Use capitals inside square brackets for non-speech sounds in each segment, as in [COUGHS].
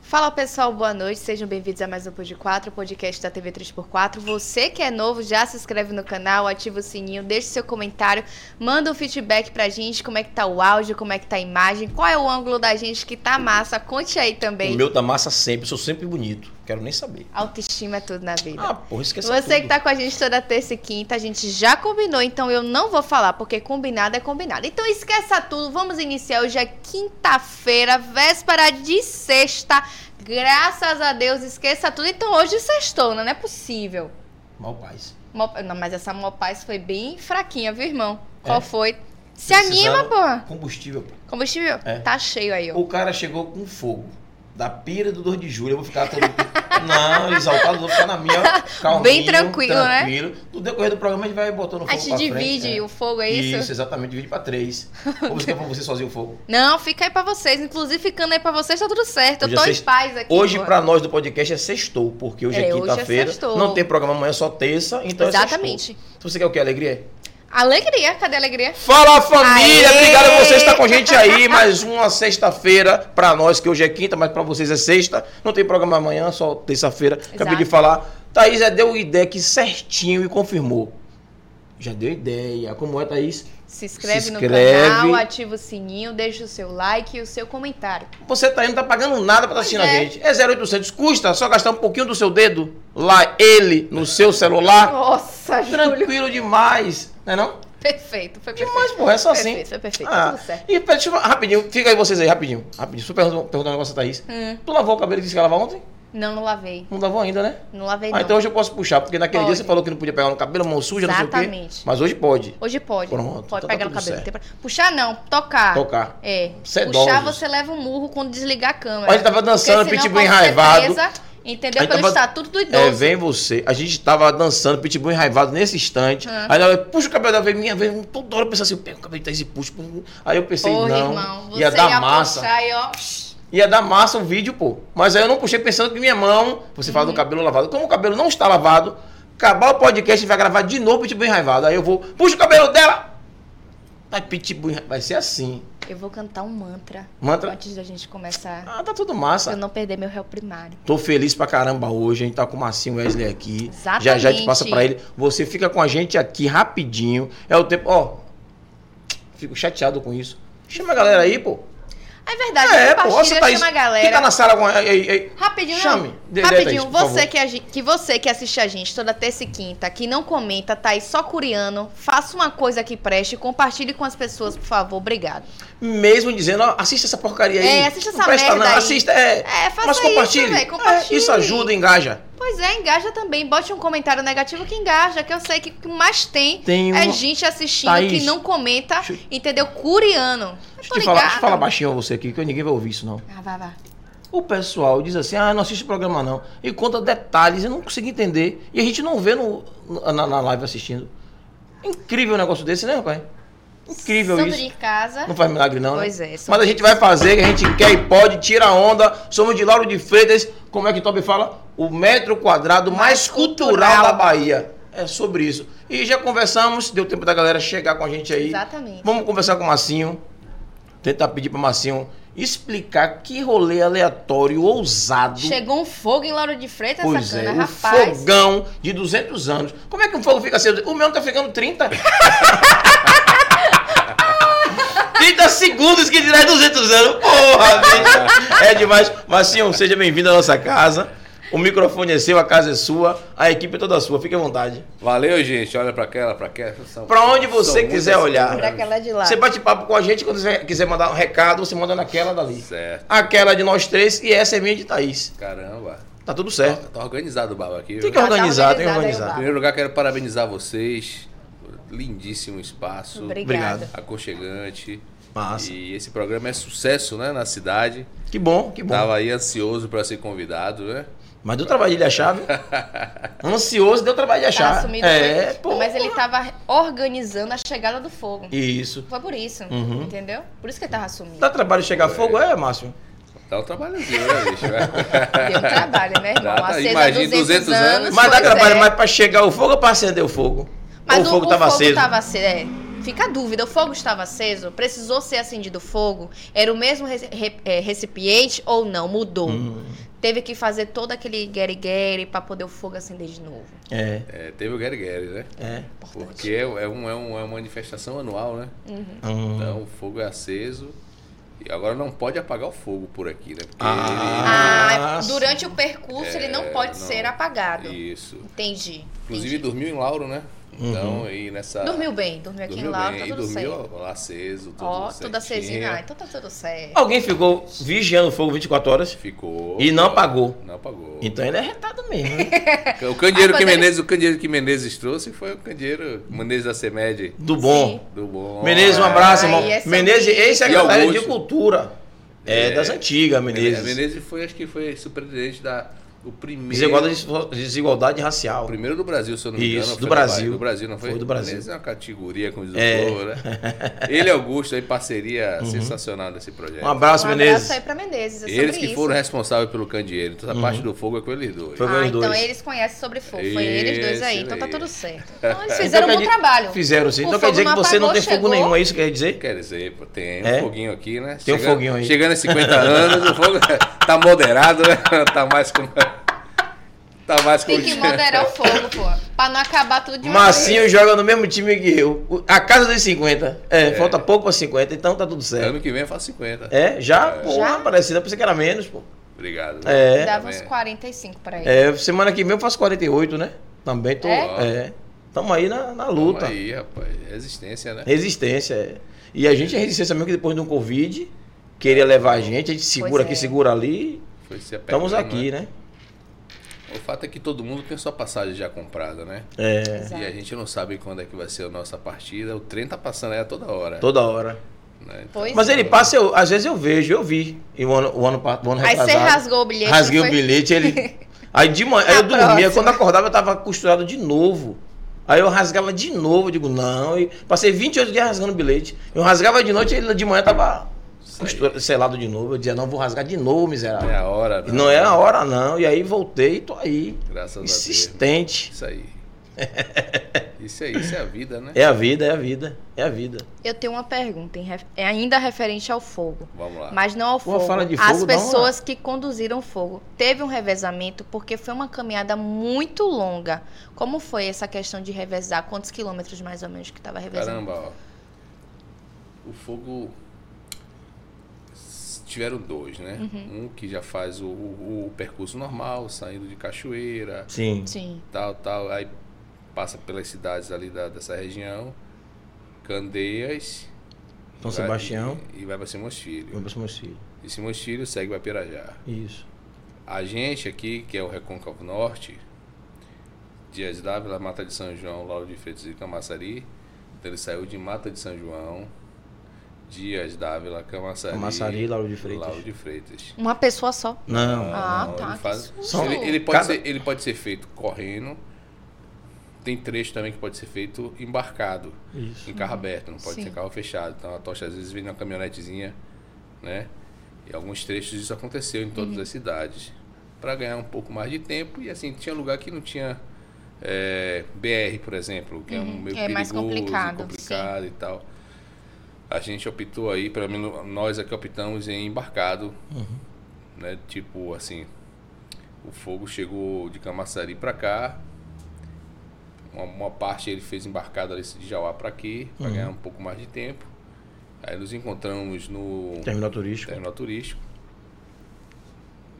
Fala pessoal, boa noite, sejam bem-vindos a mais um Pod 4, podcast da TV 3x4. Você que é novo, já se inscreve no canal, ativa o sininho, deixa seu comentário, manda um feedback pra gente, como é que tá o áudio, como é que tá a imagem, qual é o ângulo da gente que tá massa, conte aí também. O meu tá massa sempre, sou sempre bonito. Quero nem saber. Autoestima é tudo na vida. Ah, porra, esqueci. Você que tá com a gente toda terça e quinta, a gente já combinou, então eu não vou falar, porque combinado é combinado. Então esqueça tudo, vamos iniciar hoje é quinta-feira, véspera de sexta. Graças a Deus, esqueça tudo. Então hoje sextou, não é possível. Mal paz. Mó- Não, mas essa Mopaz foi bem fraquinha, viu, irmão? Qual É. foi? Se Precisaram- anima, pô. Combustível. pô. Combustível? É. Tá cheio aí, ó. O cara chegou com fogo. Da pira do 2 de julho, eu vou ficar todo. [LAUGHS] Não, exaltado, vou ficar na minha. Calminho, Bem tranquilo, né? tranquilo. No decorrer do programa a gente vai botando fogo. A gente pra frente, divide é. o fogo, é isso? exatamente, divide pra [LAUGHS] três. Vamos ficar pra você sozinho o fogo. Não, fica aí pra vocês. Inclusive, ficando aí pra vocês, tá tudo certo. Eu Hoje tô é em sexta- paz aqui. Hoje, pô. pra nós do podcast, é sextou, porque hoje É, é, hoje é quinta-feira. sextou. não tem programa amanhã, é só terça, então é sextou. Exatamente. Se você quer o quê? Alegria? Alegria, cadê a alegria? Fala família, Aê! obrigado a você estar com a gente aí. Mais uma sexta-feira pra nós, que hoje é quinta, mas pra vocês é sexta. Não tem programa amanhã, só terça-feira. Acabei Exato. de falar. Thaís já deu ideia aqui certinho e confirmou. Já deu ideia. Como é, Thaís? Se inscreve, Se no inscreve. canal, ativa o sininho, deixa o seu like e o seu comentário. Você tá aí, não tá pagando nada pra estar assistindo é. a gente. É 0800, custa só gastar um pouquinho do seu dedo lá, ele, no seu celular. Nossa, Júlio. Tranquilo demais, não é não? Perfeito, foi perfeito. Mas, porra, é só assim. Perfeito, foi perfeito. Ah, Tudo certo. E pera, deixa eu, rapidinho, fica aí vocês aí, rapidinho. Rapidinho, só perguntar perguntar um negócio a Thaís. Hum. Tu lavou o cabelo que disse que ia lavar ontem? Não, não lavei. Não lavou ainda, né? Não lavei, Ah, não. então hoje eu posso puxar, porque naquele Pode. dia você falou que não podia pegar no cabelo, mão suja, não sei o quê. Exatamente. Mas hoje pode. Hoje pode. Pronto, pode então tá pegar no tudo cabelo. certo. não tem pra- Puxar não, tocar. Tocar. É. Sedosos. Puxar, você leva um murro quando desligar a câmera. A gente tava dançando, é. Porque senão tá Pitbull pode ser enraivado. presa, entendeu? A gente Pelo tava- estatuto do idoso. É, vem você. A gente tava dançando, pitbull enraivado nesse instante. Ah. Aí ela puxa o cabelo dela, vem minha vez. Toda hora eu pensava assim, eu pego o cabelo de Thaís e puxo. puxo. Aí eu pensei, Porra, não. irmão. Você ia dar massa. puxar e ó... Ia dar massa o vídeo, pô. Mas aí eu não puxei pensando que minha mão. Você fala Uhum. do cabelo lavado. Como o cabelo não está lavado, acabar o podcast e vai gravar de novo Pitbull enraivado. Aí eu vou, puxa o cabelo dela! Vai, Pitbull enra- Vai ser assim. Eu vou cantar um mantra Mantra. antes da gente começar. Ah, tá tudo Pra eu massa. não perder meu réu primário. Tô feliz pra caramba hoje. A gente tá com o Marcinho Wesley aqui. Exatamente. Já já te passa pra ele. Você fica com a gente aqui rapidinho. É o tempo. Ó. Fico chateado com isso. Chama a galera aí, pô. É verdade, É, pô, compartilha, você tá aí. chama a Quem tá galera. na sala com. Ei, ei, ei. Rapidinho, Chame. não. Dê- dê, Rapidinho, Thaís, por você favor. que, a gen- que você que assiste a gente toda terça e quinta, que não comenta, tá aí só coreano, faça uma coisa que preste, compartilhe com as pessoas, por favor, obrigado. mesmo dizendo, ó, assista essa porcaria aí. É, assista Não essa presta merda não, aí. Assista, é. É, faça mas isso, compartilhe. velho, compartilhe. É, isso ajuda, engaja. Pois é, engaja também, bote um comentário negativo que engaja, que eu sei que o que mais tem Tem um... é gente assistindo Thaís, que não comenta, deixa eu- entendeu? Coreano. Eu Deixa tô eu te falar, deixa eu ligada. falar baixinho a você aqui, que ninguém vai ouvir isso, não. Ah, vai, vai. O pessoal diz assim, ah, não assiste o programa, não. E conta detalhes, eu não consigo entender. E a gente não vê no, na, na live assistindo. Incrível um negócio desse, né, rapaz? Incrível Santo isso. de casa. Não faz milagre, não, né? Pois é, são Mas a gente vai fazer, que a gente quer e pode, tira a onda. Somos de Lauro de Freitas, como é que Toby fala? O metro quadrado mais, Mais cultural, cultural. da Bahia. É sobre isso. E já conversamos, deu tempo da galera chegar com a gente aí. Exatamente. Vamos conversar com o Massinho, tentar pedir para Massinho explicar que rolê aleatório, ousado. Chegou um fogo em Lauro de Freitas, Pois Tá sacana, é, um rapaz. fogão de 200 anos. Como é que um fogo fica cedo? O meu tá ficando [LAUGHS] 30. 30 segundos que dirá 200 anos. Porra, bicho. É demais. Marcinho, seja bem-vindo à nossa casa. O microfone é seu, a casa é sua, a equipe é toda sua. Fique à vontade. Valeu, gente. Olha pra aquela, pra aquela. São- Pra onde você são muitas quiser olhar. Pra coisas. aquela de lá. Você bate papo com a gente quando você quiser mandar um recado, você manda naquela dali. Certo. Aquela de nós três e essa é minha de Thaís. Caramba. Tá tudo certo. Tá organizado o baba aqui. Tem viu? que Tá- tá organizar, tem organizado aí o que Em organizar. bar. primeiro lugar, quero parabenizar vocês. Lindíssimo espaço. Obrigada. Aconchegante. Massa. E esse programa é sucesso, né? Na cidade. Que bom, que bom. Tava aí ansioso pra ser convidado, né? Mas deu trabalho de achar, viu? [LAUGHS] Ansioso, deu trabalho de Tá achar. assumido é, foi. pô. Mas ele tava organizando a chegada do fogo. Isso. Foi por isso, Uhum. Tá. entendeu? Por isso que ele tava assumindo. Dá trabalho chegar fogo, é, Márcio? Dá um trabalhozinho, [LAUGHS] né, bicho? Deu trabalho, né, irmão? Dá, tá. Acesa Imagina, 200, 200 anos. anos. Mas dá pois trabalho é. mais pra chegar o fogo ou pra acender o fogo? Mas ou o fogo tava fogo aceso? tava aceso, é. Fica a dúvida, o fogo estava aceso? Precisou ser acendido o fogo? Era o mesmo re- re- eh, recipiente ou não? Mudou. Hum, Teve que fazer todo aquele guerigueri para poder o fogo acender de novo. é, É, teve o Gary Gary, né? é. Porque é, é um, é, um, é uma manifestação anual, né? Hum. Então o fogo é aceso. E agora não pode apagar o fogo por aqui, né? Porque Ah, Nossa. durante o percurso ele não pode É, não. ser apagado. ele- Isso. Entendi. Inclusive entendi. dormiu em Lauro, né? Uhum. hum, Então, e nessa. Dormiu bem, dormiu aqui dormiu em Lauro, bem, tá e tudo certo. dormiu lá aceso, tudo Ó, tudo certinho. acesinho. Ah, então tá tudo certo. Alguém ficou vigiando o fogo 24 horas Ficou. e não apagou. Não apagou. Então ele é retado mesmo. né? O candeeiro, Ah, que quando ele- Menezes, o candeeiro que Menezes trouxe foi o candeeiro Menezes da CEMED Do bom. Sim. do Bom. Menezes, um Ai, abraço, irmão. essa Menezes, amiga. E ex-secretário de Augusto. Cultura. É, É. das antigas, Menezes. Menezes. Menezes foi, acho que foi superintendente da. O primeiro. Desigualdade, desigualdade O racial. primeiro do Brasil, se eu não me Isso, engano. do foi da Brasil. Bahia. Do Brasil, não foi? Foi do Brasil. Menezes é uma categoria, como diz o É. Uhum. povo, né? Ele e Augusto, aí, parceria sensacional desse projeto. Um abraço, um Menezes. abraço aí pra Menezes. É Eles sobre que isso. foram responsáveis pelo candeeiro. Então, a parte do fogo é com eles dois. Uhum. Foi- Ah, Eles então dois. eles conhecem sobre fogo. Foi eles dois aí, Esse então tá aí. tudo [LAUGHS] certo. Então eles Então fizeram quer um bom di- trabalho. Fizeram sim. O Então fogo quer dizer que não você não tem apagou, fogo chegou. nenhum, é isso que quer dizer? Quer dizer, pô, tem um É? foguinho aqui, né? Tem um foguinho aí. Chegando a 50 anos, o fogo tá moderado, né? [LAUGHS] Tá mais com. Tá mais com. Tem que moderar o fogo, pô. Pra não acabar tudo de uma vez. Massinho joga no mesmo time que eu. O- A casa dos 50. É, falta pouco pra 50, então tá tudo certo. Ano que vem eu faço 50. É, já? Pô, Já? parecida, pensei que era menos, pô. Obrigado. É. Dava uns Também. 45 pra ele. É, semana que vem eu faço 48, né? Também tô. É? É. Tamo aí na, na Tamo luta. Aí, rapaz. Resistência, né? Resistência. é. E a gente é resistência mesmo que depois de um Covid, queria levar a gente, a gente segura Pois aqui, é. segura ali. Foi se apertando, Estamos aqui, né? O fato é que todo mundo tem sua passagem já comprada, né? É. Exato. E a gente não sabe quando é que vai ser a nossa partida. O trem tá passando aí a toda hora. Toda hora. né? Então, Pois Mas ele passa, eu- às vezes eu vejo, eu vi. E o ano, o ano, pa- o ano Aí você retrasado. rasgou o bilhete. Rasguei não o foi? bilhete, ele. [LAUGHS] Aí de manhã, aí eu Na dormia, próxima. quando acordava eu tava costurado de novo. Aí eu rasgava de novo, eu digo, não. E passei 28 dias rasgando o bilhete. Eu rasgava de noite, ele de manhã tava isso aí costura- selado de novo. Eu dizia, não, vou rasgar de novo, Não é miserável. a hora, E Não é a hora, não. E aí voltei e tô aí. Graças a Deus. Insistente. Isso aí. Isso aí, isso é a vida, né? É a vida, é a vida, é a vida. Eu tenho uma pergunta, em ref- é ainda referente ao fogo. Vamos lá. Mas não ao Pô, fogo. fala de As fogo, dá uma- pessoas que conduziram fogo. Teve um revezamento porque foi uma caminhada muito longa. Como foi essa questão de revezar? Quantos quilômetros mais ou menos que estava revezando? Caramba, ó. O fogo. Tiveram dois, né? Um que já faz o, o- o percurso normal, saindo de Cachoeira, Sim. Sim. tal, tal. Aí passa pelas cidades ali da- dessa região. Candeias. São vai- Sebastião. E, e vai para Simões Filho. Meu próximo filho. E Simões Filho segue para Pirajá. Isso. A gente aqui, que é o Recôncavo Norte, Dias Dávila, Mata de São João, Lauro de Freitas e Camaçari. Então ele saiu de Mata de São João, Dias Dávila, Camaçari. Camaçari, Lauro de Freitas. Lauro de Freitas. Então, Uma pessoa só. Não. Ah, tá, Ele, que faz- susto. ele- ele pode Cada- ser, ele pode ser feito correndo. Tem trecho também que pode ser feito embarcado, Isso. em Um carro aberto, não pode Sim. ser carro fechado. Então a tocha às vezes vem numa caminhonetezinha, né? E alguns trechos isso aconteceu em Uhum. todas as cidades. Para ganhar um pouco mais de tempo. E assim, tinha lugar que não tinha é, BR, por exemplo, que é um Uhum, meio é perigoso, mais complicado, complicado e tal. A gente optou aí, pelo menos nós aqui optamos em embarcado, né? Tipo assim, o fogo chegou de Camaçari para cá. Uma, uma parte ele fez embarcado ali de Jauá para aqui, Uhum. para ganhar um pouco mais de tempo. Aí nos encontramos no Terminal turístico. terminal turístico.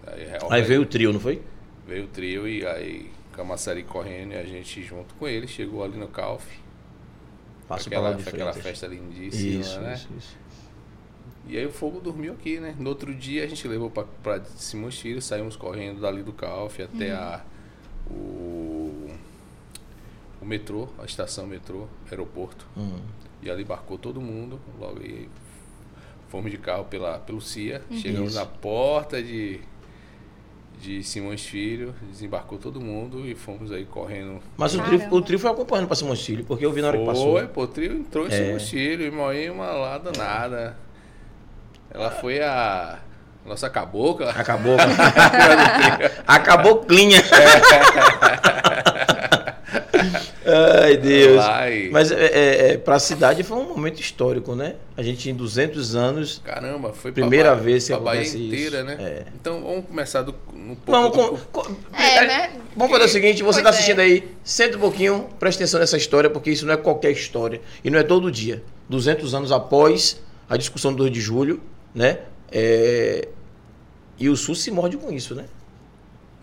Aí, é, Aí veio o trio, não foi? Veio o trio e aí Camaçari correndo e a gente junto com ele chegou ali no Calf. Passa pra aquela, lá de aquela Freitas. festa lindíssima, Isso, né? isso, isso. E aí o fogo dormiu aqui, né? No outro dia a gente levou pra, pra Simões Filho, saímos correndo dali do Calf até a, o, o metrô, a estação metrô, aeroporto. Hum. E ali embarcou todo mundo, logo e fomos de carro pela, pelo CIA, chegamos Isso. na porta de, de Simões Filho, desembarcou todo mundo e fomos aí correndo. Mas o Caramba. trio, o trio foi acompanhando pra Simões Filho, porque eu vi na hora que passou. É. Foi, pô, o trio entrou em Simões Filho, e moí uma lá danada. Ela foi a nossa cabocla. [LAUGHS] Acabou. Acabou clinha. Ai, Deus. Lá e- Mas é, é, é, pra cidade foi um momento histórico, né? A gente em 200 anos. Caramba, foi Primeira Bahia- vez que pra Bahia acontece isso. inteira, né? É. Então vamos começar do, no pouco Vamos, do- com, com- É, né? vamos fazer o seguinte: Pois você tá é. assistindo aí, senta um pouquinho, presta atenção nessa história, porque isso não é qualquer história. E não é todo dia. 200 anos após a discussão do 2 de julho, né? É, E o Sul se morde com isso, né?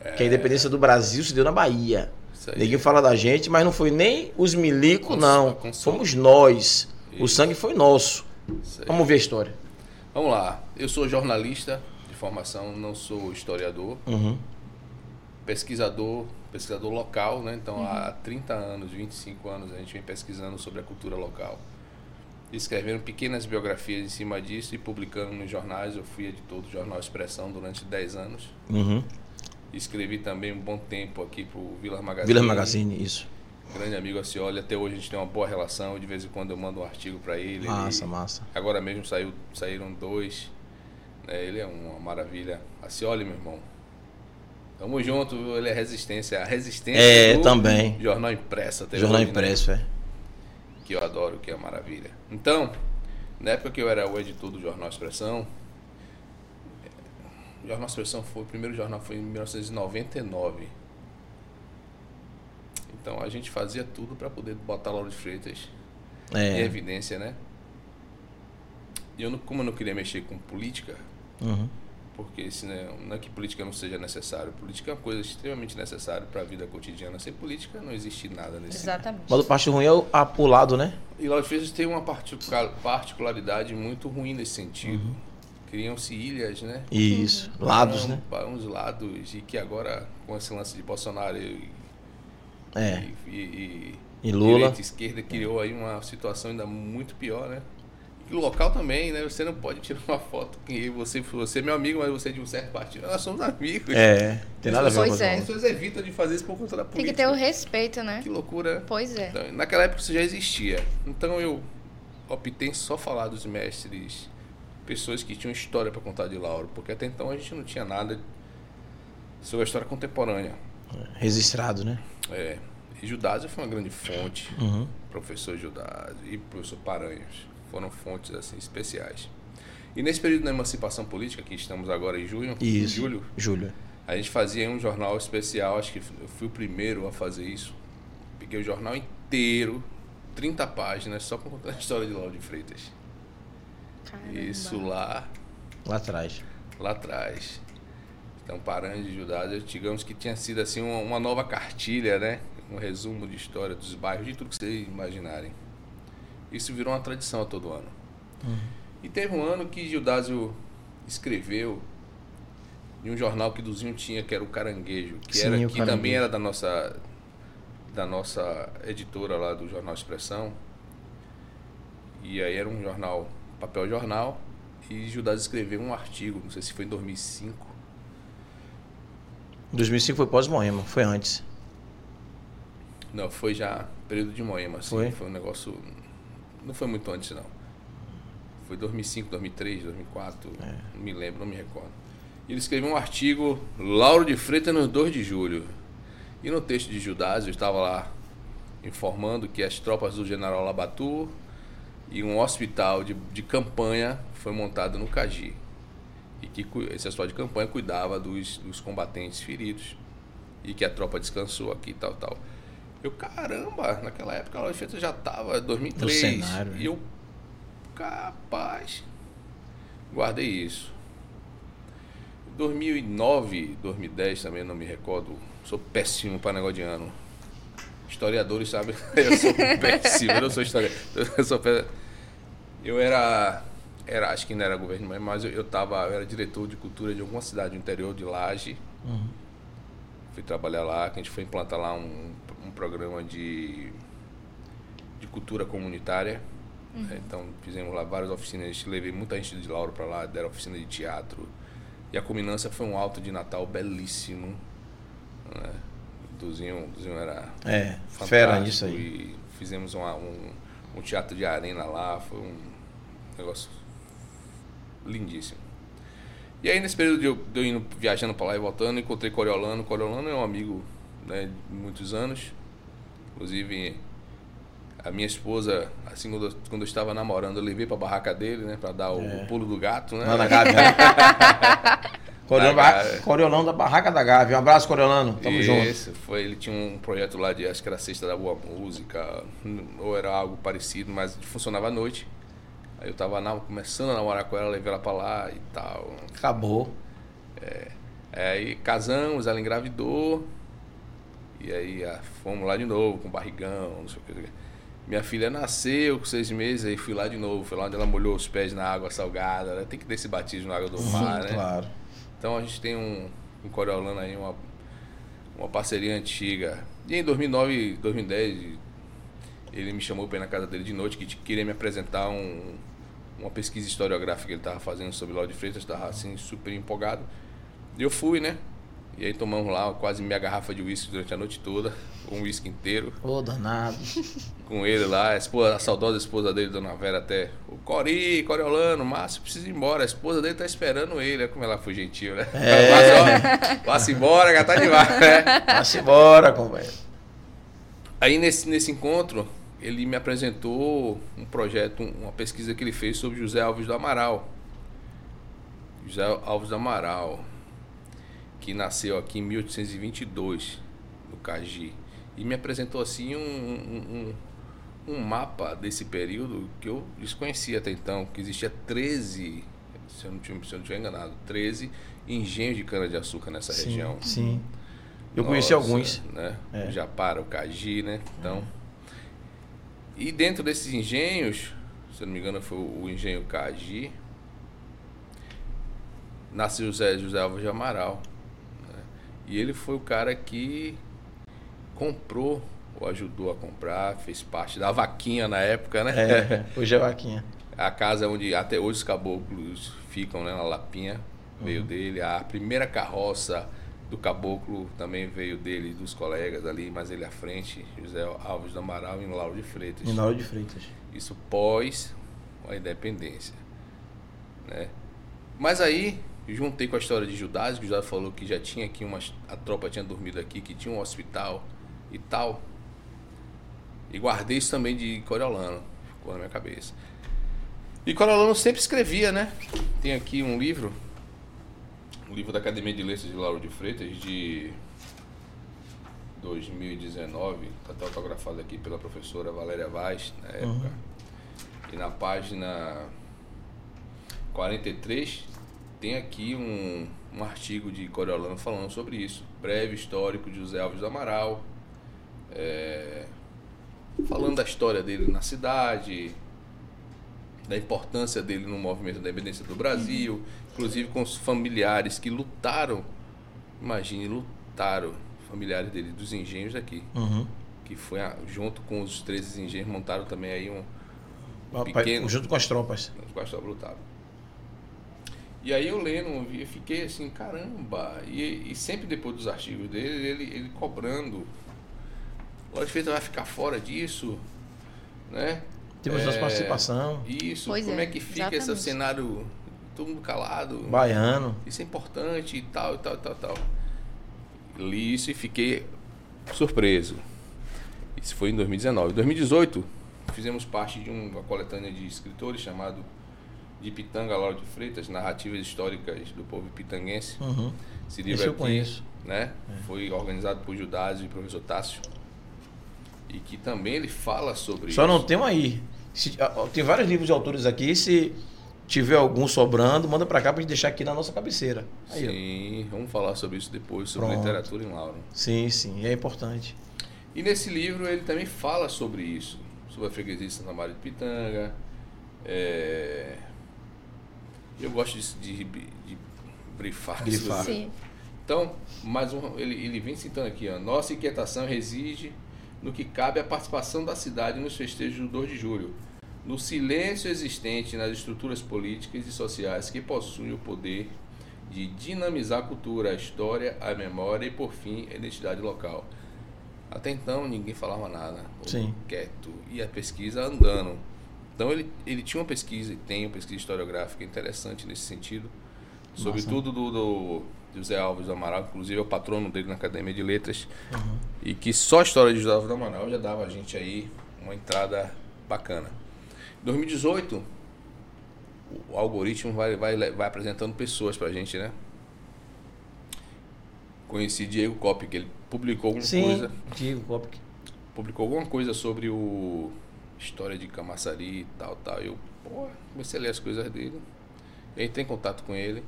É. Que a independência do Brasil se deu na Bahia. Isso aí. Ninguém fala da gente, mas não foi nem os milico, Cons- não. cons- Fomos nós. O é, Isso. É. sangue foi nosso. Isso aí. Vamos ver a história. Vamos lá. Eu sou jornalista de formação, não sou historiador. Uhum, Pesquisador, pesquisador local, né? Então há 30 anos, 25 anos a gente vem pesquisando sobre a cultura local. Escrevendo pequenas biografias em cima disso e publicando nos jornais. Eu fui editor do jornal Expressão durante 10 anos. uhum. Escrevi também um bom tempo aqui pro Vila Magazine. Vila Magazine, isso. Grande amigo Acioli. Até hoje a gente tem uma boa relação. De vez em quando eu mando um artigo para ele. Massa, Ele- massa. Agora mesmo saiu, saíram dois. né? Ele é uma maravilha. Acioli, meu irmão. Tamo junto, viu? ele é resistência. A resistência É, do também. Jornal Impresso até Jornal hoje, né? impresso, é. Que eu adoro, que é uma maravilha. Então, na época que eu era o editor do Jornal Expressão, eh, o Jornal Expressão foi, o primeiro jornal foi em 1999. Então a gente fazia tudo para poder botar Lauro de Freitas em É. evidência, né? E eu, não- como eu não queria mexer com política, Uhum. porque se não, não é que política não seja necessário, política é uma coisa extremamente necessária para a vida cotidiana. Sem política não existe nada nesse Exatamente. Mas o parte ruim é o ah, pro lado, né? E Lauro de Freitas tem uma particu- particularidade muito ruim nesse sentido. Criam-se ilhas, né? Isso. Uhum. Lados, né? Para uns lados, e que agora, com esse lance de Bolsonaro e, É. e- e- E Lula. direita e esquerda, criou aí uma situação ainda muito pior, né? E local também, né? Você não pode tirar uma foto que você, você é meu amigo, mas você é de um certo partido. Nós somos amigos. É. Tem nada a ver Pois com é. As pessoas evitam de fazer isso por conta da Tem que política. ter o respeito, né? Que loucura. Pois é. Então, naquela época isso já existia. Então eu optei em só falar dos mestres, pessoas que tinham história para contar de Lauro, porque até então a gente não tinha nada sobre a história contemporânea. Registrado, né? É, e Judásio foi uma grande fonte, Uhum. professor Judásio e professor Paranhos foram fontes assim especiais. E nesse período da emancipação política que estamos agora em junho, em Isso. julho, Júlio. a gente fazia um jornal especial, acho que eu fui o primeiro a fazer isso. Peguei o jornal inteiro, 30 páginas, só pra contar a história de Lauro de Freitas. Caramba. Isso lá, Lá atrás. lá atrás. Então, Paranhos de Judásio, digamos que tinha sido assim uma, uma nova cartilha, né? Um resumo de história dos bairros, de tudo que vocês imaginarem. Isso virou uma tradição a todo ano. Uhum. E teve um ano que Judásio escreveu de um jornal que Duzinho tinha, que era o Caranguejo, que, Sim, era, o que Caranguejo. também era da nossa, da nossa editora lá do Jornal Expressão. E aí era um jornal, papel jornal, e Judásio escreveu um artigo, não sei se foi em 2005, 2005 foi pós-Moema, foi antes. Não, foi já período de Moema, assim. Foi? Foi, um negócio. Não foi muito antes, não. Foi 2005, 2003, 2004. Não me lembro, não me recordo. E ele escreveu um artigo, Lauro de Freitas nos 2 de julho. E no texto de Judásio estava lá informando que as tropas do general Labatu e um hospital de, de campanha foi montado no Caji. E que cu- esse hospital de campanha cuidava dos, dos combatentes feridos. E que a tropa descansou aqui e tal, tal. Eu, caramba, naquela época a Lauro de Freitas já estava, 2003. No cenário, né? e eu, capaz, guardei isso. 2009, 2010 também, não me recordo. Sou péssimo para negócio de ano. Historiadores sabem. [LAUGHS] Eu sou péssimo, eu não sou historiador. Eu sou péssimo. Eu era, era, acho que não era governo, mas- mas eu, eu, tava, eu era diretor de cultura de alguma cidade do interior de Laje. Fui trabalhar lá, que a gente foi implantar lá um, um programa de, de cultura comunitária. né? Então fizemos lá várias oficinas, levei muita gente de Lauro para lá, deram oficina de teatro. E a culminância foi um alto de Natal belíssimo. Né? Duzinho, Duzinho era É, fantástico fera nisso aí. E fizemos uma- um, um teatro de arena lá, foi um negócio lindíssimo. E aí nesse período de eu, de eu indo, viajando para lá e voltando, encontrei Coriolano. Coriolano é um amigo né, de muitos anos. Inclusive, A minha esposa, assim, quando eu, quando eu estava namorando, eu levei pra barraca dele, né? Pra dar o, É. o pulo do gato, né? Lá na Gávea. né? [LAUGHS] Coriolano, Na Gávea. Coriolano da Barraca da Gávea. Um abraço, Coriolano. Tamo junto. Isso, foi, ele tinha um projeto lá de, acho que era Sexta da Boa Música, ou era algo parecido, mas funcionava à noite. Aí eu tava na- começando a namorar com ela, levei ela pra lá e tal. É, Acabou. Aí casamos, ela engravidou. E aí ah, fomos lá de novo, com barrigão, não sei o que. não sei o que. Minha filha nasceu com seis meses, aí fui lá de novo. Foi lá onde ela molhou os pés na água salgada. né? Tem que ter esse batismo na água do mar, né? Claro. Então a gente tem um, um Coriolano aí, uma, uma parceria antiga. E em 2009, 2010, ele me chamou para ir na casa dele de noite, que t- queria me apresentar um- uma pesquisa historiográfica que ele estava fazendo sobre Lauro de Freitas, estava assim, super empolgado. E eu fui, né? E aí tomamos lá quase meia garrafa de uísque durante a noite toda, um uísque inteiro Ô, [LAUGHS] danado. com ele lá, a, esposa, a saudosa esposa dele, Dona Vera, até. O Cori, Coriolano, Márcio precisa ir embora. A esposa dele tá esperando ele. Olha como ela foi gentil, né? Mas, ó, Passa embora, já tá demais, né? Vai-se embora, companheiro. Aí nesse, nesse encontro, ele me apresentou um projeto, um- uma pesquisa que ele fez sobre José Alves do Amaral. José Alves do Amaral, que nasceu aqui em 1822, no Caji. E me apresentou assim um, um- um- um mapa desse período que eu desconhecia até então, que existia 13, se eu não estiver se eu não tiver enganado, 13 engenhos de cana-de-açúcar nessa região. Sim. Eu conheci Nossa, alguns. [LAUGHS] Né? É. O Japara, o Caji, né? Então. E dentro desses engenhos, se eu não me engano, foi o engenho Caji. Nasceu José, José Alves de Amaral. né? E ele foi o cara que comprou, ou ajudou a comprar, fez parte da vaquinha na época, né? É, hoje é vaquinha. A casa onde até hoje os caboclos ficam, né, na Lapinha, veio dele. A primeira carroça do caboclo também veio dele, e dos colegas ali, mas ele à frente, José Alves do Amaral e Lauro de Freitas. Minório de Freitas. Isso pós a independência. Né? Mas aí, juntei com a história de Judas, que o Judas falou que já tinha aqui uma. A tropa tinha dormido aqui, que tinha um hospital e tal. E guardei isso também de Coriolano. Ficou na minha cabeça. E Coriolano sempre escrevia, né? Tem aqui um livro. Um livro da Academia de Letras de Lauro de Freitas, de 2019, está tá até autografado aqui pela professora Valéria Vaz, na época. E na página 43 tem aqui um, um artigo de Coriolano falando sobre isso. Breve histórico de José Alves do Amaral. é, falando da história dele na cidade, da importância dele no movimento da independência do Brasil, inclusive com os familiares que lutaram, imagine, lutaram, familiares dele, dos engenhos daqui, Uhum. que foi a- junto com os 13 engenhos, montaram também aí um, Papai, Pequeno. junto com as tropas. os Guastava lutavam. E aí eu lendo, eu fiquei assim, caramba. E, e sempre depois dos artigos dele, ele, ele cobrando. Lógico que ele vai ficar fora disso, né? Temos É, nossa participação. Isso, Pois como é, é, que fica esse exatamente. cenário todo mundo calado? Baiano. Isso é importante e tal, e tal, e tal, e tal. Li isso e fiquei surpreso. Isso foi em 2019. Em 2018, fizemos parte de uma coletânea de escritores chamado De Pitanga Lauro de Freitas, Narrativas Históricas do Povo Pitanguense. Uhum. Esse livro Esse eu aqui, conheço. É. né? Foi organizado por Judásio e professor Tássio. E que também ele fala sobre Só isso. não tem um aí. Se- ah, ó, tem vários livros de autores aqui. Se tiver algum sobrando, manda pra cá pra gente deixar aqui na nossa cabeceira. tá Aí, ó. Sim, vamos falar sobre isso depois, sobre Pronto. literatura em Lauro. Sim, sim, é importante. E nesse livro ele também fala sobre isso, sobre a freguesia de Santa Maria de Pitanga. É, Eu gosto de, de, de brifar. isso. Grifar. Sim. Então, mais um, ele, ele vem citando aqui, ó, nossa inquietação reside no que cabe à participação da cidade nos festejos do 2 de julho, no silêncio existente nas estruturas políticas e sociais que possuem o poder de dinamizar a cultura, a história, a memória e, por fim, a identidade local. Até então, ninguém falava nada, ou Sim. quieto, e a pesquisa andando. Então, ele, ele tinha uma pesquisa, e tem uma pesquisa historiográfica interessante nesse sentido, sobretudo do, do José Alves do Amaral, que inclusive é o patrono dele na Academia de Letras, e que só a história de José Alves do Amaral já dava a gente aí uma entrada bacana. Em 2018, o algoritmo vai, vai, vai apresentando pessoas pra gente, né? Conheci Diego Cop, que ele publicou alguma Sim, coisa. Diego Kopk. Publicou alguma coisa sobre o. História de Camaçari e tal, tal. Eu, pô, comecei a ler as coisas dele. Eu entrei em contato com ele.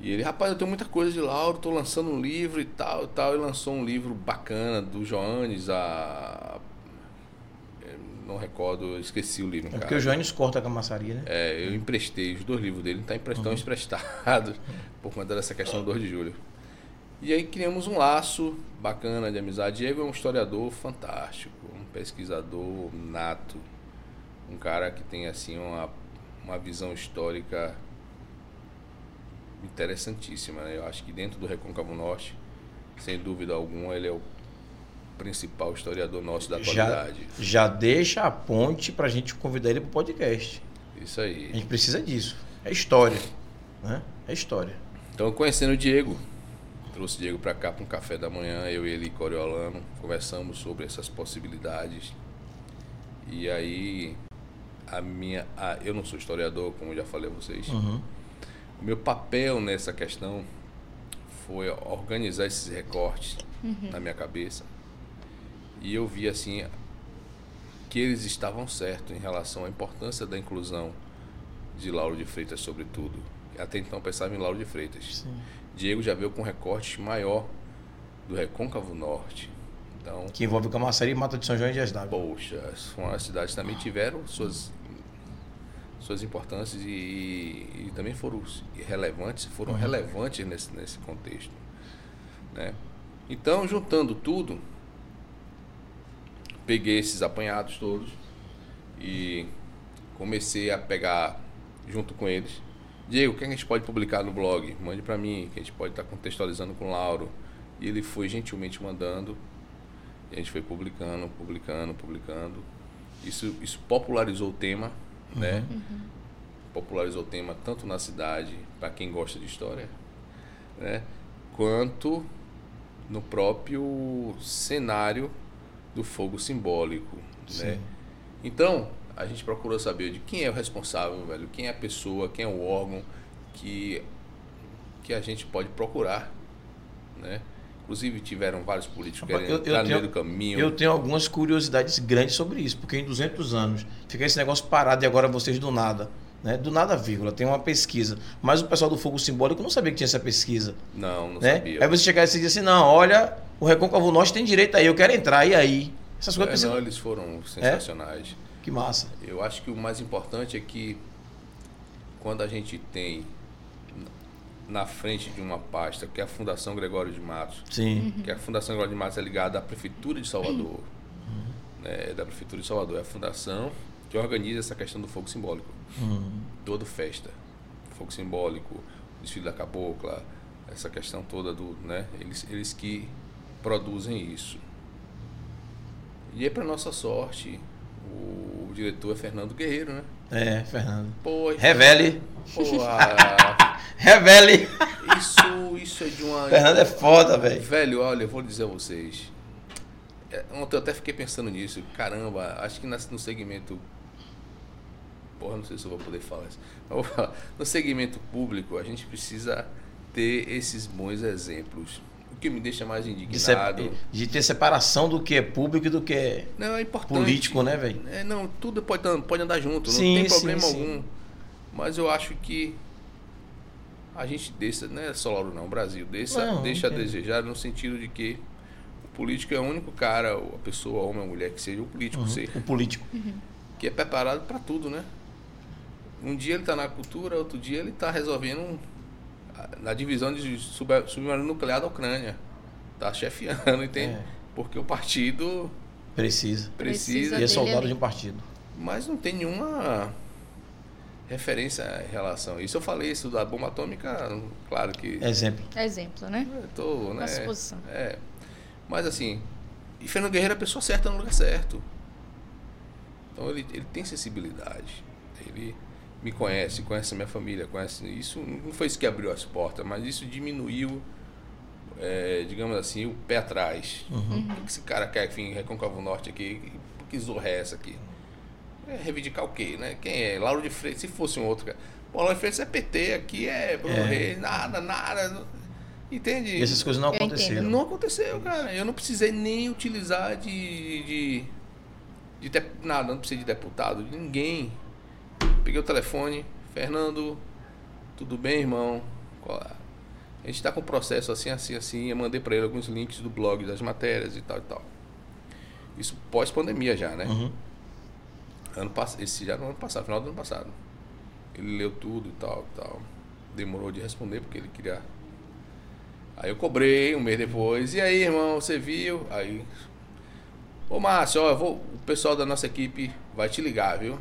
E ele, rapaz, eu tenho muita coisa de Lauro, tô lançando um livro e tal e tal. E lançou um livro bacana do Joanes, a. eu Não recordo, eu esqueci o livro, É porque cara. o Joanes corta a camaçaria, né? É, eu emprestei os dois livros dele, tá emprestão emprestado, [LAUGHS] por conta dessa questão do 2 de julho. E aí criamos um laço bacana de amizade. Diego é um historiador fantástico, um pesquisador nato, um cara que tem assim uma, uma visão histórica interessantíssima. Né? Eu acho que dentro do Recôncavo Norte, sem dúvida alguma, ele é o principal historiador nosso da Já, atualidade. já deixa a ponte pra gente convidar ele pro podcast. Isso A aí. gente precisa disso. É história. Né? É história. Então, conhecendo o Diego, trouxe o Diego para cá para um café da manhã, eu, ele e Coriolano, conversamos sobre essas possibilidades. E aí, a minha. a- eu não sou historiador, como eu já falei a vocês. Uhum. O meu papel nessa questão foi organizar esses recortes na minha cabeça. E eu vi assim que eles estavam certos em relação à importância da inclusão de Lauro de Freitas, sobretudo. Até então eu pensava em Lauro de Freitas. Sim. Diego já veio com recorte maior do Recôncavo Norte. Então, Que envolve Camaçari e Mata de São João e Dias d'Água. poxa, as- as cidades também tiveram suas, suas importâncias e, e também foram relevantes, foram relevantes nesse, nesse contexto. né? Então, juntando tudo, peguei esses apanhados todos e comecei a pegar junto com eles. Diego, o que a gente pode publicar no blog? Mande para mim, que a gente pode estar contextualizando com o Lauro. E ele foi gentilmente mandando. E a gente foi publicando, publicando, publicando. Isso, isso popularizou o tema, Uhum. né? Popularizou o tema tanto na cidade, para quem gosta de história, né? Quanto no próprio cenário do fogo simbólico, né? Sim. Então, a gente procurou saber de quem é o responsável, velho, quem é a pessoa, quem é o órgão que, que a gente pode procurar, né? Inclusive tiveram vários políticos Rapaz, querendo eu- eu entrar no meio tenho- do caminho. Eu tenho algumas curiosidades grandes sobre isso, porque em 200 anos fica esse negócio parado e agora vocês do nada. Né? Do nada, vírgula, tem uma pesquisa. Mas o pessoal do Fogo Simbólico não sabia que tinha essa pesquisa. Não, não né? sabia. Aí você chegar e você diz assim: não, olha, o Recôncavo Norte tem direito aí, eu quero entrar, e aí? Essas É, coisas. não, pensam- eles foram sensacionais. Que massa. Eu acho que o mais importante é que quando a gente tem n- na frente de uma pasta, que é a Fundação Gregório de Matos, Sim. que a Fundação Gregório de Matos é ligada à Prefeitura de Salvador. né, da Prefeitura de Salvador. É a fundação que organiza essa questão do fogo simbólico. Hum. Todo festa. Fogo simbólico, desfile da cabocla, essa questão toda do. Né, eles, eles que produzem isso. E aí, para nossa sorte, o, diretor é Fernando Guerreiro, né? É, Fernando. Pô, Revele. porra, [LAUGHS] Revele. ah, isso, isso é de [LAUGHS] uma. Fernando é foda, velho. Velho, olha, eu vou dizer a vocês. É, ontem eu até fiquei pensando nisso. Caramba, acho que nas- no segmento. Porra, não sei se eu vou poder falar isso. Mas vou falar. No segmento público, a gente precisa ter esses bons exemplos. O que me deixa mais De, se- indignado. de ter separação do que é público e do que é Não, é importante. político, né, velho? É, não, tudo pode, an- pode andar junto, Sim, não tem sim, problema sim. algum. Mas eu acho que a gente deixa, não é só Lauro não, o Brasil, deixa, Não, deixa a entendo. desejar no sentido de que o político é o único cara, ou a pessoa, homem ou mulher que seja, o político ser, Uhum. O político. que é preparado para tudo, né? Um dia ele está na cultura, outro dia ele está resolvendo a- na divisão de sub- submarino nuclear da Ucrânia. Tá chefiando, entende? É. Porque o partido Precisa. precisa E é Dele soldado ali. de um partido. mas não tem nenhuma referência em relação a isso. Eu falei isso da bomba atômica, claro que Exemplo. Exemplo, né? eu tô, né? Uma suposição. É. Mas assim, e Fernando Guerreiro é a pessoa certa no lugar certo. Então ele, ele tem sensibilidade. Ele me conhece, conhece a minha família, conhece. Isso não foi isso que abriu as portas, mas isso diminuiu, Uhum. Uhum. é, digamos assim, o pé atrás. O que esse cara quer vir em Recôncavo Norte aqui? que zorra é essa aqui? É reivindicar o quê, né? Quem é? Lauro de Freitas, se fosse um outro cara. Pô, Lauro de Freitas é PT, aqui é Bruno É. Reis, nada, nada. não- Entende? E essas coisas não Eu entendo. aconteceram. Não aconteceu, cara. Eu não precisei nem utilizar de. de, de dep- nada, não precisei de deputado, de ninguém. Peguei o telefone, Fernando, tudo bem, irmão? Qual é? A gente tá com um processo assim, assim, assim. Eu mandei pra ele alguns links do blog, das matérias e tal e tal. Isso pós-pandemia já, né? Uhum. Ano pass... Esse já no ano passado, final do ano passado. Ele leu tudo e tal, e tal. Demorou de responder porque ele queria. Aí eu cobrei um mês depois. E aí, irmão, você viu? Aí. Ô Márcio, ó, eu vou... o pessoal da nossa equipe vai te ligar, viu?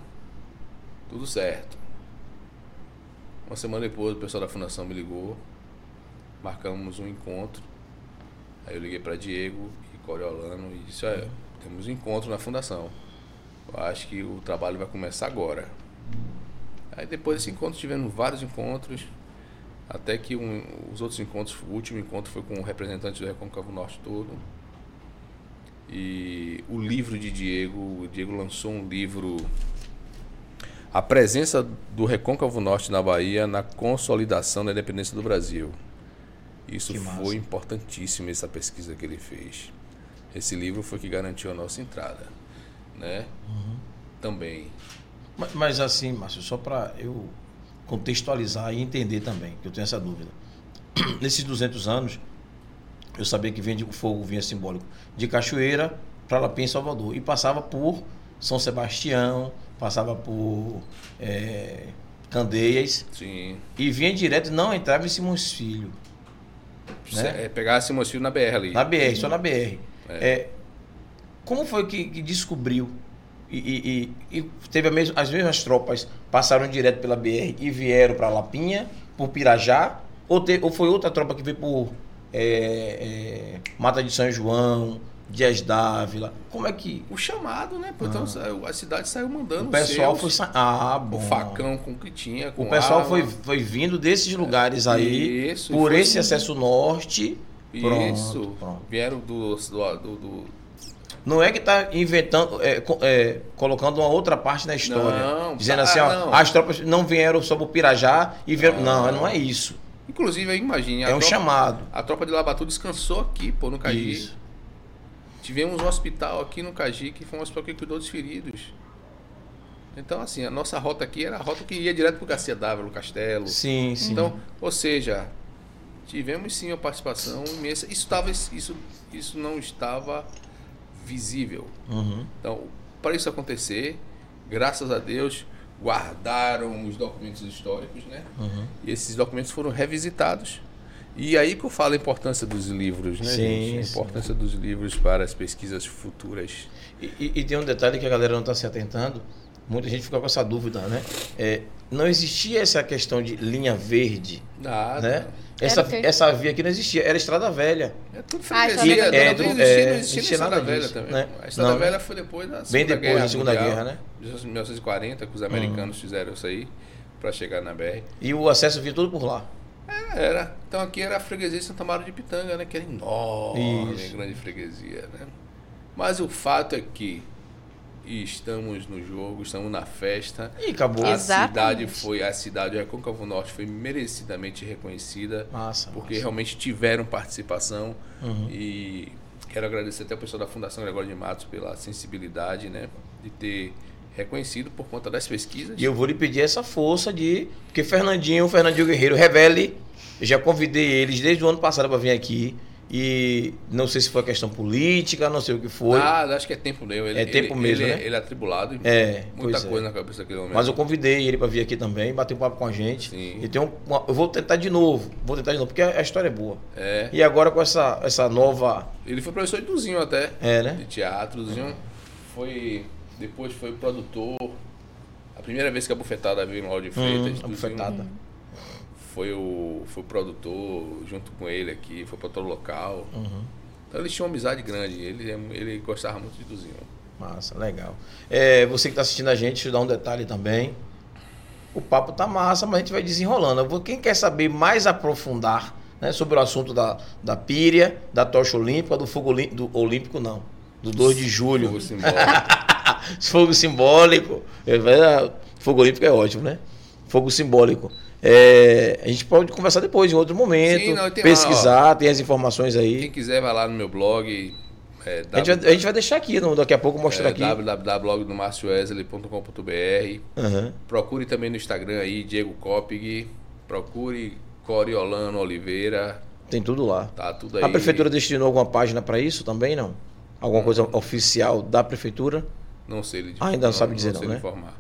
Tudo certo. Uma semana depois, o pessoal da fundação me ligou. Marcamos um encontro. Aí eu liguei para Diego e Coriolano e disse: olha, temos um encontro na fundação. Eu acho que o trabalho vai começar agora. Aí depois desse encontro tivemos vários encontros, até que um- os outros encontros, o último encontro foi com o representante do Recôncavo Norte todo. E o livro de Diego, o Diego lançou um livro A presença do Recôncavo Norte na Bahia na consolidação da independência do Brasil. Isso Que massa. foi importantíssimo essa pesquisa que ele fez. Esse livro foi que garantiu a nossa entrada, né? Uhum. Também. Ma- Mas assim, Márcio, só para eu contextualizar e entender também, que eu tenho essa dúvida. [CLEARS THROAT] Nesses 200 anos, eu sabia que vinha de, o fogo vinha simbólico de Cachoeira para Lapim, Salvador. E passava por São Sebastião, passava por eh, Candeias. Sim. E vinha direto, não entrava em Simões Filho. Né? É, pegar esse mocinho na BR ali. Na BR, só na BR. É, como foi que, que descobriu e, e- e- e teve a mes- as mesmas tropas passaram direto pela BR e vieram para Lapinha, por Pirajá? Ou, te- ou foi outra tropa que veio por é, é, Mata de São João, Dias Dávila? Como é que O chamado, né? pô? Então saiu- a cidade saiu mandando Ah. o pessoal os foi. seus, sa- Ah, com bom. facão, com o que tinha, com O pessoal arma. foi, foi vindo desses lugares aí, Isso, por foi- esse assim, acesso norte. Pronto, Isso. pronto. Vieram do, do, do, do- Não é que está inventando, é, co- é, colocando uma outra parte na história. Não, dizendo tá, assim, ó, não. as tropas não vieram só pro Pirajá e vieram. Não, Não. não, é isso. Inclusive, aí imagine. a é um tropa- chamado. A tropa de Labatu descansou aqui, pô, no Caji. Isso. Tivemos um hospital aqui no Caji, que foi um hospital que cuidou dos feridos. Então, assim, a nossa rota aqui era a rota que ia direto pro Garcia Dávila, Castelo. Sim, sim. Então, ou seja, tivemos sim uma participação imensa. Isso, tava, isso, isso não estava visível. Uhum. Então, para isso acontecer, graças a Deus, guardaram os documentos históricos, né? Uhum. E esses documentos foram revisitados. E aí que eu falo a importância dos livros, né, Sim, gente? A sim. importância dos livros para as pesquisas futuras. E, e- e tem um detalhe que a galera não está se atentando. Muita gente fica com essa dúvida, né? É, não existia essa questão de linha verde, né? Nada. Essa, Era o quê? essa via aqui não existia, era Estrada Velha. É tudo Ah, freguesia. Estrada né? Velha. não, É, existia, é, não existia existia na Estrada nada Velha disso, também. né? A Estrada Não. Velha foi depois da Segunda Bem depois da Segunda Mundial. Guerra, né? 1940, que os americanos fizeram isso aí para chegar na BR. E o acesso vinha tudo por lá. Era. Então aqui era a freguesia de Santa Maria de Pitanga, né? Que era enorme, Isso. grande freguesia, né? Mas o fato é que estamos no jogo, estamos na festa. E acabou. A cidade Exatamente. foi, a cidade, o Recôncavo Norte foi merecidamente reconhecida, Massa. porque massa. realmente tiveram participação Uhum. e quero agradecer até o pessoal da Fundação Gregório de Matos pela sensibilidade, né? De ter reconhecido por conta das pesquisas. E eu vou lhe pedir essa força de. Porque Fernandinho, Fernandinho Guerreiro, revele. Eu já convidei eles desde o ano passado para vir aqui. E não sei se foi questão política, não sei o que foi. Ah, acho que é tempo meu. Ele, É tempo ele- mesmo, ele- né? Ele é atribulado. é, Muita pois é. coisa na cabeça daquele homem. Mas eu convidei ele para vir aqui também, bater um papo com a gente. Sim. E tem um, uma- eu vou tentar de novo. Vou tentar de novo, porque a a história é boa. É. E agora com essa, essa nova. Ele foi professor de Duzinho até. É, né? de teatro. O Zinho foi. Depois foi produtor. A primeira vez que a bufetada veio no Lauro de Hum, Freitas, a Duzinho bufetada. foi o foi o produtor junto com ele aqui, foi produtor local. Uhum. Então eles tinham uma amizade grande, ele, ele gostava muito de Duzinho. Massa, legal. É, você que está assistindo a gente, deixa eu dar um detalhe também. O papo tá massa, mas a gente vai desenrolando. Eu vou- Quem quer saber mais aprofundar né, sobre o assunto da, da píria, da tocha olímpica, do fogo olí- do olímpico, não. Do 2 de julho. Foi-se embora. [LAUGHS] Fogo simbólico. Eu falei, ah, Fogo olímpico é ótimo, né? Fogo simbólico. É, a gente pode conversar depois, em outro momento. não, tem lá, pesquisar, tem as informações Quem aí. quiser, vai lá no meu blog. É, A gente, vai, a gente vai deixar aqui, não, daqui a pouco mostrar aqui. www.marcioesley.com.br Aham. Procure também no Instagram aí, Diego Copig. Procure Coriolano Oliveira. Tem tudo lá. Tá tudo aí. A prefeitura destinou alguma página para isso também, não? Alguma coisa oficial da prefeitura? Não sei. ele- Ah, ainda não sabe dizer não, sei né? informar.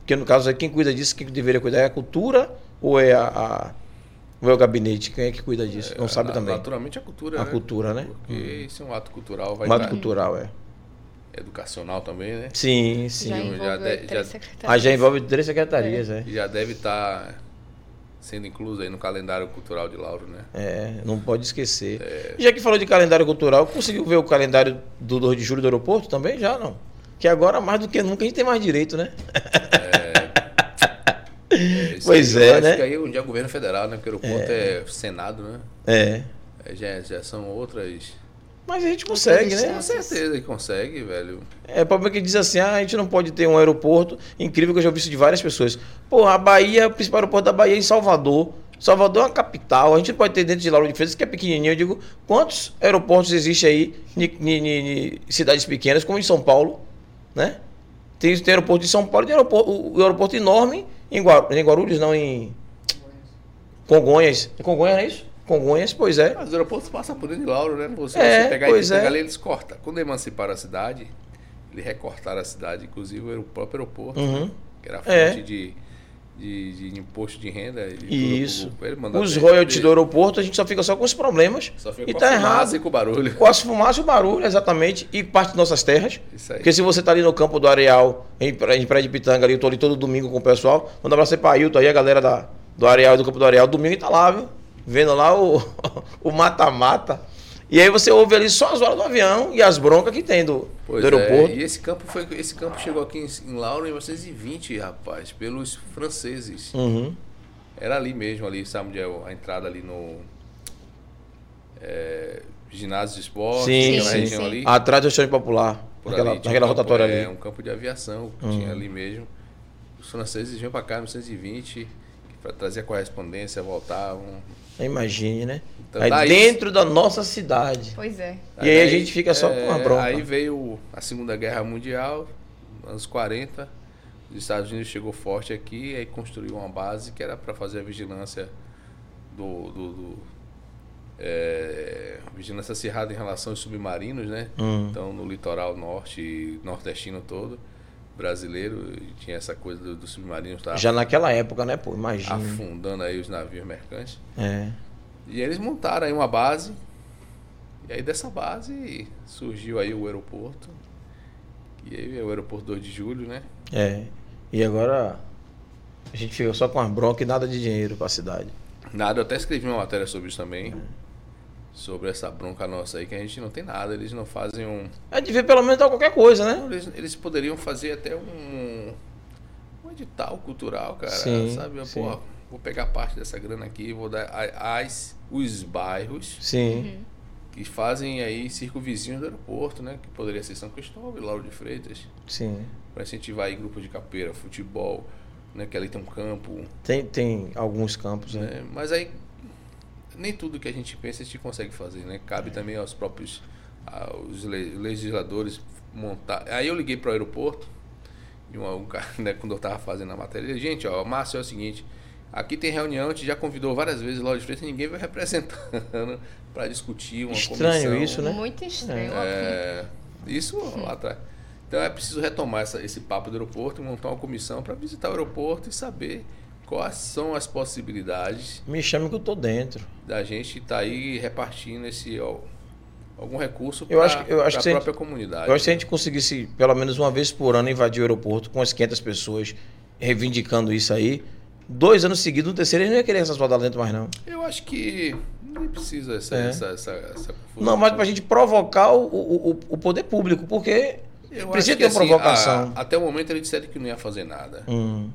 Porque no caso, aí, quem cuida disso, quem deveria cuidar é a cultura ou é, a, a- ou é o gabinete? Quem é que cuida disso? Não sabe Na- também. Tá, Naturalmente a cultura, A né? cultura, né? Porque isso é um ato cultural, vai Um ato estar cultural, é. educacional também, né? Sim, sim. Já eu já envolveu de- três já- secretários. Ah, já envolve três secretarias, é. E já deve estar sendo incluso aí no calendário cultural de Lauro, né? É, não pode esquecer. É. Já que falou de calendário cultural, conseguiu ver o calendário do 2 de julho do aeroporto também? Já não. Que agora, mais do que nunca, a gente tem mais direito, né? Isso Pois aí, é, eu acho né? que aí um dia é o governo federal, né? Porque o aeroporto é, Senado, né? É. É, Já, já são outras. Mas a gente consegue, né? Com certeza que consegue, velho. É, o problema é que diz assim, ah, a gente não pode ter um aeroporto. Incrível que eu já ouvi isso de várias pessoas. Porra, a Bahia, o principal aeroporto da Bahia é em Salvador. Salvador é uma capital, a gente não pode ter dentro de Lauro de Freitas, que é pequenininho. Eu digo, quantos aeroportos existem aí em cidades pequenas, como em São Paulo, né? Tem, tem aeroporto em São Paulo, tem aeroporto, o, o aeroporto enorme em, Guar- em Guarulhos, não em Congonhas. É Congonhas, não é isso? Congonhas, pois é. Mas o aeroporto passa por dentro de Lauro, né? Você, É, você pegar pois e pegar é. ali, eles cortam. Quando emanciparam a cidade, eles recortaram a cidade, inclusive o próprio aeroporto, Uhum. que era É. fonte de, de, de imposto de renda. e tudo Isso. pro- Ele mandou Os até- royalties do aeroporto, a gente só fica só com os problemas. Só fica e com a tá fumaça errado. e com o barulho. Com as fumaças e o barulho, exatamente, e parte de nossas terras. Isso aí. Porque se você tá ali no campo do Areal, em, pra- em Praia de Pitanga, ali, eu tô ali todo domingo com o pessoal. Manda um abraço aí pra Ailton aí, a galera da, do Areal, e do campo do Areal. Domingo tá lá, viu? Vendo lá o [LAUGHS] o mata-mata. e aí você ouve ali só as horas do avião e as broncas que tem do, do [LAUGHS] Pois aeroporto. É. E esse campo, foi, esse campo chegou aqui em, em Lauro em 1920, rapaz, pelos franceses. Uhum. Era ali mesmo, ali, sabe onde é o- a entrada ali no. é, ginásio de esporte, Sim, aquela sim, região sim. ali. Atrás do restaurante popular. Por Naquela, ali, tinha naquela um campo, rotatória é, ali. Hum. um campo de aviação que tinha ali mesmo. Os franceses vinham para cá em 1920 para trazer a correspondência, voltavam. Imagine, né? um- Então, aí daí- dentro da nossa cidade. Pois é. E aí a gente fica só com a bronca. é, Aí veio a Segunda Guerra Mundial, anos 40. Os Estados Unidos chegou forte aqui aí construiu uma base que era para fazer a vigilância do. do- do- é, vigilância acirrada em relação aos submarinos, né? Hum. Então, no litoral norte e nordestino todo, brasileiro, e tinha essa coisa do- dos submarinos tá Já naquela época, né, pô? Imagina. afundando aí os navios mercantes. É. E eles montaram aí uma base. E aí dessa base surgiu aí o aeroporto. E aí é o aeroporto 2 de julho, né? É. E agora a gente fica só com as broncas e nada de dinheiro pra cidade. Nada, eu até escrevi uma matéria sobre isso também. Sobre essa bronca nossa aí, que a gente não tem nada, eles não fazem um. É de ver pelo menos dar qualquer coisa, né? Eles, eles poderiam fazer até um, um edital cultural, cara. Sim, sabe? Eu, sim. Pô, vou pegar parte dessa grana aqui, vou dar a- as, os bairros Sim. que fazem aí circo vizinho do aeroporto, né? Que poderia ser São Cristóvão e Lauro de Freitas. Sim. Pra incentivar aí grupos de capoeira, futebol, né? Que ali tem um campo, Tem, tem alguns campos, né? né? Mas aí nem tudo que a gente pensa a gente consegue fazer, né? É. Cabe também aos próprios aos le- legisladores montar. Aí eu liguei para o aeroporto e um, um [LAUGHS] cara, né, quando eu tava fazendo a matéria, ele, gente, ó, Márcio é o seguinte, aqui tem reunião, a gente já convidou várias vezes lá de frente, ninguém vai representando [LAUGHS] para discutir uma Estranho comissão. isso, né? Muito estranho. É, isso lá atrás. Então é preciso retomar essa- esse papo do aeroporto, montar uma comissão para visitar o aeroporto e saber quais são as possibilidades Me chame que eu tô dentro. da gente estar aí repartindo esse ó, algum recurso Eu acho que- eu para a acho que se a própria comunidade. né? Eu acho que se a gente conseguisse, pelo menos uma vez por ano, invadir o aeroporto com as 500 pessoas reivindicando isso aí, dois anos seguidos, no terceiro, eles não iam querer essas rodadas dentro mais, não. Eu acho que nem precisa essa, É. essa, essa, essa confusão. Não, mas pra gente provocar o, o, o- o poder público, porque Eu precisa acho ter que, assim, provocação. a- até o momento eles disseram que não ia fazer nada. Hum,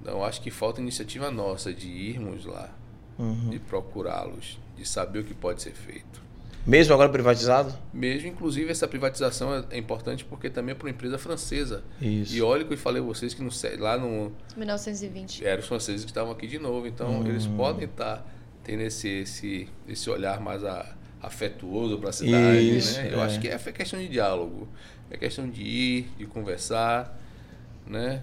Então acho que falta iniciativa nossa de irmos lá, uhum. de procurá-los, de saber o que pode ser feito. Mesmo agora privatizado? Mesmo, inclusive, essa privatização é- é importante porque também é para uma empresa francesa. Isso. E olha que eu falei a vocês que no, sé- lá no, 1920. eram os franceses que estavam aqui de novo. Hum. Então, eles podem estar tendo esse, esse, esse olhar mais a- afetuoso para a cidade. Isso, né? Eu é. acho que é questão de diálogo. É questão de ir, de conversar, né?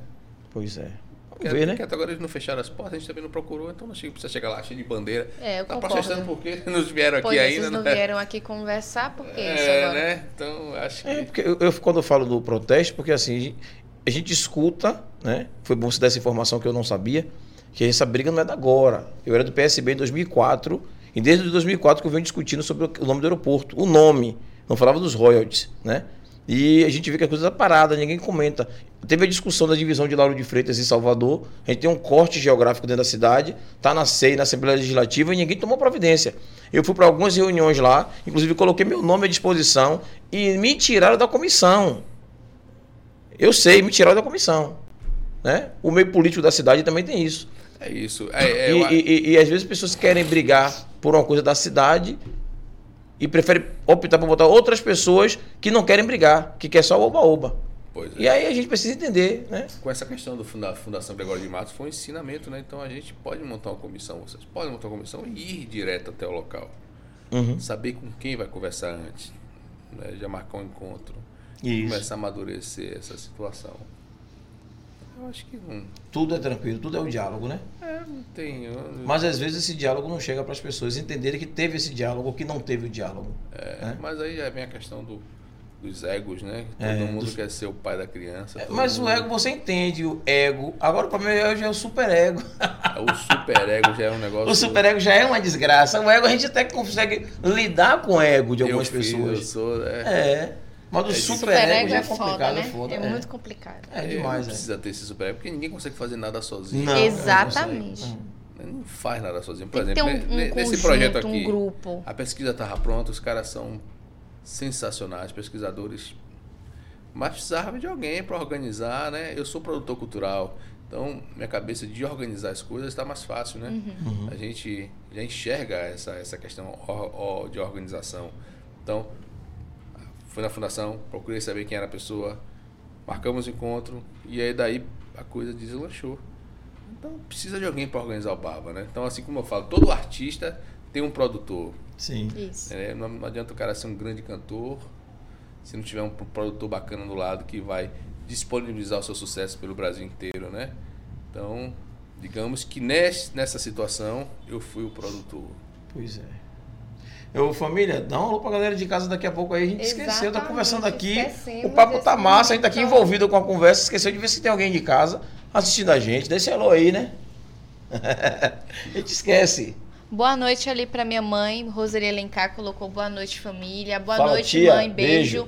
Pois é. Porque, Vamos ver, né? porque até agora eles não fecharam as portas, a gente também não procurou, então não chega- precisa chegar lá cheio de bandeira. É, eu tá concordo. protestando porque [LAUGHS] não vieram aqui Pois é, ainda, vocês não né? vieram aqui conversar, porque isso É, agora. né? Então, acho que. É, porque eu, eu- quando eu falo do protesto, porque assim, a gente- a gente escuta, né? Foi bom você dar essa informação que eu não sabia, que essa briga não é da agora. Eu era do PSB em 2004, e desde 2004 que eu venho discutindo sobre o nome do aeroporto, o nome, não falava dos royalties, né? E a gente vê que a coisa está parada, ninguém comenta. Teve a discussão da divisão de Lauro de Freitas em Salvador, a gente tem um corte geográfico dentro da cidade, está na SEI, na Assembleia Legislativa, e ninguém tomou providência. Eu fui para algumas reuniões lá, inclusive coloquei meu nome à disposição, e me tiraram da comissão. Eu sei, me tiraram da comissão. Né? O meio político da cidade também tem isso. É isso. É, é, e, eu a- e- e- e às vezes as pessoas querem brigar por uma coisa da cidade e preferem optar por botar outras pessoas que não querem brigar, que quer só o oba-oba. Pois é. E aí a gente precisa entender, né? Com essa questão do funda- da Fundação Gregório de Matos foi um ensinamento, né? Então a gente pode montar uma comissão, vocês podem montar uma comissão e ir direto até o local. Uhum. Saber com quem vai conversar antes. né? Já marcar um encontro. Isso. Começar a amadurecer essa situação. Eu acho que não, Tudo é tranquilo, tudo é o diálogo, né? não tem. eu- Mas às vezes esse diálogo não chega para as pessoas entenderem que teve esse diálogo ou que não teve o diálogo. É, Mas aí já vem a questão do- dos egos, né? Todo né? É, mundo dos- quer ser o pai da criança. É, todo Mas o mundo- ego, você entende o ego. Agora, para mim, o ego já é o superego. O super ego já [LAUGHS] é um negócio. O superego já é uma desgraça. O ego, a gente até consegue lidar com o ego de Eu algumas fiz, pessoas. Eu sou, né? É. Mas o Superego superego já é é foda, complicado, né? é foda. é, É, muito complicado. É É, não demais, é. precisa ter esse super ego, porque ninguém consegue fazer nada sozinho. Não, Exatamente. não consegue. Né? Não faz nada sozinho. Por Tem que ter exemplo, um, ne- ne- um nesse conjunto, projeto um aqui, grupo. a pesquisa estava pronta, os caras são sensacionais, pesquisadores. Mas precisava de alguém para organizar, né? Eu sou produtor cultural, então minha cabeça de organizar as coisas está mais fácil, né? Uhum. A gente já enxerga essa, essa questão o- o- de organização. Então, fui na fundação, procurei saber quem era a pessoa, marcamos o encontro e aí daí a coisa deslanchou. Então precisa de alguém para organizar o barba, né? Então assim como eu falo, todo artista tem um produtor. Sim. Isso. né? Não, não adianta o cara ser um grande cantor se não tiver um produtor bacana do lado que vai disponibilizar o seu sucesso pelo Brasil inteiro, né? Então digamos que nes- nessa situação eu fui o produtor. Pois é. Ô, família, dá um alô pra galera de casa daqui a pouco aí. A gente esqueceu, tá Exatamente, conversando aqui. esquecemos O papo desse tá massa, a gente tá aqui momento. envolvido com a conversa. Esqueceu de ver se tem alguém de casa assistindo a gente. Dá esse alô aí, né? [LAUGHS] a gente esquece. Boa noite ali pra minha mãe, Roseli Alencar colocou boa noite família, boa Fala, noite tia. mãe, beijo. Beijo.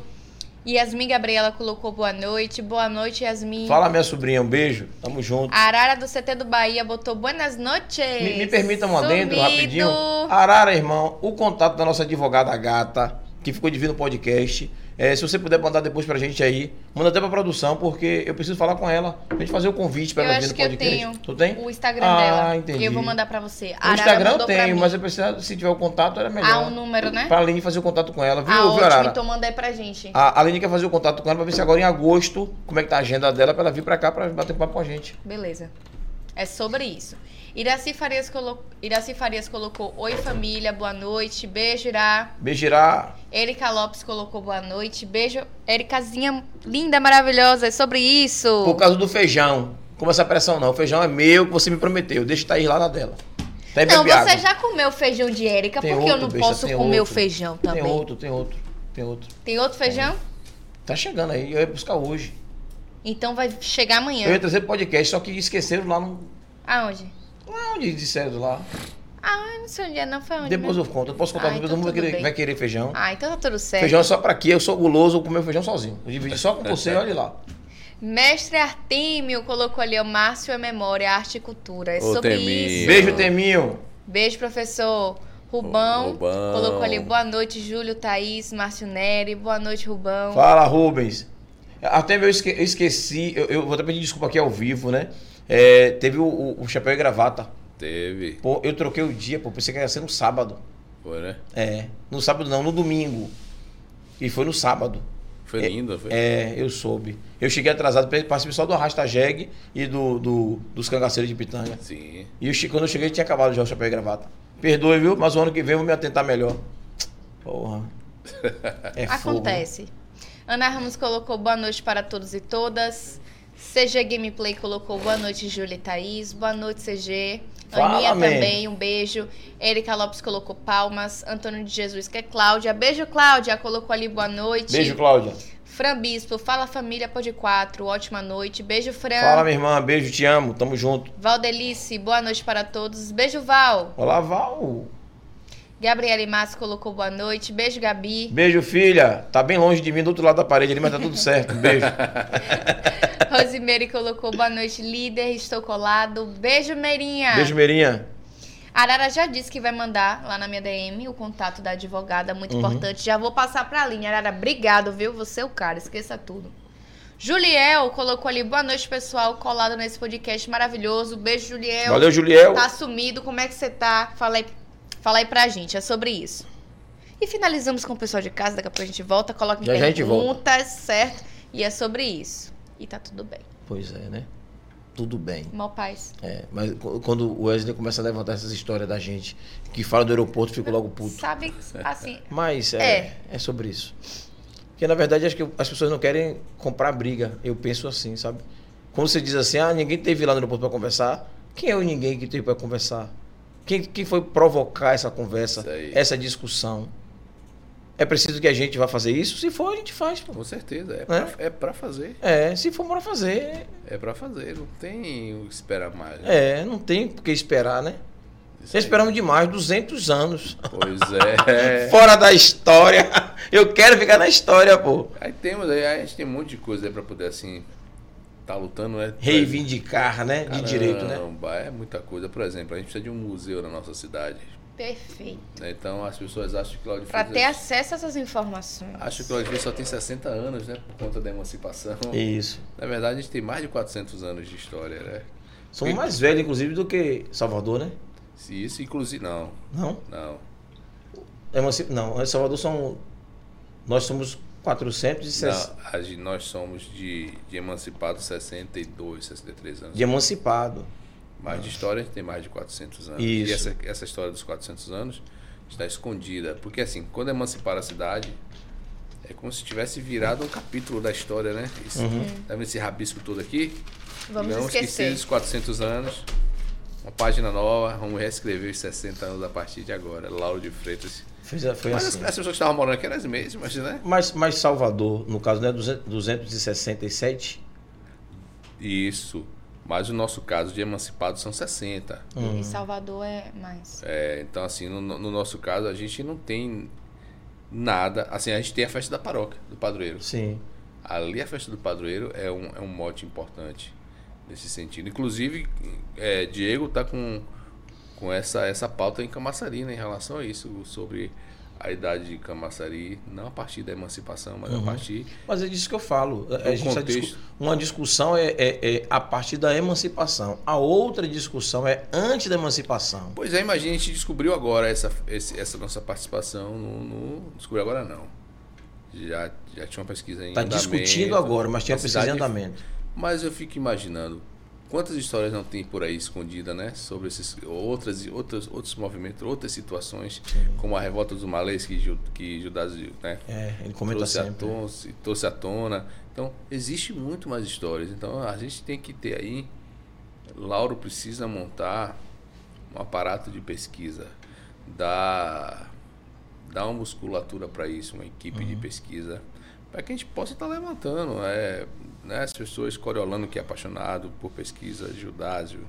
Yasmin Gabriela colocou boa noite, boa noite Yasmin. Fala, minha sobrinha, um beijo. Tamo junto. A Arara do CT do Bahia botou buenas noches. Me, me permita um adendo Sumido. rapidinho. Ah, Arara, irmão, o contato da nossa advogada gata, que ficou de vir no podcast. é, se você puder mandar depois pra gente aí, manda até pra produção, porque eu preciso falar com ela. Pra gente fazer o convite pra Eu ela vir acho no que eu podcast. tenho Tu tem? o Instagram Ah, dela. entendi. Eu vou mandar pra você. o Instagram eu mandou pra tenho, mim. mas eu preciso, se tiver o contato, era melhor. Ah, um número, né? Pra Aline fazer o contato com ela, viu, Ah, viu, ótimo, Arara? Ah. então manda aí pra gente. A a Aline quer fazer o contato com ela pra ver se agora em agosto, como é que tá a agenda dela, pra ela vir pra cá pra bater um papo com a gente. Beleza. É sobre isso. Iraci Farias, colo... Iraci Farias colocou Oi família, boa noite, beijo Irá. Beijirá. Erika Lopes colocou boa noite, beijo. Erikazinha linda, maravilhosa, é sobre isso. Por causa do feijão. Como essa pressão não. O feijão é meu, que você me prometeu. Deixa o Thaís lá na dela. Tá Não, você já comeu feijão de Érica, Tem porque eu outro, não besta, posso tem comer outro. o feijão também. Tem outro, tem outro, tem outro. Tem outro feijão? Tá chegando aí, eu ia buscar hoje. Então vai chegar amanhã. Eu ia trazer podcast, só que esqueceram lá no. Aonde? Lá onde disseram lá. Ah, não sei onde é, não foi onde. Depois mesmo. eu conto. Eu posso contar Ah, pra então todo mundo vai tudo querer, bem. vai querer feijão. Ah, então tá tudo certo. Feijão é só pra quê? Eu sou guloso, eu comer feijão sozinho. Eu dividi só com você, olha lá. Mestre Artemio colocou ali, ó, Márcio é memória, arte e cultura. É Ô, sobre Teminho. isso. Beijo, Teminho. Beijo, professor. Rubão, Ô, Rubão. colocou ali, boa noite, Júlio, Thaís, Márcio Neri. Boa noite, Rubão. Fala, Rubens. Até eu esque- eu esqueci, eu, eu vou até pedir desculpa aqui ao vivo, né? É, teve o- o- o chapéu e gravata. Teve. Pô, eu troquei o dia, pô. Pensei que ia ser no sábado. Foi, né? É. No sábado não, no domingo. E foi no sábado. Foi lindo, foi. É, eu soube. Eu cheguei atrasado, pra- participei só do Arrasta Jeg e do, do- dos Cangaceiros de Pitanga. Sim. E eu che- quando eu cheguei, tinha acabado já o chapéu e gravata. Perdoe, viu? Mas o ano que vem eu vou me atentar melhor. Porra. É fogo. Acontece. Ana Ramos colocou boa noite para todos e todas. CG Gameplay colocou boa noite, Júlia e Thaís. Boa noite, CG. Fala, Aninha man. também, um beijo. Erika Lopes colocou palmas. Antônio de Jesus, que é Cláudia. Beijo, Cláudia. Colocou ali boa noite. Beijo, Cláudia. Fran Bispo, fala família, pode quatro. Ótima noite. Beijo, Fran. Fala, minha irmã. Beijo, te amo. Tamo junto. Valdelice, boa noite para todos. Beijo, Val. Olá, Val. Gabriele Massa colocou boa noite. Beijo, [LAUGHS] Gabi. Beijo, filha. Tá bem longe de mim, do outro lado da parede ali, mas tá tudo [LAUGHS] certo. Beijo. Rosimeire colocou boa noite, líder. Estou colado. Beijo, Meirinha. Beijo, Meirinha. Arara já disse que vai mandar lá na minha DM o contato da advogada, muito Uhum. importante. Já vou passar pra linha. Arara, obrigado, viu? Você é o cara, esqueça tudo. Juliel colocou ali, boa noite, pessoal, colado nesse podcast maravilhoso. Beijo, Juliel. Valeu, Juliel. Tá sumido, como é que você tá? Fala aí, fala aí pra gente, é sobre isso. E finalizamos com o pessoal de casa, daqui a pouco a gente volta, coloca em Já já a gente perguntas, certo? E é sobre isso. E tá tudo bem. Pois é, né? Tudo bem. Mó paz. É, mas qu- quando o Wesley começa a levantar essas histórias da gente que fala do aeroporto, eu fico logo puto. [LAUGHS] Sabe, assim, Mas é, é. sobre isso. Porque na verdade acho que as pessoas não querem comprar briga. Eu penso assim, sabe? Quando você diz assim, ah, ninguém teve lá no aeroporto para conversar, quem é o ninguém que teve para conversar? Quem, quem foi provocar essa conversa, Isso aí. essa discussão? É preciso que a gente vá fazer isso? Se for, a gente faz, pô. Com certeza. É, Pra, é pra fazer. É, se for bora fazer. É pra fazer. Não tem o que esperar mais. né? É, não tem por que esperar, né? Isso Já aí. esperamos demais, 200 anos. Pois [LAUGHS] é. Fora da história. [LAUGHS] Eu quero ficar na história, pô. Aí temos, aí a gente tem um monte de coisa aí pra poder, assim, tá lutando, né? Reivindicar, né? De Caramba, direito, né? É muita coisa. Por exemplo, a gente precisa de um museu na nossa cidade. perfeito. né? Então as pessoas acham que Laudifício. Pra ter acesso a essas informações. Acho é que Laudifício só tem 60 anos, né? Por conta da emancipação. Isso. Na verdade, a gente tem mais de 400 anos de história, né? Somos mais velhos, inclusive, do que Salvador, né? Se isso, inclusive. Não, Não. não. Emanci- Não, Salvador são. Nós somos 460 não a gente- nós somos de, de emancipados 62, 63 anos. de emancipado. Mas de história a gente tem mais de 400 anos. Isso. E essa, essa história dos 400 anos está escondida. Porque assim, quando emanciparam a cidade, é como se tivesse virado um capítulo da história, né? Isso, Uhum. Tá vendo esse rabisco todo aqui? Vamos Não esquecer esquecer. os 400 anos. Uma página nova, vamos reescrever os 60 anos a partir de agora. Lauro de Freitas. Fez, foi Mas é as, assim. as pessoas que estavam morando aqui eram as mesmas, né? Mas, mas Salvador, no caso, né? 200 267? Isso. Mas o nosso caso de emancipados são 60. E Hum, Salvador é mais. É, então, assim, no, no nosso caso, a gente não tem nada. Assim, a gente tem a festa da paróquia, do padroeiro. Sim. Ali, a festa do padroeiro é um, é um mote importante nesse sentido. Inclusive, é, Diego tá com, com essa, essa pauta em Camaçari, né, em relação a isso, sobre a idade de Camaçari, não a partir da emancipação, Uhum. mas a partir. Mas é disso que eu falo. A- A O gente tá discu- contexto. uma discussão é, é- é a partir da emancipação. A outra discussão é antes da emancipação. Pois é, imagina, a gente descobriu agora essa, esse- essa nossa participação no, no- Descobriu agora não. Já, já tinha uma pesquisa em Está andamento. Tá discutindo agora, mas tinha A pesquisa em cidade andamento. Mas eu fico imaginando quantas histórias não tem por aí escondida, né? Sobre esses outras e outros, outros movimentos, outras situações, como a revolta dos malês que, Ju- que Judas né, É, ele comenta trouxe, à sempre. tona, trouxe à tona. Então, existe muito mais histórias. Então, a gente tem que ter aí. Lauro precisa montar um aparato de pesquisa, dar, dar uma musculatura para isso, uma equipe de pesquisa, para que a gente possa estar levantando é, né, as pessoas, Coriolano, que é apaixonado por pesquisa, Judásio.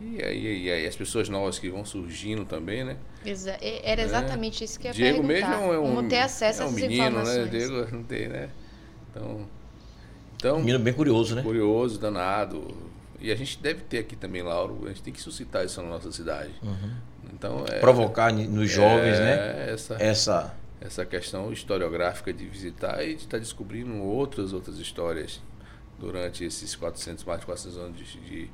E aí, e aí, as pessoas novas que vão surgindo também, né? Exa- e- Era exatamente isso que eu ia Diego mesmo perguntar. é um, Como ter acesso é um a essas menino, né? informações. Diego não tem, né? Então, então Menino bem curioso, né? curioso, danado. E a gente deve ter aqui também, Lauro. A gente tem que suscitar isso na nossa cidade. Então é Provocar ni- nos Uhum. jovens, é, né? Essa Essa. essa questão historiográfica de visitar e de estar descobrindo outras outras histórias durante esses 400 mais de 400 anos de, de,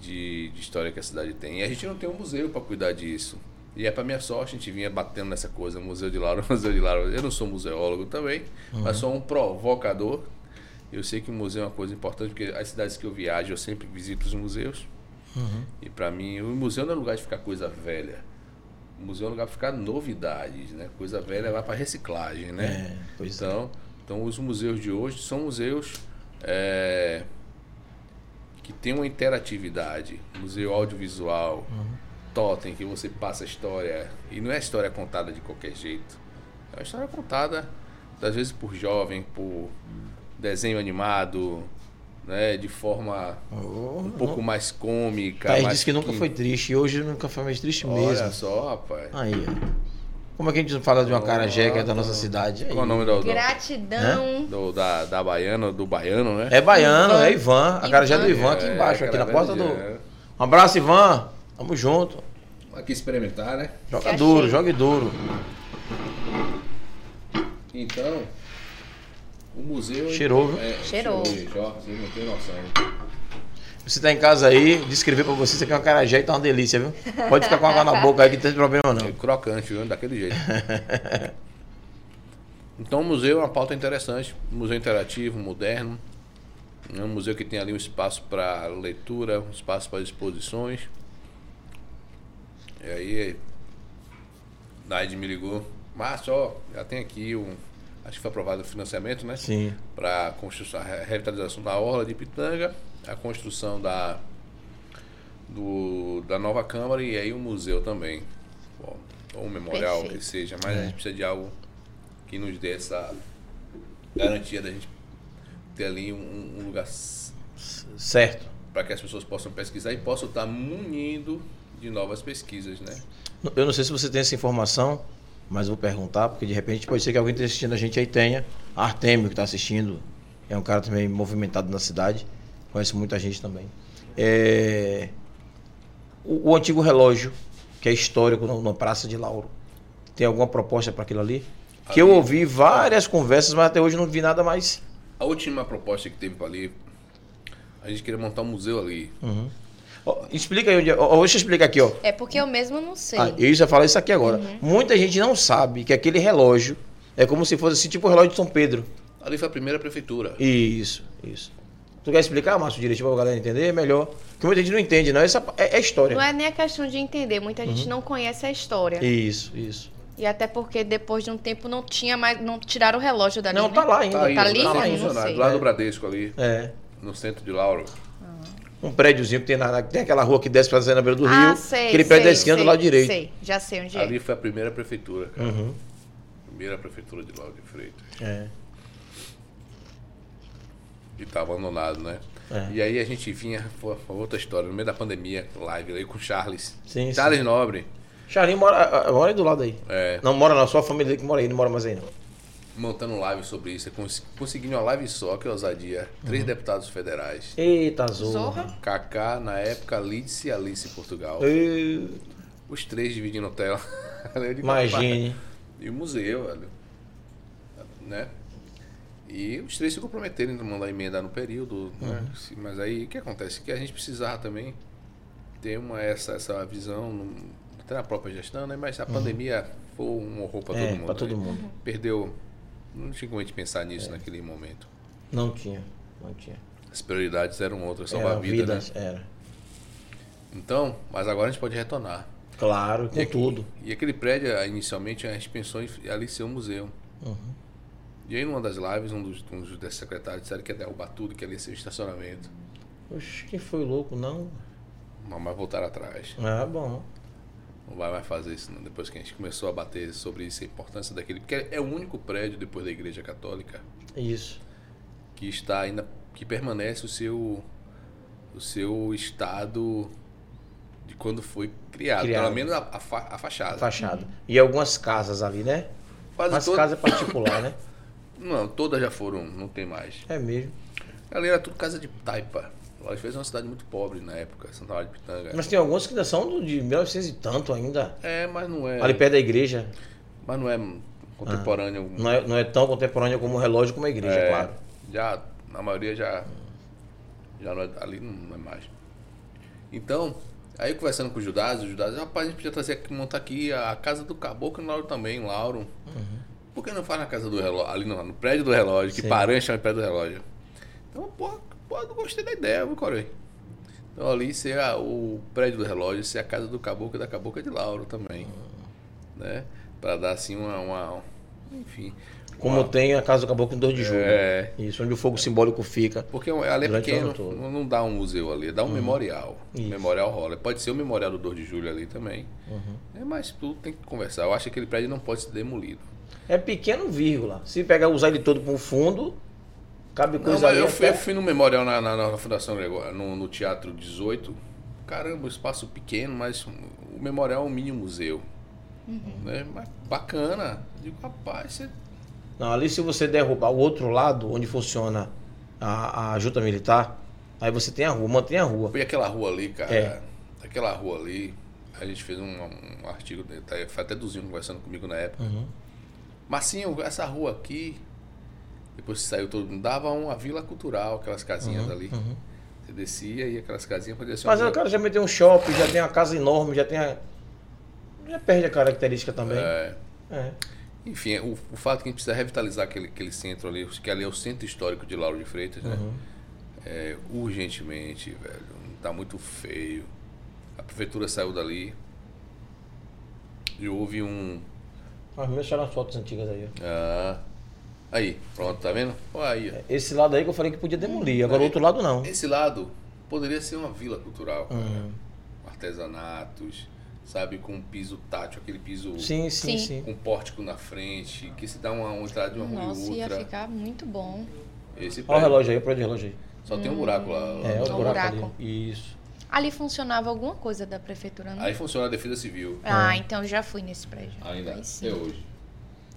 de- de história que a cidade tem. E a gente não tem um museu para cuidar disso. E é para minha sorte, a gente vinha batendo nessa coisa, Museu de Lauro, [LAUGHS] Museu de Lauro. Eu não sou museólogo também, mas sou um provocador. Eu sei que o museu é uma coisa importante, porque as cidades que eu viajo, eu sempre visito os museus. E para mim, o museu não é lugar de ficar coisa velha. O museu é lugar para ficar novidades, né? Coisa velha vai para reciclagem, né? É, pois é. então, então os museus de hoje são museus é, que tem uma interatividade, museu audiovisual, Uhum. totem que você passa a história e não é a história contada de qualquer jeito, é uma história contada às vezes por jovem, por desenho animado, né? De forma Oh, um pouco mais cômica. Thaís mais disse que nunca foi triste. E hoje nunca foi mais triste Olha mesmo. só, rapaz. Aí, ó. Como é que a gente não fala de uma cara jeca da nossa cidade? Aí. Qual é o nome do, do, Gratidão. do- da, da baiana, do baiano, né? É baiano, é Ivan. A cara já é do Ivan. Ivan aqui embaixo, aqui na porta do. É. Um abraço, Ivan. Tamo junto. Aqui experimentar, né? Joga Achei. duro, jogue duro. Então, o museu. Cheirou, viu? É, Cheirou. ó, vocês não tem noção. Você tá em casa aí, descrever pra você, você quer uma cara jeca, tá uma delícia, viu? Pode ficar com água na boca aí que não tem problema É não. crocante, viu? [LAUGHS] Daquele jeito. então, o museu é uma pauta interessante. Um museu interativo, moderno. É um museu que tem ali um espaço para leitura, um espaço para exposições. E aí, Naide me ligou. Mas, ó, já tem aqui um. Acho que foi aprovado o financiamento, né? Sim. para a construção, a re- revitalização da orla de Pitanga, a construção da do, da nova câmara e aí o museu também, Bom, ou um memorial Perfeito. que seja, mas a gente precisa de algo que nos dê essa garantia da gente ter ali um, um lugar Certo. para que as pessoas possam pesquisar e possam estar munindo de novas pesquisas, né? Eu não sei se você tem essa informação, mas vou perguntar, porque de repente pode ser que alguém que esteja assistindo a gente aí tenha. Artemio, que está assistindo, é um cara também movimentado na cidade, conhece muita gente também. É, O, o antigo relógio, que é histórico na, na Praça de Lauro, tem alguma proposta para aquilo ali? Que eu Ali- ouvi várias conversas, mas até hoje não vi nada mais. A última proposta que teve ali, a gente queria montar um museu ali. Ó, explica aí onde. é- ó, deixa eu explicar aqui, ó. É porque eu mesmo não sei. Ah, eu ia falar isso aqui agora. Muita gente não sabe que aquele relógio é como se fosse assim, tipo o relógio de São Pedro. Ali foi a primeira prefeitura. Isso, isso. Tu quer explicar, Márcio, direitinho pra galera entender melhor? Porque muita gente não entende, não. Essa é, Uhum. é história. Não é nem a questão de entender, muita gente não conhece a história. E... Isso, isso. até porque depois de um tempo não tinha mais, não tiraram o relógio dali. Não, né? tá lá ainda. Tá ainda, ali? tá Eu não funcionando, sei. do lado do Bradesco ali. É. no centro de Lauro. Um prédiozinho que tem, na, na- tem aquela rua que desce pra sair na beira do ah, rio. sei. aquele prédio da sei, esquina do sei, lado direito. Sei, já sei onde Ali é. foi a primeira prefeitura, cara. Uhum. Primeira prefeitura de Lauro de Freitas. É. E tá abandonado, né? É. E aí a gente vinha, foi foi outra história, no meio da pandemia, live aí com o Charles. Sim, Charles sim. Nobre. Charlinho mora, ah, mora aí do lado aí. É, Não mora não, só a família dele que mora aí, não mora mais aí não. montando um live sobre isso, cons- conseguindo uma live só, que é ousadia. Três Uhum. deputados federais. Eita, zorra. Zorra. Kaká, na época, Lidice e Alice Portugal. Ê, Os três dividindo tela. [LAUGHS] Eu digo, Imagine. E o museu, velho. Né? E os três se comprometerem a mandar emenda no período, né? Uhum. Se- Mas aí o que acontece? Que a gente precisava também ter uma, essa, essa visão, num- até na própria gestão, né? Mas a pandemia foi um horror para Uhum. é, todo mundo. pra todo É. né? mundo. Perdeu. Não tinha como a gente pensar nisso naquele momento. Não tinha, não tinha. As prioridades eram outras, salvar Era a vida, vida, né? era. Então, mas agora a gente pode retornar. Claro, com E aqui- tudo. E aquele prédio, ah, inicialmente, a gente pensou em f- ali ser um museu. Uhum. E aí, numa das lives, um dos, um dos dez secretários disseram que ia derrubar tudo, que ali ia ser o estacionamento. Oxe, quem foi louco, não? Mas mas voltaram atrás. Ah, bom. Não vai mais fazer isso, não. Depois que a gente começou a bater sobre isso, a importância daquele. Porque é o único prédio, depois da Igreja Católica, Isso. que está ainda. que permanece o seu. o seu estado de quando foi criado. Criado. Pelo menos a, a fa- a fachada. Fachada. E algumas casas ali, né? Quase Mas toda- casa particular, [COUGHS] né? Não, todas já foram, não tem mais. É mesmo. Ali era é tudo casa de taipa. Lá fez uma cidade muito pobre na época, Santa Maria de Pitanga. Mas tem algumas que ainda são do- de 1900 e tanto ainda. É, mas não é. Ali perto da igreja. Mas não é contemporâneo. Não é, não é tão contemporânea como o relógio como a igreja, É, claro. Já, na maioria já. Já não é, ali não é mais. Então, Aí conversando com o Judas, o Judas, rapaz, a gente podia trazer aqui, montar aqui a casa do Caboclo e o Lauro também, Lauro. Por que não faz na casa do relógio, ali no, no prédio do relógio, que Uhum. Sim. Paran chama de prédio do relógio? Então, porra, porra, eu gostei da ideia, viu, Coroi? Então ali ser a- o prédio do relógio, ser a casa do Caboclo e da Cabocla de Lauro também, Uhum. né? Pra dar assim uma... uma- enfim. Como uma- tem a Casa do Caboclo em 2 de julho. né? É. Isso, onde o fogo simbólico fica. Porque ali é Durante o ano pequeno, todo. Uhum. não- não dá um museu ali, dá um memorial. Isso. Memorial rola. Pode ser o memorial do 2 de julho ali também. Uhum. É, mas tudo tem que conversar. Eu acho que aquele prédio não pode ser demolido. É pequeno, vírgula. Se pegar, usar ele todo pro fundo, cabe Não, mas coisa ali eu, fui, até- eu fui no memorial na, na- na Fundação Gregório, no, no Teatro 18. Caramba, um espaço pequeno, mas o memorial é um mini museu. Né? Mas bacana. Digo, rapaz, você... Não, ali se você derrubar o outro lado, onde funciona a, a junta militar, aí você tem a rua, mantém a rua. Foi aquela rua ali, cara. É. Aquela rua ali. A gente fez um, um artigo, tá, foi até Duzinho conversando comigo na época. Marcinho, essa rua aqui, depois que saiu todo mundo, dava uma vila cultural, aquelas casinhas ali. Você descia e aquelas casinhas podiam ser uma Mas aí vila o cara já meteu um shopping, já tem uma casa enorme, já tem a... Já perde a característica também. É. Enfim, o, o fato que a gente precisa revitalizar aquele, aquele centro ali, que ali é o centro histórico de Lauro de Freitas, né? Uhum. É, urgentemente, velho. Tá muito feio. A prefeitura saiu dali e houve um. As minhas eram as fotos antigas aí. ó. Ah, aí, pronto, tá vendo? Olha aí, ó. Esse lado aí que eu falei que podia demolir, agora o outro lado não. Esse lado poderia ser uma vila cultural, cara. Uhum. Artesanatos, sabe? Com um piso tátil, aquele piso Sim, Sim. sim, sim. com pórtico na frente, que se dá uma, uma entrada de uma rua Nossa, e ia outra. ficar muito bom. Esse Olha o prédio relógio aí, o prédio de relógio aí. Só tem um buraco lá. É, Olha olha o o buraco, buraco. ali. Isso. Ali funcionava alguma coisa da prefeitura, não? Aí funciona a defesa civil. Ah, então eu já fui nesse prédio. Ainda Aí sim. até hoje.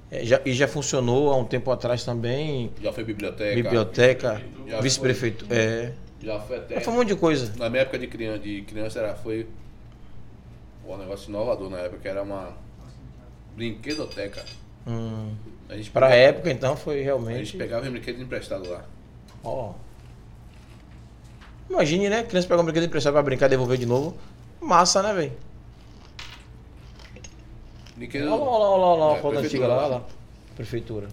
É, já- e já funcionou há um tempo atrás também. Já foi biblioteca. biblioteca, Já vice-prefeito. É. Já foi até. Já foi um monte de coisa. Na minha época de criança, de criança era, foi um negócio inovador na época, que era uma brinquedoteca. Hum. A gente Pra pegava, época, então, foi a gente realmente. pegava os brinquedos emprestados lá. Ó. Imagine, né? Criança pegar um brinquedo emprestado pra brincar e devolver de novo. Massa, né, velho? Brinquedo. Olha lá, olha lá, olha lá, olha lá, a É, foto antiga prefeitura lá, lá. olha lá. Prefeitura.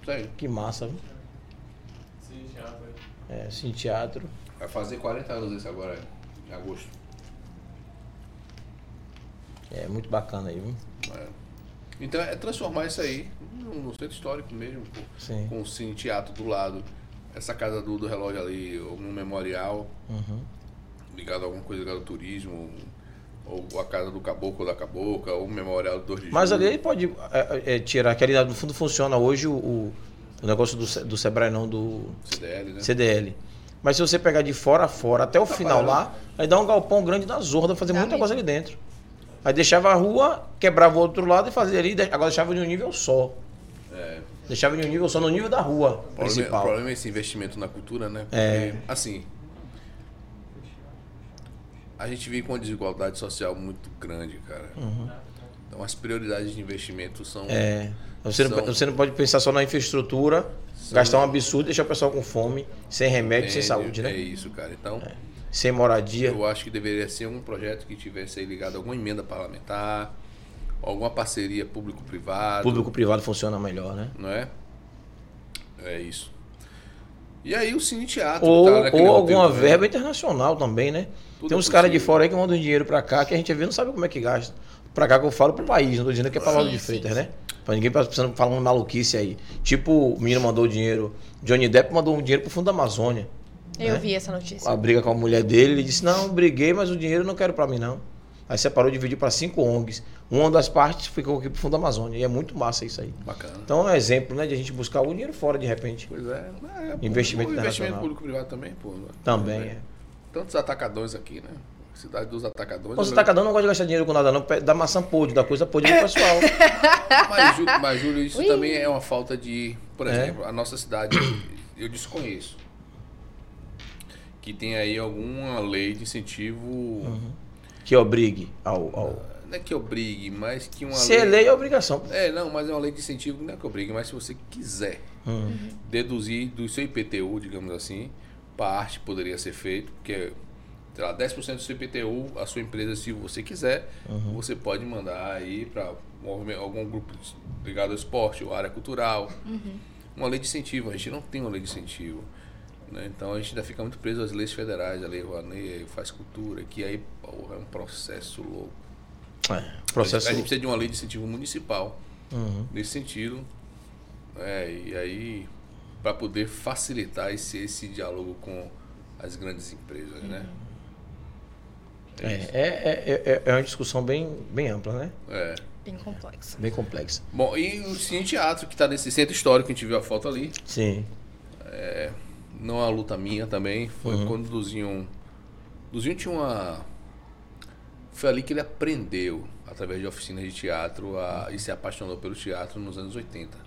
Isso aí. Que massa, viu? É, sim, teatro. Vai fazer 40 anos esse agora, em agosto. É muito bacana aí, viu? É. Então é transformar isso aí num num centro histórico mesmo, pô. Sim. com o Cine Teatro do lado, essa casa do, do relógio ali, um memorial Uhum. ligado a alguma coisa ligada ao turismo, ou, ou a casa do caboclo ou da cabocla, ou o memorial do 2 de Mas julho. ali ele pode é, é, tirar, que ali no fundo funciona hoje o, o- o negócio do, Se- do Sebrae, não, do CDL, né? CDL. Mas se você pegar de fora a fora até o Tá final lá, aí dá um galpão grande na zorra, dá pra fazer Dá muita mesmo. coisa ali dentro. Aí deixava a rua, quebrava o outro lado e fazia ali, de- agora deixava de um nível só. É. Deixava de um nível só no nível da rua O problema, o principal. problema é esse investimento na cultura, né? Porque, É. assim, a gente vive com uma desigualdade social muito grande, cara. Então as prioridades de investimento são... Uhum. É. Você não, São- você não pode pensar só na infraestrutura, gastar um absurdo e deixar o pessoal com fome, sem remédio, sem É, saúde, É né? isso, cara. Então, Sem moradia. Eu acho que deveria ser um projeto que tivesse aí ligado a alguma emenda parlamentar, alguma parceria público-privado, Público-privado funciona melhor, né? não é? É isso. E aí o Cine Teatro Ou, tá naquele ou alguma roteiro, né? verba internacional também, né? Tudo Tem uns é caras de possível. fora aí que mandam dinheiro pra cá que a gente vê não sabe como é que gasta. Pra cá que eu falo pro país, não tô dizendo que é pra Lauro de Freitas, né? Pra ninguém tá precisando falar uma maluquice aí. Tipo, o menino mandou dinheiro, Johnny Depp mandou um dinheiro pro fundo da Amazônia. Eu né? vi essa notícia. A briga com a mulher dele, ele disse: Não, briguei, mas o dinheiro eu não quero pra mim, não. Aí separou, dividiu pra cinco ONGs. Uma das partes ficou aqui pro fundo da Amazônia. E é muito massa isso aí. Bacana. Então é um exemplo, né, de a gente buscar o dinheiro fora de repente. Pois é. mas é Investimento público- investimento internacional. público-privado também, pô. Também. É. É. Tantos atacadões aqui, né? Cidade dos atacadões. Os né? atacadão tá não gosta de gastar dinheiro com nada, não. Pe- Dá maçã podre, dá coisa podre pro pessoal. [LAUGHS] Mas, Ju- mas, Júlio, isso também é uma falta de. Por É. exemplo, a nossa cidade, eu desconheço. Que tem aí alguma lei de incentivo. Hum. Que obrigue ao. ao- Não é que obrigue, mas que uma Se é lei, é obrigação. É, não, mas é uma lei de incentivo, não é que obrigue, mas se você quiser Hum, Uhum. deduzir do seu IPTU, digamos assim, parte poderia ser feito, porque sei lá, 10% do seu IPTU, a sua empresa, se você quiser, Uhum. você pode mandar aí para algum grupo ligado ao esporte ou área cultural. Uma lei de incentivo, a gente não tem uma lei de incentivo. né? Então a gente ainda fica muito preso às leis federais, a lei Rouanet, faz cultura, que aí porra, é um processo louco. É, processo. A gente precisa de uma lei de incentivo municipal Uhum. nesse sentido. né? e aí, para poder facilitar esse, esse diálogo com as grandes empresas, né? É, é, é, é, é uma discussão bem, bem ampla, né? É. Bem complexo. Bem complexa. Bom, e o Cine Teatro, que está nesse centro histórico, que a gente viu a foto ali, Sim. não é uma luta minha também, foi quando o Duzinho... Duzinho tinha uma... Foi ali que ele aprendeu, através de oficinas de teatro, a- e se apaixonou pelo teatro nos anos 80.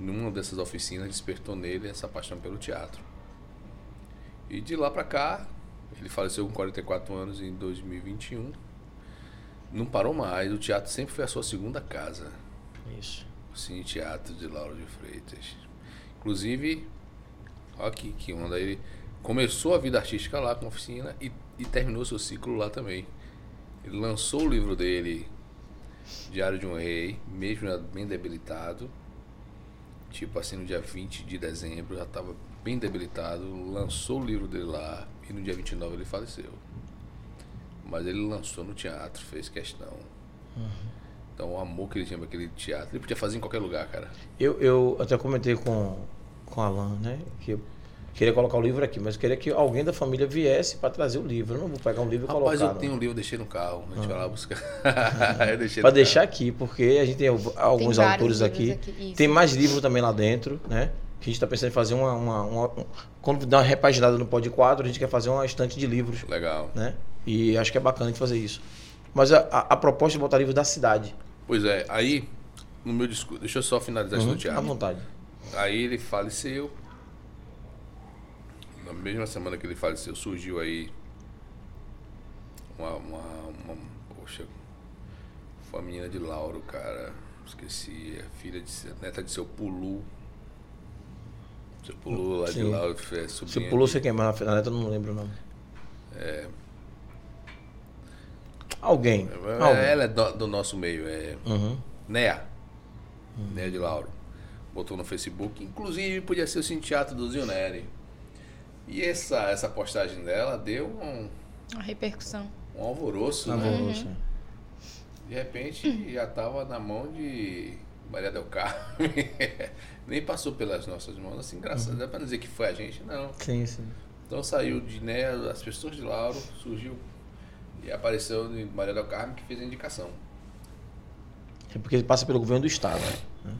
Numa dessas oficinas despertou nele essa paixão pelo teatro. E de lá pra cá, ele faleceu com 44 anos em 2021. Não parou mais, o teatro sempre foi a sua segunda casa. Isso. O Cine Teatro de Lauro de Freitas. Inclusive, olha aqui que onda. Ele começou a vida artística lá com a oficina e, e terminou seu ciclo lá também. Ele lançou o livro dele, Diário de um Rei, mesmo já bem debilitado. Tipo assim, no dia 20 de dezembro, já estava bem debilitado. Lançou o livro dele lá e no dia 29 ele faleceu. Mas ele lançou no teatro, fez questão. Então, o amor que ele tinha pra aquele teatro. Ele podia fazer em qualquer lugar, cara. Eu, eu até comentei com, com o Alan, né? Que eu queria colocar o livro aqui, mas eu queria que alguém da família viesse para trazer o livro. Eu não vou pegar um livro e Rapaz, colocar. eu tenho um livro, eu deixei no carro. A gente vai lá buscar. [LAUGHS] eu deixei Para Ah. no deixar aqui, porque a gente tem al- alguns vários autores livros aqui. aqui, isso. Tem mais livro também lá dentro, né? Que a gente está pensando em fazer uma. uma, uma- um- quando dá uma repaginada no Pod 4, a gente quer fazer uma estante de livros, carro. Legal. né? E acho que é bacana a gente fazer isso. Mas a, a, a proposta é botar livro da cidade. Pois é, aí, no meu discurso. Deixa eu só finalizar isso no hum, à teatro. vontade. Aí ele faleceu. Na mesma semana que ele faleceu, surgiu aí uma. uma, uma poxa. Foi a menina de Lauro, cara. Esqueci. É filha de. seu- neta de seu Pulu. Seu Pulu lá de Sim. Lauro. É Se sobrinha pulou, de- sei quem, mas na neta eu não lembro o nome. É. Alguém. É, Alguém. Ela é do, do nosso meio, é Uhum. Nea. Nea de Né? Lauro. Botou no Facebook. Inclusive, podia ser o Cine Teatro do Zioneri. E essa, essa postagem dela deu um, A repercussão. um alvoroço, Tá né? bom, Uhum. você. De repente, já estava na mão de Maria Del Carmen. [LAUGHS] Nem passou pelas nossas mãos, assim, graças a Deus. Dá pra dizer que foi a gente, não. Sim, sim. Então saiu de né, as pessoas de Lauro, surgiu e apareceu de Maria Del Carmen que fez a indicação. É porque ele passa pelo governo do estado. Né?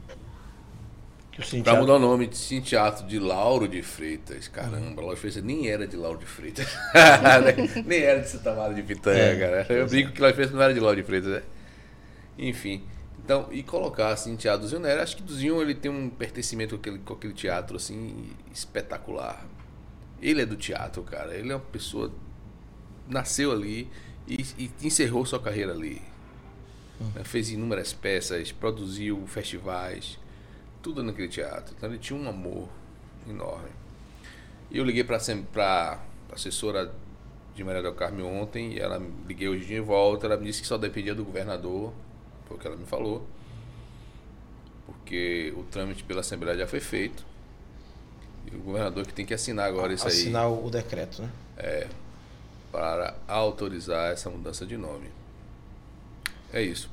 Que o Pra sindicato... mudar o nome de Cine Teatro de Lauro de Freitas. Caramba, Lauro de Freitas nem era de Lauro de Freitas. [LAUGHS] nem era de Santa Maria de Pitanha, É, cara. Eu brinco que Lauro de Freitas não era de Lauro de Freitas, né? Enfim. Então, e colocar assim, Teatro do Zinho Nero, acho que do Zinho ele tem um pertencimento com aquele, com aquele teatro, assim, espetacular. Ele é do teatro, cara. Ele é uma pessoa. Nasceu ali e, e encerrou sua carreira ali. Hum. Né? Fez inúmeras peças, produziu festivais tudo naquele teatro. Então ele tinha um amor enorme. E eu liguei para a assessora de Maria del Carmen ontem, e ela liguei hoje de volta, ela me disse que só dependia do governador, foi o que ela me falou. Porque o trâmite pela Assembleia já foi feito. E o governador que tem que assinar agora isso aí Assinar o decreto, né? para autorizar essa mudança de nome. É isso.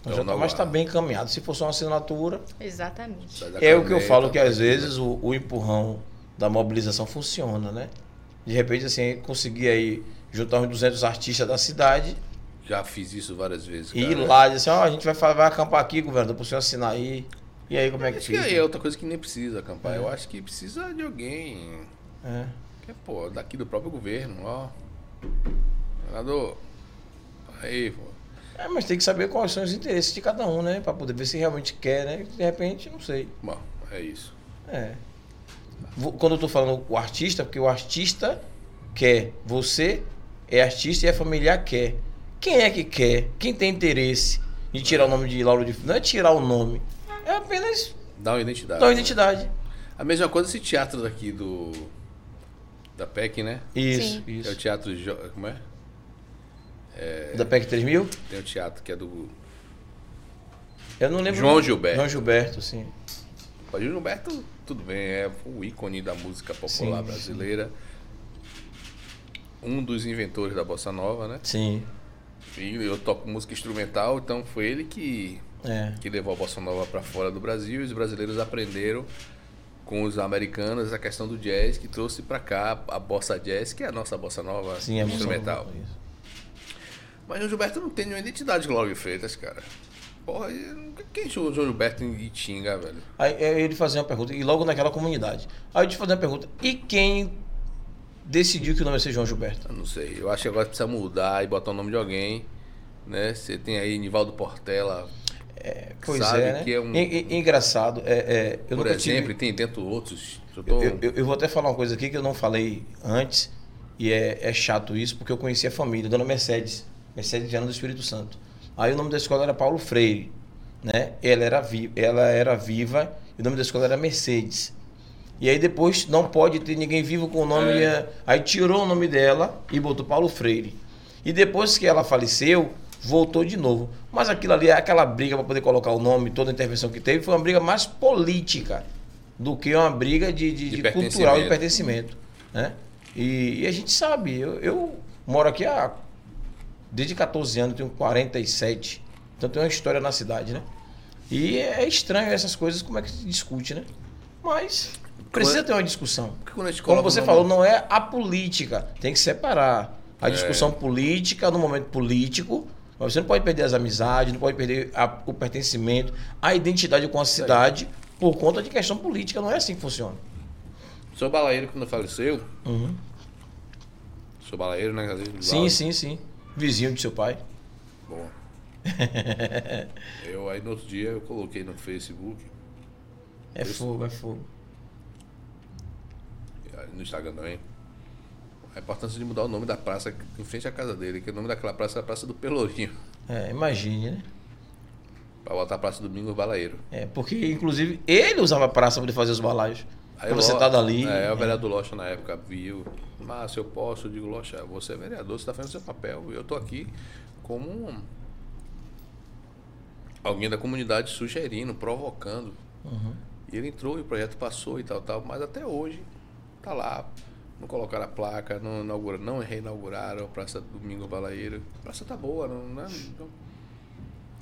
Então, Então, já tá- não mas está há- bem encaminhado. Se fosse uma assinatura, Exatamente. Sai da É o que eu caneta, falo, que tá às vezes o, o empurrão da mobilização funciona, né? De repente, assim, conseguir aí juntar uns 200 artistas da cidade Já fiz isso várias vezes. e ir cara. lá e dizer assim, ó, a gente vai, fa- vai acampar aqui, governador, para o senhor assinar aí. E aí, como é que Acho que fica? é outra coisa que nem precisa acampar. Eu acho que precisa de alguém. É. Que é, pô, daqui do próprio governo, ó. Senador. Aí, pô. É, mas tem que saber quais são os interesses de cada um, né? Para poder ver se realmente quer, né? De repente, não sei. Bom, é isso. É. Vo- Quando eu tô falando o artista, porque o artista quer. Você é artista e é familiar quer. Quem é que quer? Quem tem interesse em tirar o nome de Lauro de Freitas? Não é tirar o nome. É apenas Dá uma identidade. dar uma né? identidade. A mesma coisa esse teatro daqui do. da PEC, né? Isso, Sim. É o isso. teatro. Jo... Como é? Da PEC 3000? Tem o teatro que é do. Eu não lembro. João Gilberto. João Gilberto, sim. O Gil Gilberto, tudo bem, é o ícone da música popular Sim, brasileira. Um dos inventores da bossa nova, né? Sim. E eu toco música instrumental, então foi ele que É. que levou a bossa nova para fora do Brasil e os brasileiros aprenderam com os americanos a questão do jazz que trouxe para cá a bossa jazz, que é a nossa bossa nova Sim, é muito instrumental. bom isso. Mas o Gilberto não tem nenhuma identidade Glória Freitas, cara. Porra, e- quem chama o João Gilberto em Itinga, velho? Aí é, ele fazia uma pergunta, e logo naquela comunidade. Aí eu te fazia uma pergunta, e quem decidiu que o nome ia ser João Gilberto? Eu não sei. Eu acho que agora precisa mudar e botar o nome de alguém, né? Você tem aí Nivaldo Portela. Pois Sabe é, né? que é um- E- e- engraçado, é, é, eu por nunca exemplo, tive... então- e tem dentro outros. Eu tô... Eu, eu- eu vou até falar uma coisa aqui que eu não falei antes, e é, é chato isso, porque eu conheci a família, Dona Mercedes, Mercedes Viana do Espírito Santo. Aí o nome da escola era Paulo Freire, né? Ela era, vi- ela era viva, e o nome da escola era Mercedes. E aí depois não pode ter ninguém vivo com o nome. eh, Aí tirou o nome dela e botou Paulo Freire. E depois que ela faleceu, voltou de novo. Mas aquilo ali, aquela briga para poder colocar o nome, toda a intervenção que teve, foi uma briga mais política do que uma briga de, de- de De cultural pertencimento. e pertencimento. Né? E, e a gente sabe, eu, eu moro aqui há desde 14 anos, tenho 47. Então tem uma história na cidade, né? E é estranho essas coisas, como é que se discute, né? Mas precisa ter uma discussão. Porque quando a gente Como coloca o você nome- falou, não é a política. Tem que separar É. a discussão política no momento político. Mas você não pode perder as amizades, não pode perder a- o pertencimento, a identidade com a cidade por conta de questão política. Não é assim que funciona. O seu balaeiro, quando faleceu. Sou balaeiro, né? Às vezes do Sim, lado. sim, sim. Vizinho de seu pai. [LAUGHS] Bom. eu aí no outro dia eu coloquei no Facebook, É fogo, é fogo. aí no Instagram também, a importância de mudar o nome da praça em frente à casa dele, que o nome daquela praça é a Praça do Pelourinho. [LAUGHS] É, imagine, né? Pra botar a Praça Domingos Balaeiro. É, porque inclusive ele usava a praça para fazer os balaios. Aí Aí o você Lo- tá dali. É, o vereador Locha na época viu. Mas se eu posso, eu digo, Locha, você é vereador, você tá fazendo seu papel. E eu tô aqui como um- alguém da comunidade sugerindo, provocando. Uhum. E ele entrou e o projeto passou e tal, tal, mas até hoje tá lá. Não colocaram a placa, não, inaugura, não reinauguraram a Praça Domingo Balaeiro. A praça tá boa, não, não é- não-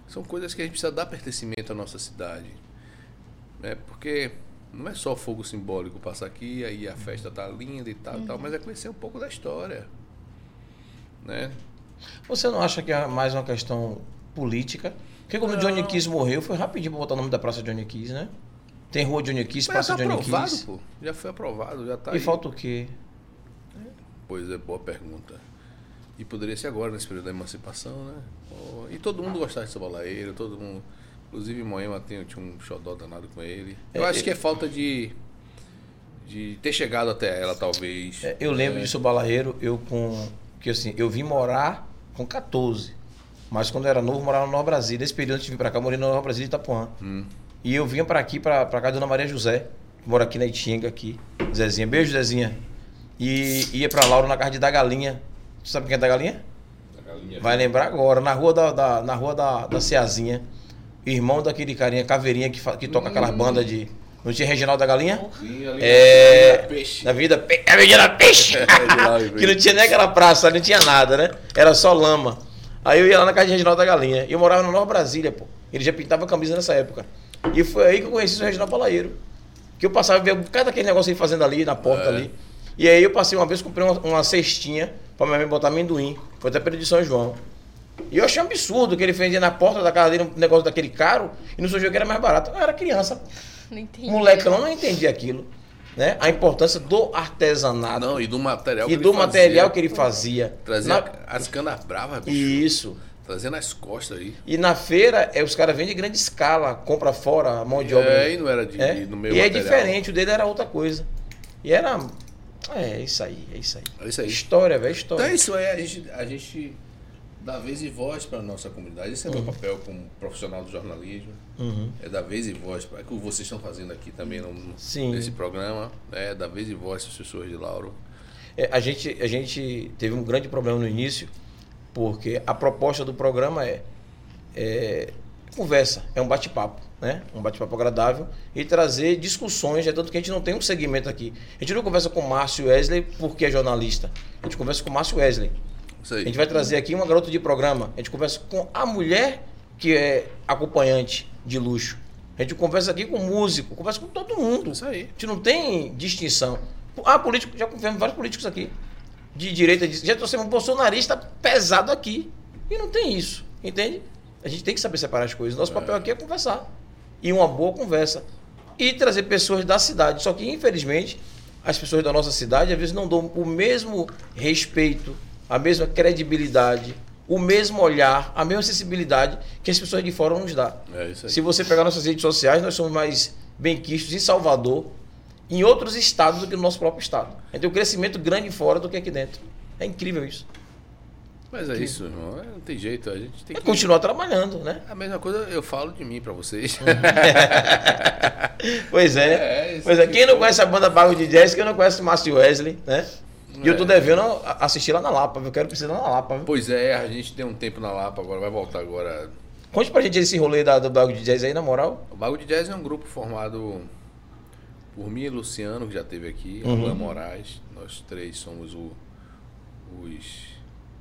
São coisas que a gente precisa dar pertencimento à nossa cidade. Né? Porque não é só fogo simbólico passar aqui, aí a festa tá linda e tal, Uhum. tal, mas é conhecer um pouco da história. Né? Você não acha que é mais uma questão política? Porque quando o Johnny Kiss morreu, foi rapidinho pra botar o nome da praça Johnny Kiss, né? Tem rua Johnny Kiss, Mas praça já tá Johnny aprovado, Kiss. pô. Já foi aprovado, já tá e aí. falta o quê? Pois é, boa pergunta. E poderia ser agora, nesse período da emancipação, né? Pô, E todo mundo gostava de ser balaeiro, todo mundo. Inclusive em Moema tem, tinha um xodó danado com ele. Eu É, acho é- que é falta de. de ter chegado até ela, talvez. É, Eu lembro de seu balaeiro, eu com. Que assim, eu vim morar com 14. Mas quando eu era novo, eu morava no Nova Brasília. Esse período antes de vir pra cá, eu morei no Nova Brasília e Itapuã. Hum. E eu vinha pra aqui, pra, pra casa da Dona Maria José, que mora aqui na Itinga, aqui. Zezinha. Beijo, Zezinha. E ia pra Lauro na casa da galinha. Tu sabe quem é da galinha? Vai lembrar agora, na rua da, da- na rua da, da Ceazinha, irmão daquele carinha, caveirinha, que, fa- que toca aquelas bandas de. Não tinha Reginaldo da Galinha? É. né? Peixe. Na vida. Pe... Avenida Peixe! que não tinha nem aquela praça, não tinha nada, né? Era só lama. Aí eu ia lá na casa de Reginaldo da Galinha. E eu morava no Nova Brasília, pô. Ele já pintava camisa nessa época. E foi aí que eu conheci o Reginaldo Balaeiro. Que eu passava a ver cada aquele negócio ele fazendo ali, na porta É. ali. E aí eu passei uma vez, comprei uma, uma cestinha pra minha mãe botar amendoim. Foi até período de São João. E eu achei um absurdo que ele fez na porta da casa dele um negócio daquele caro e no São João que era mais barato. Eu era criança, pô. Não entendi. Molecão, eu não entendi aquilo. Né? A importância do Ah, artesanato não, e do material e ele do fazia. material que ele fazia. Trazia Na... as canas bravas, bicho. Isso. Trazendo as costas aí. E na feira, é, os caras vendem em grande escala, compra fora a mão de obra. É, e não era de, É. de- no meio e é material. diferente, o dele era outra coisa. E era. É, isso aí, é isso aí. É isso aí. História, velho, Então história. é isso aí, a gente, a gente dá vez e voz para a nossa comunidade. Esse é meu Uhum. papel como profissional do jornalismo. É dar vez e voz para o que vocês estão fazendo aqui também no, né? no- Sim. nesse programa. É dar vez e voz para os pessoas de Lauro. É, a, gente, a gente teve um grande problema no início, porque a proposta do programa é, é conversa, é um bate-papo, né? Um bate-papo agradável e trazer discussões, é tanto que a gente não tem um segmento aqui. A gente não conversa com o Márcio Wesley porque é jornalista. A gente conversa com o Márcio Wesley. Isso A aí. gente vai trazer aqui uma garota de programa. A gente conversa com a mulher que é acompanhante de luxo. A gente conversa aqui com o músico, conversa com todo mundo. Isso aí. A gente não tem distinção. Ah, político, já convivemos vários políticos aqui. De direita, de, já trouxemos um bolsonarista pesado aqui. E não tem isso, entende? A gente tem que saber separar as coisas. Nosso papel aqui é conversar. E uma boa conversa. E trazer pessoas da cidade. Só que, infelizmente, as pessoas da nossa cidade às vezes não dão o mesmo respeito, a mesma credibilidade, o mesmo olhar, a mesma sensibilidade que as pessoas de fora nos dão. É isso aí. Se você pegar nossas redes sociais, nós somos mais benquistos em Salvador, em outros estados do que no nosso próprio estado. A gente tem um crescimento grande fora do que aqui dentro. É incrível isso. Mas é isso, irmão. É, Não tem jeito. A gente tem É que. continuar trabalhando, né? A mesma coisa eu falo de mim pra vocês. Uhum. Pois é. [LAUGHS] É, isso pois é. que Quem não foi. conhece a banda Barro de Jazz, quem não conhece o Márcio Wesley, né? E eu tô É. devendo a- assistir lá na Lapa, viu? Quero precisar na Lapa, viu? pois é, a gente deu um tempo na Lapa agora, vai voltar agora. Conte pra gente esse rolê da, do Barro de Jazz aí, na moral. O Bago de Jazz é um grupo formado por mim e Luciano, que já teve aqui, Uhum. Alain Moraes. Nós três somos o- os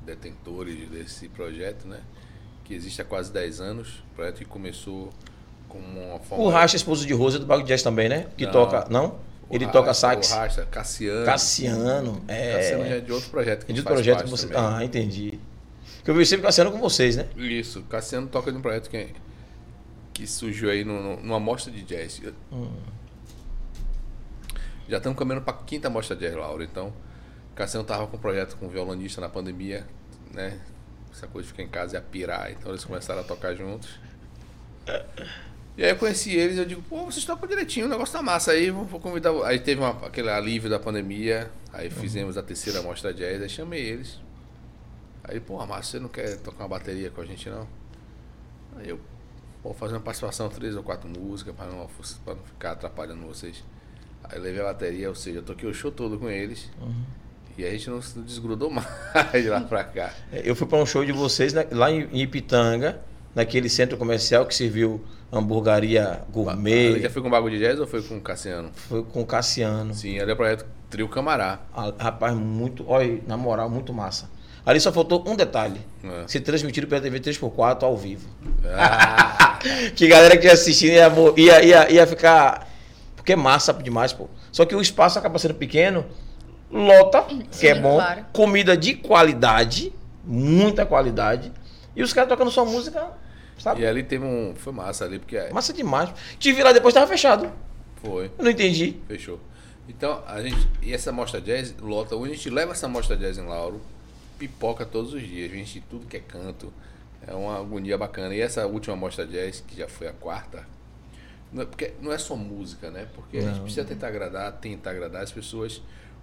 detentores desse projeto, né? Que existe há quase 10 anos. O projeto que começou como uma forma. O Racha, esposo de Rosa, é do Barro de Jazz também, né? Que Não. toca. Não? o Ele Racha- toca sax. O Racha, Cassiano. Cassiano. É. Cassiano já é de outro projeto que É de faz projeto que parte você. também. Ah, entendi. Porque eu vi sempre Cassiano com vocês, né? Isso, Cassiano toca de um projeto que, que surgiu aí no, no- numa mostra de jazz. Já estamos caminhando para a quinta mostra de jazz, Laura. Então, Cassiano tava com um projeto com um violonista na pandemia, né? Essa coisa de ficar em casa e a pirar. Então, eles começaram a tocar juntos. E aí eu conheci eles, eu digo, pô, vocês tocam direitinho, o negócio tá massa aí, vou, vou convidar. vo- Aí teve uma- aquele alívio da pandemia, aí fizemos a terceira mostra jazz, aí chamei eles. Aí, pô, Márcio, você não quer tocar uma bateria com a gente, não? Aí eu vou fazer uma participação, três ou quatro músicas, pra não, pra não ficar atrapalhando vocês. Aí levei a bateria, ou seja, eu toquei o show todo com eles. E a gente não se desgrudou [LAUGHS] mais de lá pra cá. É, Eu fui para um show de vocês né, lá em em Ipitanga, naquele centro comercial que serviu hamburgaria Ele gourmet. Ah, já foi com o Bago de Jazz ou foi com o Cassiano? Foi com o Cassiano. Sim, ele é o projeto Trio Camará. Ah, rapaz, muito. Olha, na moral, muito massa. Ali só faltou um detalhe. É. Se transmitido pela TV 3x4 ao vivo. Ah, [LAUGHS] Que galera que ia assistir ia, mo- ia, ia, ia ficar. Porque é massa demais, pô. Só que o espaço acaba sendo pequeno, lota, que é Sim, bom, claro. comida de qualidade, muita qualidade, e os caras tocando sua música, e sabe? ali teve um. Foi massa ali, porque Massa demais. Tive lá depois, tava fechado. foi. Eu não entendi. Fechou. Então, a gente. E essa mostra jazz lota. A gente leva essa mostra jazz em Lauro, pipoca todos os dias, gente, tudo que é canto. É uma agonia bacana. E essa última mostra jazz, que já foi a quarta, não é, porque não é só música, né? Porque a gente Não. precisa tentar agradar, tentar agradar as pessoas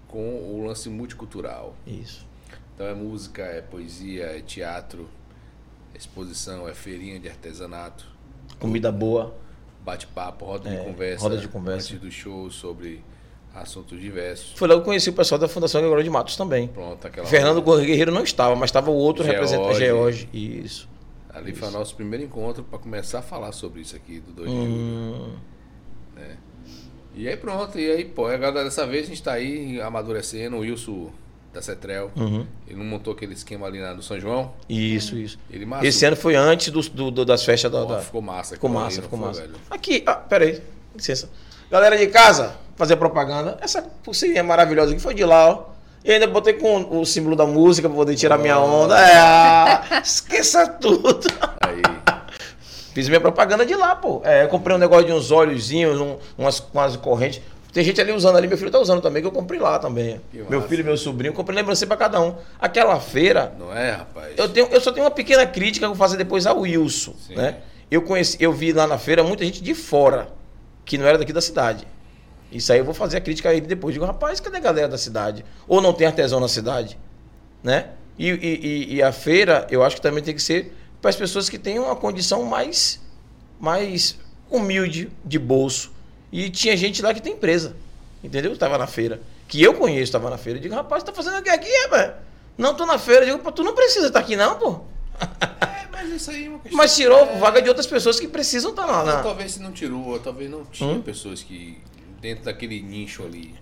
com o lance multicultural. Isso. Então é música, é poesia, é teatro, é exposição, é feirinha de artesanato Comida boa. bate-papo, roda É, de conversa. roda de conversa. Antes do show sobre assuntos diversos. Foi lá que eu conheci o pessoal da Fundação Gregório de Matos também. Pronto, aquela. Fernando Guerreiro não estava, mas estava o outro George. representante, George. Isso. Ali foi o nosso primeiro encontro para começar a falar sobre isso aqui do 2 de julho. Hum, E aí pronto, e aí, pô, agora dessa vez a gente tá aí amadurecendo. O Wilson da Cetrel, uhum. ele não montou aquele esquema ali na, do São João. Isso, isso. Ele massou. Esse ano foi antes do, do- do- das festas da- Pô, da, ficou massa. Ficou aquilo ali, massa, não ficou foi, massa. velho? Aqui, ah, peraí, licença. Galera de casa, fazer propaganda. Essa pulseirinha maravilhosa aqui foi de lá, ó. E ainda botei com o símbolo da música pra poder tirar minha onda. É, ah, esqueça tudo. Aí, Fiz minha propaganda de lá, pô. É, eu comprei um negócio de uns óleozinhos, um- umas, umas correntes. Tem gente ali usando ali, meu filho tá usando também, que eu comprei lá também. Que Meu massa. filho e meu sobrinho, comprei lembrancinha pra cada um. Aquela feira, não é, rapaz? eu, tenho- eu só tenho uma pequena crítica que eu vou fazer depois ao Wilson. Sim. Né? Eu, conheci, eu vi lá na feira muita gente de fora, que não era daqui da cidade. Isso aí eu vou fazer a crítica a ele depois. Digo, rapaz, cadê a galera da cidade? Ou não tem artesão na cidade? Né? E, e- e- e a feira, eu acho que também tem que ser para as pessoas que têm uma condição mais, mais humilde de bolso. E tinha gente lá que tem empresa. Entendeu? Estava na feira. que eu conheço, estava na feira, eu digo, rapaz, tá fazendo o que aqui, rapaz? Não, tô na feira, eu digo, pô, tu não precisa estar aqui não, pô. É, mas isso aí é uma questão. Mas tirou é, vaga de outras pessoas que precisam estar lá. né? ou na- Talvez se não tirou, ou talvez não tinha Hum? pessoas que. Dentro daquele nicho ali.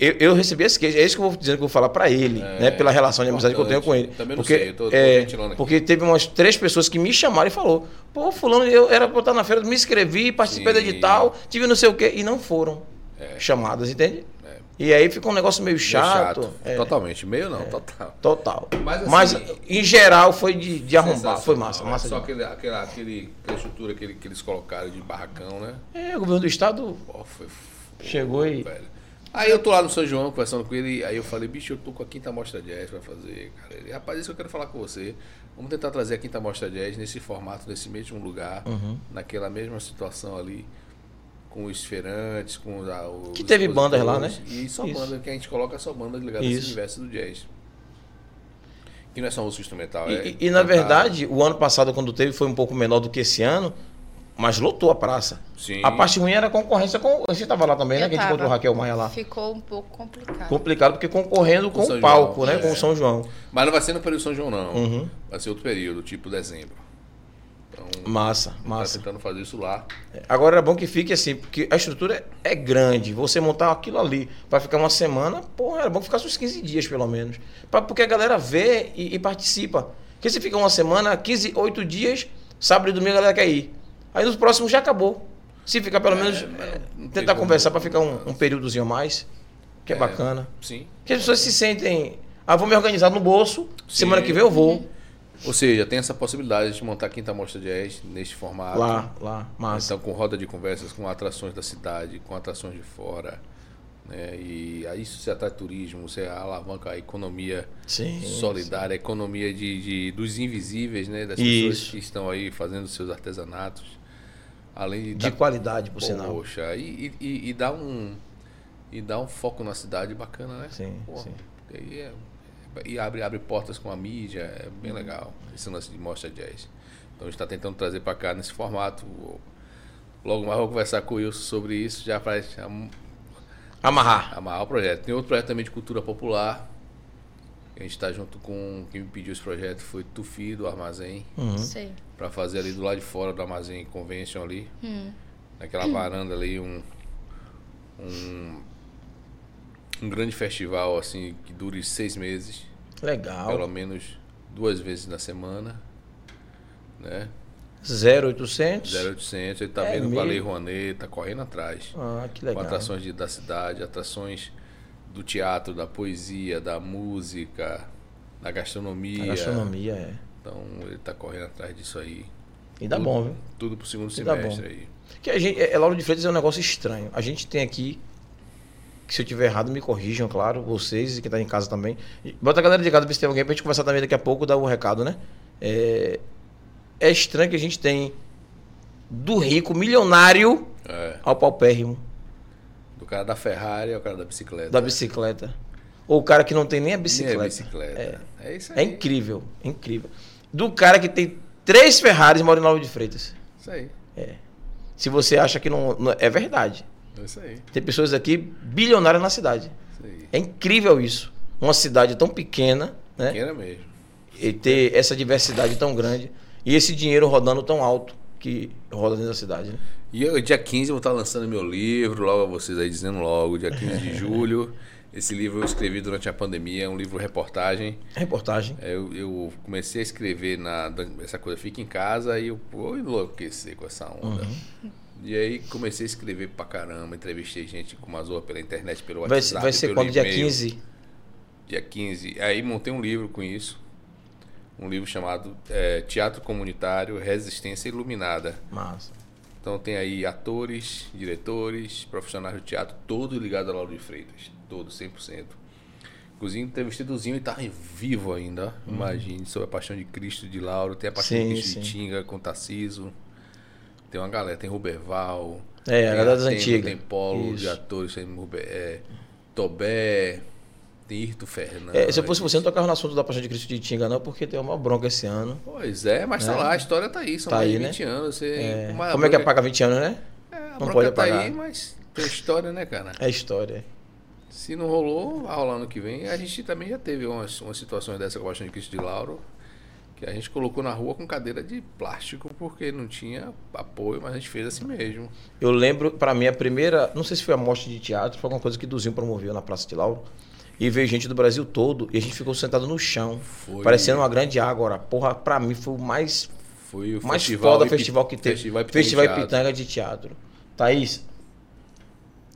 Eu, eu recebi esse queijo, é isso que eu vou dizendo que eu vou falar pra ele, né? Pela relação de amizade que eu tenho com ele. É, Também não porque, sei, eu tô- tô é, ventilando aqui. Porque teve umas três pessoas que me chamaram e falou: Pô, fulano, eu era pra estar na feira, me inscrevi, participei do Sim. edital, tive não sei o quê, e não foram chamadas, entende? É. E aí fica um negócio meio Meio chato. é, Totalmente. Meio não, total. total. Mas, assim, Mas, em geral foi de, de arrombar, foi massa. Sensacional, massa é Só demais. aquele, aquela, aquele, aquela estrutura que, ele- que eles colocaram de barracão, né? É, o governo do estado Pô, foi chegou e. Velho. Aí eu tô lá no São João conversando com ele, aí eu falei, bicho, eu tô com a quinta mostra jazz pra fazer, cara. Ele, rapaz, isso que eu quero falar com você. Vamos tentar trazer a quinta mostra jazz nesse formato, nesse mesmo lugar, Uhum. naquela mesma situação ali, com os feirantes, com os. ah, a- os Que teve bandas lá, né? expositores. E só Isso. banda que a gente coloca só bandas ligadas Isso. ao universo do jazz. Que não é só música instrumental, E, é. e, na cantada. verdade, o ano passado, quando teve, foi um pouco menor do que esse ano, mas lotou a praça. Sim. A parte ruim era a concorrência com. Você estava lá também, né? Eu Que a gente tava. encontrou o Raquel Maia lá. Ficou um pouco complicado. Complicado, porque concorrendo Com com, São o palco, João, né? é. Com o São João. Mas não vai ser no período de São João, não. Uhum. Vai ser outro período, tipo dezembro. Então, Massa, tá massa. tentando fazer isso lá. Agora é bom que fique assim, porque a estrutura é é grande. Você montar aquilo ali para ficar uma semana, pô, era bom que ficasse uns 15 dias pelo menos. Pra, porque a galera vê e, e participa. Porque se fica uma semana, 15, 8 dias, sábado e domingo a galera quer ir. Aí nos próximos já acabou. Se ficar pelo É, menos. mas é, não tem tentar como- conversar para ficar um, um períodozinho a mais, que é, É. bacana. Sim. Porque as pessoas se sentem. Ah, vou me organizar no bolso, semana Sim. que vem eu vou. Ou seja, tem essa possibilidade de montar a quinta mostra jazz neste formato. Lá, lá, massa. Então, com roda de conversas, com atrações da cidade, com atrações de fora. Né? E aí isso se atrai turismo, você alavanca a economia Sim. solidária, a economia de, de- dos invisíveis, né? das Isso. pessoas que estão aí fazendo seus artesanatos. Além de, De dar- qualidade, por sinal. Poxa, e, e- e, e dá um e dá um foco na cidade bacana, né? Sim, sim. porque aí é- e abre abre portas com a mídia, é bem legal esse lance de mostra jazz. Então a gente está tentando trazer para cá nesse formato. Logo mais eu vou conversar com o Wilson sobre isso já para Amarrar. amarrar o projeto. Tem outro projeto também de cultura popular. que A gente está junto com quem me pediu esse projeto foi Tufi do Armazém Sei. para fazer ali do lado de fora do armazém convention ali. Naquela varanda ali, um, um. Um grande festival, assim, que dure seis meses. Pelo Legal. menos duas vezes na semana. Né? 0800. 0800, ele tá É vendo com a mesmo? Lei Rouanet, tá correndo atrás. Ah, que Com legal. atrações de- da cidade, atrações do teatro, da poesia, da música, da A gastronomia. gastronomia é. Então ele tá correndo atrás disso aí. E dá Tudo- bom, viu? Tudo pro segundo E dá semestre bom. aí. Porque a gente, é, é, Lauro de Freitas é um negócio estranho. A gente tem aqui, que se eu tiver errado, me corrijam, claro, vocês e quem tá em casa também. E Bota a galera de casa, ver se tem alguém pra gente conversar também daqui a pouco, dar o recado, né? É, é estranho que a gente tem do rico, milionário, É, ao paupérrimo, do cara da Ferrari ao cara da bicicleta. da bicicleta. Ou o cara que não tem nem a bicicleta. É bicicleta. É, isso aí. É incrível, incrível. Do cara que tem três Ferraris mora em Lauro de Freitas. Isso aí. Se você acha que não, não- É verdade. É isso aí. Tem pessoas aqui bilionárias na cidade. Isso aí. É incrível isso. Uma cidade tão pequena, né? Pequena mesmo. E ter essa diversidade tão grande. E esse dinheiro rodando tão alto que roda dentro da cidade, né? E eu, dia 15 eu vou estar lançando meu livro, logo a vocês aí dizendo logo, dia [LAUGHS] 15 de julho. Esse livro eu escrevi durante a pandemia, é um livro reportagem. Reportagem. É, Eu, eu comecei a escrever na essa coisa fica em casa e eu vou enlouquecer com essa onda. Uhum. E aí comecei a escrever pra caramba, entrevistei gente com Mazor pela internet, pelo Vai, WhatsApp, vai ser pelo quando? Dia e-mail. 15? dia 15. Aí montei um livro com isso. Um livro chamado eh, Teatro Comunitário Resistência Iluminada. Massa. Então tem aí atores, diretores, profissionais do teatro, todo ligado a Lauro de Freitas. Todo, 100%. Inclusive, entrevistadozinho e tá vivo ainda. ó. Imagine, sobre a paixão de Cristo de Lauro. Tem a paixão Uhum. Sim, de Cristo de sim. Tinga com Tarciso. Tem uma galera, tem Ruberval. É, a tem galera das Ateneu, antigas. Tem Polo de Isso. atores, tem Ruber, é, Tobé, tem Irto Fernandes. É, se eu fosse você, não tocava no assunto da Paixão de Cristo de Tinga, não, porque tem uma bronca esse ano. Pois é, mas tá lá, a história tá aí, são Né? Tá mais aí, de né? 20 anos. Você, É, uma Como é que bronca- apaga 20 anos, né? É, a não bronca pode tá apagar. aí, mas tem história, né, cara? É história. Se não rolou, vai rolar ano que vem. A gente também já teve umas, umas situações dessa com a Baixão de Cristo de Lauro, que a gente colocou na rua com cadeira de plástico, porque não tinha apoio, mas a gente fez assim mesmo. Eu lembro, pra mim, a primeira. Não sei se foi a mostra de teatro, foi alguma coisa que Duzinho promoveu na Praça de Lauro. E veio gente do Brasil todo e a gente ficou sentado no chão, Foi. parecendo uma grande água. Porra, pra mim foi o mais, Foi o mais festival foda Ipi- festival que teve. Festival, Ipitanga Festival Teatro. Ipitanga de Teatro. Thaís.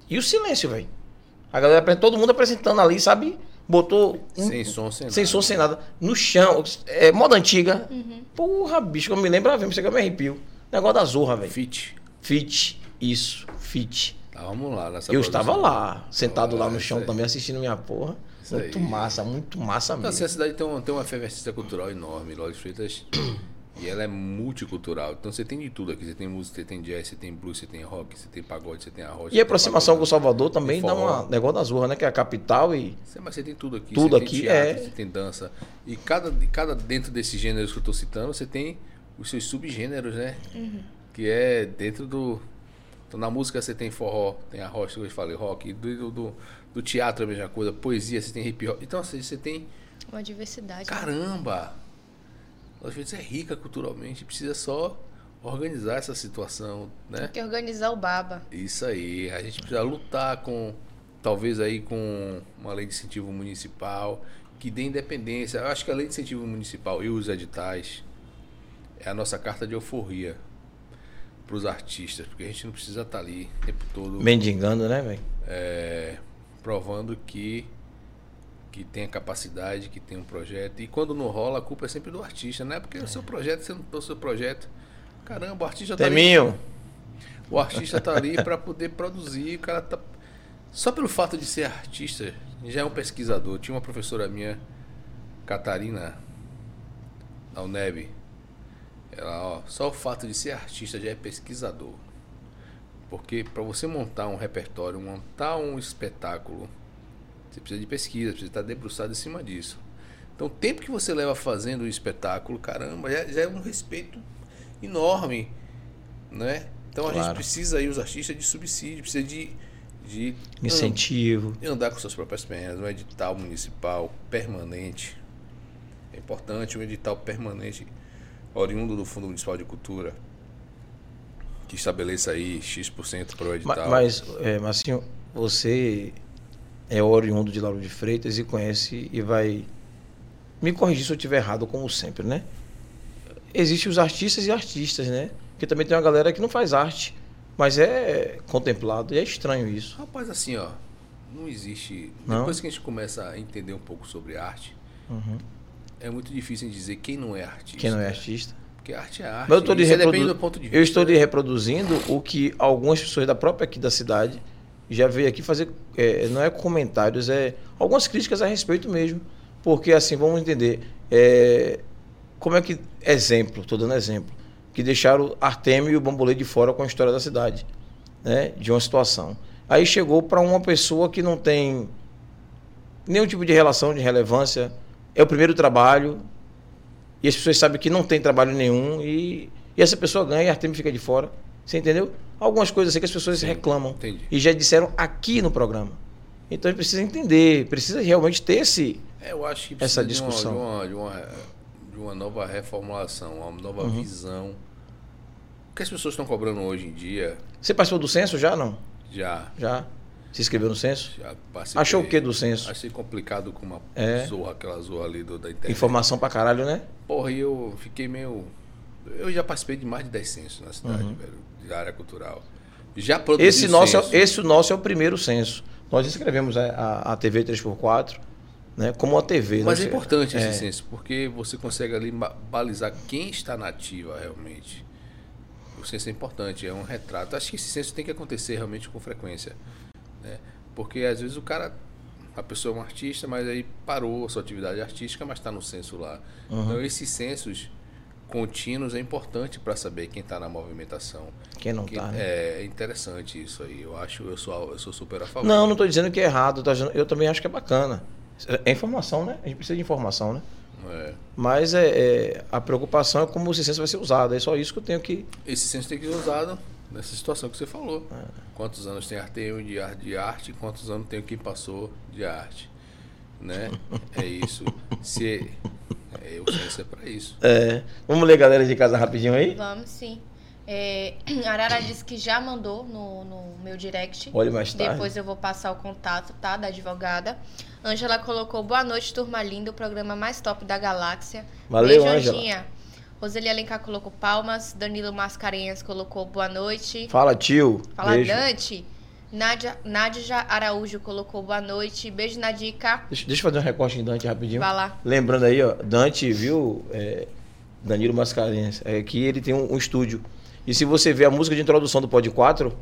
E o silêncio, velho. A galera, apre- todo mundo apresentando ali, sabe? Botou. um- Sem som, sem nada. sem som, sem nada. No chão. É, moda antiga. Uhum. Porra, bicho, eu me lembro, mesmo, você que eu me arrepio. Negócio da zorra, velho. Fit. Fit, isso, fit. Estávamos lá nessa eu produção. estava lá, sentado lá Ah, no isso chão aí. também, assistindo minha porra. Isso Muito aí. massa, muito massa Não, assim, mesmo. a cidade tem, um, tem uma efervescência cultural enorme, Lauro de Freitas. E ela é multicultural. Então você tem de tudo aqui. Você tem música, você tem jazz, você tem blues, você tem rock, você tem pagode, você tem arroz. E a aproximação com com Salvador também dá forró. um negócio da zorra, né? Que é a capital e. Você, mas você tem tudo aqui. Tudo você aqui, tem teatro, é. Você tem dança. E cada, e cada dentro desses gêneros que eu tô citando, você tem os seus subgêneros, né? Que é dentro do... Então, na música você tem forró, tem arroz, que eu falei, rock. Do, do, do- do teatro é a mesma coisa. Poesia, você tem hip hop. Então, assim, você tem... Uma diversidade. né? Caramba! Nós vezes é rica culturalmente, precisa só organizar essa situação, né? Tem que organizar o baba. Isso aí, a gente precisa lutar com, talvez aí com uma lei de incentivo municipal que dê independência. Eu acho que a lei de incentivo municipal e os editais é a nossa carta de euforia para os artistas, porque a gente não precisa estar ali o tempo todo Mendigando, né, velho? provando que que tem a capacidade, que tem um projeto. E quando não rola, a culpa é sempre do artista, não é porque o seu projeto, você não tem o seu projeto. Caramba, o artista tá ali, Teminho, o artista tá ali para poder produzir, o cara tá só pelo fato de ser artista, já é um pesquisador. Tinha uma professora minha, Catarina, na UNEB. Ela, ó, só o fato de ser artista já é pesquisador. Porque para você montar um repertório, montar um espetáculo, você precisa de pesquisa, precisa estar debruçado em cima disso. Então, o tempo que você leva fazendo o espetáculo, caramba, já, já é um respeito enorme, né? Então, a gente Claro. precisa aí, os artistas, de subsídio, precisa de, de incentivo. e andar com suas próprias pernas, um edital municipal permanente. É importante um edital permanente, oriundo do Fundo Municipal de Cultura, que estabeleça aí X% para o Ma- edital. Mas, é, Marcinho, você é oriundo de Lauro de Freitas e conhece e vai. Me corrigir se eu estiver errado, como sempre, né? Existem os artistas e artistas, né? Porque também tem uma galera que não faz arte, mas é contemplado e é estranho isso. Rapaz, assim, ó, não existe. Não? Depois que a gente começa a entender um pouco sobre arte, Uhum. é muito difícil em dizer quem não é artista. Quem não é artista. Porque arte é arte. Mas eu estou lhe Isso depende reprodu- do ponto de vista. eu estou lhe né? reproduzindo o que algumas pessoas da própria aqui da cidade já veio aqui fazer, é, não é comentários, é algumas críticas a respeito mesmo. Porque assim, vamos entender, é, como é que, exemplo, estou dando exemplo, que deixaram Artemio e o Bambolê de fora com a história da cidade, né, de uma situação. Aí chegou para uma pessoa que não tem nenhum tipo de relação de relevância, é o primeiro trabalho, e as pessoas sabem que não tem trabalho nenhum e, e essa pessoa ganha e a Artemio fica de fora. Você entendeu? Algumas coisas assim que as pessoas reclamam Entendi. e já disseram aqui no programa. Então a gente precisa entender, precisa realmente ter esse. É, Eu acho que essa precisa de uma- discussão. De, uma, de, uma, de uma nova reformulação, uma nova Uhum. visão. O que as pessoas estão cobrando hoje em dia, Você participou do censo já? Não? já, Já? Se inscreveu no censo? já participei. Achou o que do censo? Achei complicado com uma É. zorra, aquela zorra ali do, da internet. Informação pra caralho, né? Porra, e eu fiquei meio... Eu já participei de mais de 10 censos na cidade, velho, de área cultural. Já produzi Uhum. Esse nosso, censo. é, esse nosso é o primeiro censo. Nós inscrevemos a, a, a TV 3x4 né, como a TV. Mas né? é importante esse senso, porque você consegue ali ba- balizar quem está na ativa realmente. O senso é importante, é um retrato. Acho que esse senso tem que acontecer realmente com frequência. né? Porque às vezes o cara, a pessoa é um artista, mas aí parou a sua atividade artística, mas está no senso lá. Uhum. Então esses sensos contínuos é importante para saber quem está na movimentação. Quem não Que- tá, né? É interessante isso aí. Eu acho, eu sou, eu sou super a favor. Não, não estou dizendo que é errado. tô dizendo- Eu também acho que é bacana. É informação, né? A gente precisa de informação, né? É. Mas é, é, a preocupação é como o censo vai ser usado. É só isso que eu tenho que. Esse senso tem que ser usado Nessa situação que você falou. É. Quantos anos tem arte eu de ar- de arte, quantos anos tem o que passou de arte. [LAUGHS] Né? É isso. Se é, o senso é pra isso. É. Vamos ler galera de casa rapidinho aí? Vamos sim. É, [CLEARS THROAT] Arara disse que já mandou no, no meu direct. Olha mais tarde. Depois eu vou passar o contato, tá? Da advogada. Ângela colocou boa noite, turma linda, o programa mais top da galáxia. Valeu, Beijo, Ângela. Anjinha. Roseli Alencar colocou palmas. Danilo Mascarenhas colocou boa noite. Fala, tio. Fala, Beijo. Dante. Nádia, Nádia Araújo colocou boa noite. Beijo, Nadica. Deixa, deixa eu fazer um recorte em Dante rapidinho. Vai lá. Lembrando aí, ó, Dante, viu, é, Danilo Mascarenhas, é que ele tem um, um estúdio. E se você ver a música de introdução do Pod 4,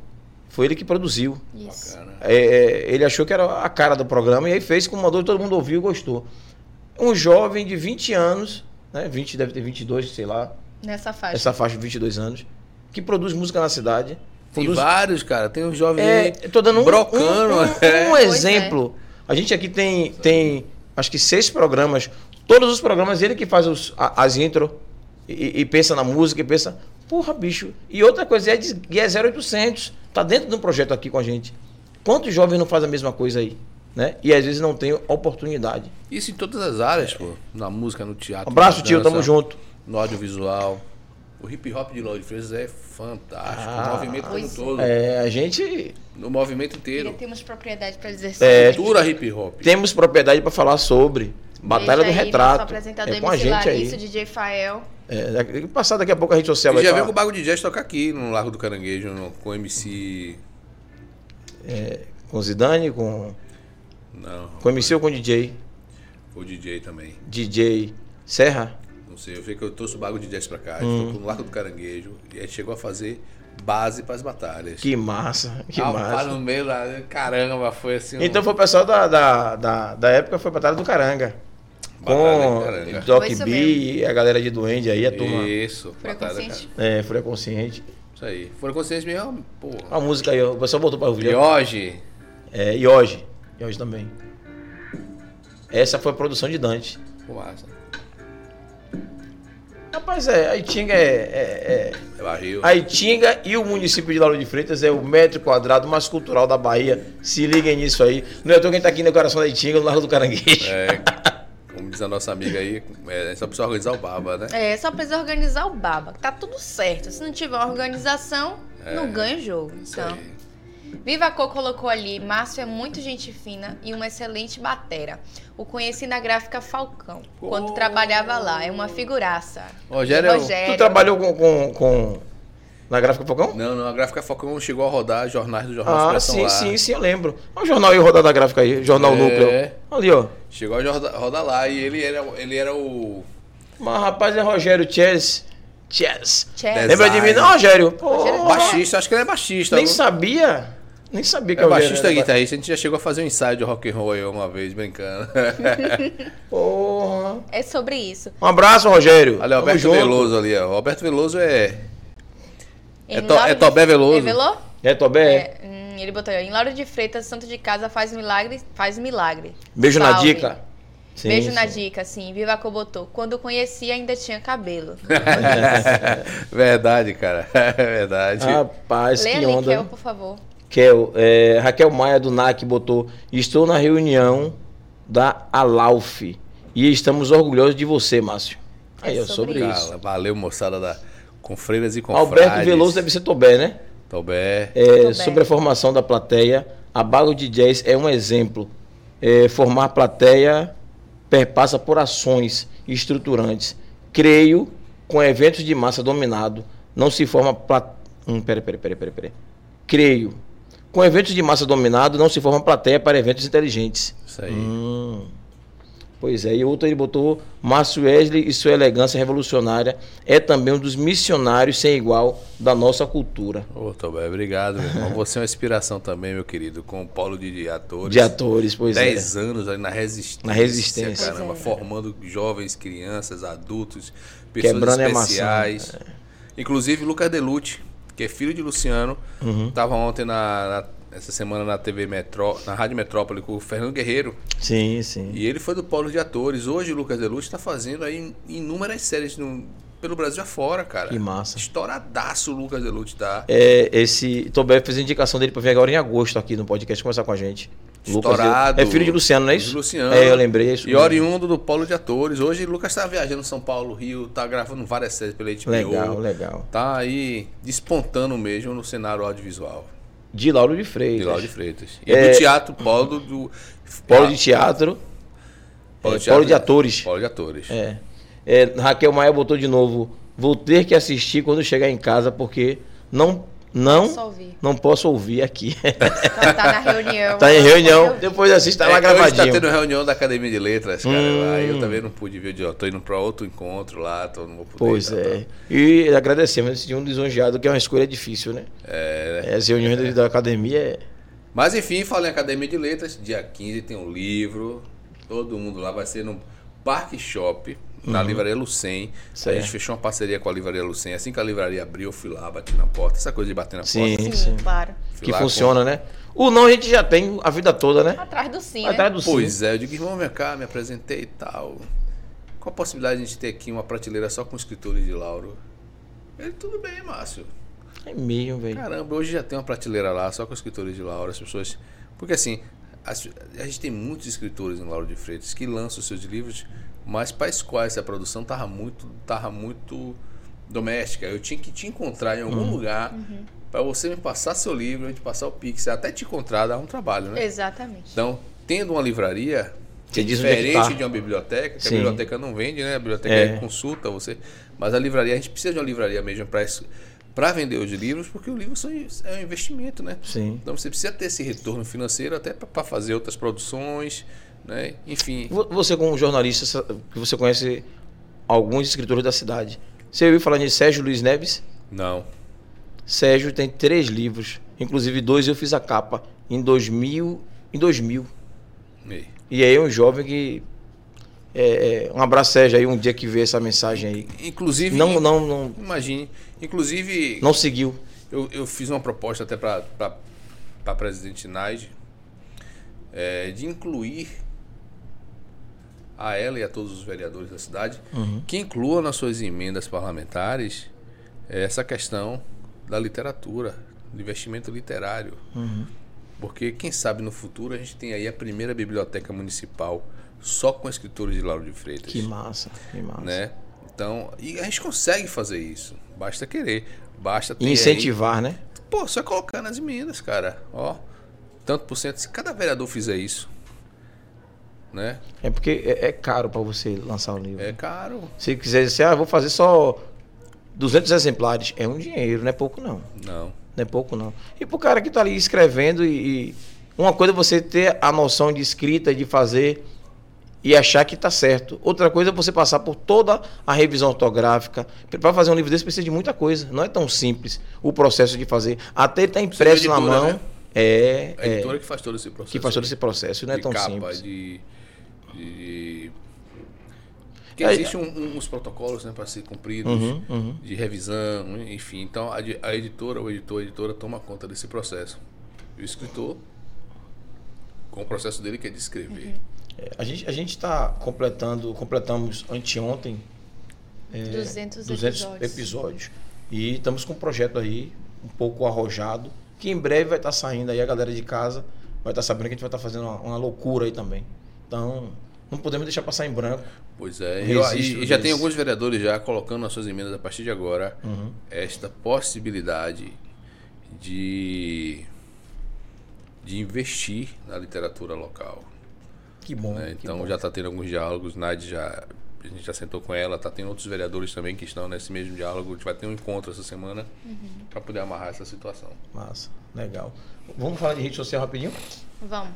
foi ele que produziu. Isso. Bacana. É, é, ele achou que era a cara do programa e aí fez como mandou, todo mundo ouviu e gostou. Um jovem de 20 anos, né, 20, deve ter 22, sei lá, Nessa faixa. essa faixa de 22 anos, que produz música na cidade. Tem produz- vários, cara. Tem um jovem é, eu tô dando um, Brocando, um- um- é. um Pois exemplo. A gente aqui tem, tem, acho que seis programas. Todos os programas, ele que faz os- a- as intro e, e pensa na música e pensa, porra, bicho. E outra coisa, é, de, e é 0800. Tá dentro de um projeto aqui com a gente. Quantos jovens não fazem a mesma coisa aí? Né? E às vezes não tem oportunidade. Isso em todas as áreas, pô. Na música, no teatro. Um Abraço, na tio. dança, Tamo junto. No audiovisual. O hip hop de Lauro de Freitas é fantástico. Ah, o movimento como pois um todo. É, a gente No movimento Já inteiro. temos propriedade para dizer É, sobre. Cultura hip hop. temos propriedade para falar sobre. Batalha Beijo do aí, nosso Retrato. apresentador É com a MC gente Larissa, aí. DJ Fael. É, daqui- passar daqui a pouco a rede social E vai já tá- veio com o Bago de Jazz tocar aqui no Largo do Caranguejo, no- com o MC. Com Zidane, com, Não, com MC ou com DJ? o DJ também. DJ Serra? Não sei, eu vi que eu trouxe o Bago de Jazz pra cá. Ele Hum. tocou no Largo do Caranguejo. E aí chegou a fazer base pras batalhas. Que massa, que Ah, massa. no meio lá, caramba, foi assim. um- Então foi o pessoal da, da, da, da época, foi Batalha do Caranga. Batalha do com Caranga. Doc Foi isso B, a galera de Duende aí, a turma Isso, Foi batalha, cara. consciente? é, Fúria Consciente. Isso aí. Foram conscientes mesmo, porra. A música aí, ó, o pessoal voltou pra E ouvir. hoje, É, Ioge. Ioge também. Essa foi a produção de Dante. pô, massa. Rapaz, é, a Itinga é- é- é, É barril. A Itinga e o município de Lauro de Freitas é o metro quadrado mais cultural da Bahia. Se liguem nisso aí. Não é à toa que a gente tá aqui no coração da Itinga, no Largo do Caranguejo. É, como diz a nossa amiga aí, é, só precisa organizar o baba, né? É, só precisa organizar o baba, que tá tudo certo. Se não tiver organização, não ganha o jogo. É. Isso Então, aí. Viva Co colocou ali, Márcio é muito gente fina e uma excelente batera. O conheci na gráfica Falcão, quando Oh. trabalhava lá. É uma figuraça. É Rogério, Tu trabalhou com, com, com- na gráfica Falcão? Não, não, a gráfica Falcão chegou a rodar jornais do Jornal Ah, Expressão sim, lá. sim, sim, eu lembro. Olha o jornal aí, o rodar da gráfica aí, o jornal É. Núcleo. Ali, ó. Chegou a jorda- rodar lá e ele era, ele era o. Mas rapaz, é Rogério Chess. Chess. Chess. Lembra de mim, não, Rogério? Pô, Rogério Chess. Baixista, acho que ele é baixista. nem não? sabia. Nem sabia que É Rogério baixista era né? ba- guitarrista, a gente já chegou a fazer um ensaio de rock and roll aí uma [LAUGHS] vez, brincando. Porra. É sobre isso. Um abraço, Rogério. Olha, o Tamo Alberto junto. Veloso ali, ó. O Alberto [LAUGHS] Veloso é. É Em To- Lauro é de- Tobé Veloso. É Velô? É, Tobé? É, hum, ele botou aí, em Lauro de Freitas, santo de casa, faz milagre, faz milagre. Beijo na Salve. dica. Sim, Beijo na sim. dica, sim. Viva Co botou. Quando conheci, ainda tinha cabelo. Tá verdade, cara. [LAUGHS] É verdade. Ah, Rapaz, Leia que ali, onda. Kel, né? por favor. Kel, é, Raquel Maia do NAC botou: Estou na reunião da Alauf e estamos orgulhosos de você, Márcio. É Aí, é sobre sobre, isso. Cara, valeu, moçada da Confreiras e Confrades. Alberto Veloso deve ser Tobé, né? Tobé. É, Tobé. sobre a formação da plateia, a Bago de Jazz é um exemplo. É, formar plateia perpassa por ações estruturantes. Creio, com eventos de massa dominado, não se forma plateia. Hum, peraí, peraí, peraí, peraí, peraí. Creio. Com eventos de massa dominado, não se forma plateia para eventos inteligentes. Isso aí. Hum. Pois é, e outro ele botou Márcio Wesley e sua elegância revolucionária é também um dos missionários sem igual da nossa cultura. Ô, Tobé, obrigado, meu irmão. Você é uma inspiração também, meu querido, com o Paulo de Atores. De atores, pois é. 10 anos ali na resistência. Na resistência. Caramba, Pois é. formando jovens, crianças, adultos, pessoas Quebrando a maçã, especiais. Inclusive, Lucas Delucci, que é filho de Luciano, Uhum. estava ontem na, na- essa semana na TV Metró, na Rádio Metrópole com o Fernando Guerreiro. Sim, sim. tá E ele foi do Polo de Atores. Hoje o Lucas Delucci está fazendo aí inúmeras séries no- pelo Brasil afora, cara. Que massa. Estouradaço o Lucas Delucci tá. É, esse Tobé fez a indicação dele pra vir agora em agosto aqui no podcast conversar com a gente. Estourado. Lucas, é filho de Luciano, não é De isso? Luciano. É, eu lembrei. É isso E mesmo. oriundo do polo de atores. Hoje Lucas tá viajando São Paulo, Rio, tá gravando várias séries pela HBO. Legal, legal. Tá aí despontando mesmo no cenário audiovisual. De Lauro de Freitas. De Lauro de Freitas. E do teatro polo do. É. Ah, Polo de teatro. Polo é, de teatro. polo de atores. Polo de atores. É. É, Raquel Maia botou de novo. Vou ter que assistir quando chegar em casa, porque não, Só não, ouvir. não posso ouvir aqui. Então tá na reunião. [LAUGHS] tá em reunião, depois assiste, tá lá É, Hoje tá gravadinho. tendo reunião da Academia de Letras, cara. Hum. Aí eu também não pude ver. Eu tô indo pra outro encontro lá, tô, não vou poder. Pois tá, é. E agradecemos de um lisonjeado, que é uma escolha difícil, né? tá. É, né? As reuniões da- da academia é. Mas enfim, falei em Academia de Letras. Dia 15 tem um livro. Todo mundo lá vai ser no Parque Shop, na Livraria Lucem. A Uhum. Certo. gente fechou uma parceria com a Livraria Lucem. Assim que a livraria abriu, eu fui lá, bati na porta. Essa coisa de bater na Sim, porta. Sim, sim. claro. Fui que lá funciona, né? O não a gente já tem a vida toda, né? Atrás do sim, né? Atrás do com- sim. Pois é, eu digo, irmão, vem cá, me apresentei e tal. Qual a possibilidade de a gente ter aqui uma prateleira só com escritores de Lauro? Ele, tudo bem, Márcio. É mesmo, velho. Caramba, hoje já tem uma prateleira lá, só com escritores de Laura, as pessoas. Porque assim, as- a gente tem muitos escritores em Lauro de Freitas que lançam seus livros, mas para as quais a produção tava muito, tava muito doméstica. Eu tinha que te encontrar em algum lugar para você me passar seu livro, a gente passar o Pix, até te encontrar dá um trabalho, É. né? Exatamente. Então, tendo uma livraria, Você diz onde é que diferente tá. de uma biblioteca, que Sim. a biblioteca não vende, né? A biblioteca É. consulta você. Mas a livraria, a gente precisa de uma livraria mesmo para vender os livros, porque o livro são- é um investimento, né? Sim. Então você precisa ter esse retorno financeiro até para fazer outras produções, né? Enfim. Vo- Você, como jornalista, sa- que você conhece alguns escritores da cidade. Você ouviu falar de Sérgio Luiz Neves? Não. Sérgio tem três livros, inclusive dois eu fiz a capa em 2000. Em 2000. E- E aí é um jovem que. é, é, um abraço, Sérgio, aí um dia que vê essa mensagem aí. Inclusive. Não, não, não, Imagine. Inclusive. não seguiu. Eu, eu fiz uma proposta até para a presidente Naide é, de incluir a ela e a todos os vereadores da cidade Uhum. que incluam nas suas emendas parlamentares é, essa questão da literatura, do investimento literário. Uhum. Porque quem sabe no futuro a gente tem aí a primeira biblioteca municipal só com escritores de Lauro de Freitas Que massa, que massa. né? Então, e a gente consegue fazer isso. Basta querer. Basta ter E incentivar, né? aí- Pô, só colocar nas emendas, cara. Ó, tanto por cento. Se cada vereador fizer isso, né? É porque é, é caro para você lançar um livro. É caro. Se quiser dizer, ah, vou fazer só 200 exemplares, é um dinheiro, não é pouco não. Não. Não é pouco não. E pro cara que tá ali escrevendo e, e uma coisa é você ter a noção de escrita, de fazer e achar que tá certo. Outra coisa é você passar por toda a revisão ortográfica. Para fazer um livro desse precisa de muita coisa. Não é tão simples o processo de fazer. Até ele tá impresso de na editora, mão. né? É, A é, editora que faz todo esse processo. que faz todo aí, esse processo, não é de tão capa, simples. De, de... Porque Aí- existem um- um- uns protocolos né, para ser cumpridos. É, Uhum, uhum. de revisão, enfim. Então a, di- a editora, o editor, a editora toma conta desse processo. E o escritor, com o processo dele que é de escrever. É, A gente a gente está completando, completamos anteontem 200, 200 episódios. é, episódios. E estamos com um projeto aí um pouco arrojado, que em breve vai estar saindo aí a galera de casa vai estar sabendo que a gente vai estar fazendo uma, uma loucura aí também. Então, não podemos deixar passar em branco. Pois é. E, Resisto e- e já disso. tem alguns vereadores já colocando nas suas emendas a partir de agora Uhum. esta possibilidade de de investir na literatura local. Que bom. né? que Então bom. já está tendo alguns diálogos, Naide já a gente já sentou com ela, tá tendo outros vereadores também que estão nesse mesmo diálogo, a gente vai ter um encontro essa semana para poder amarrar essa situação. Massa, legal. Vamos falar de rede social rapidinho? Vamos.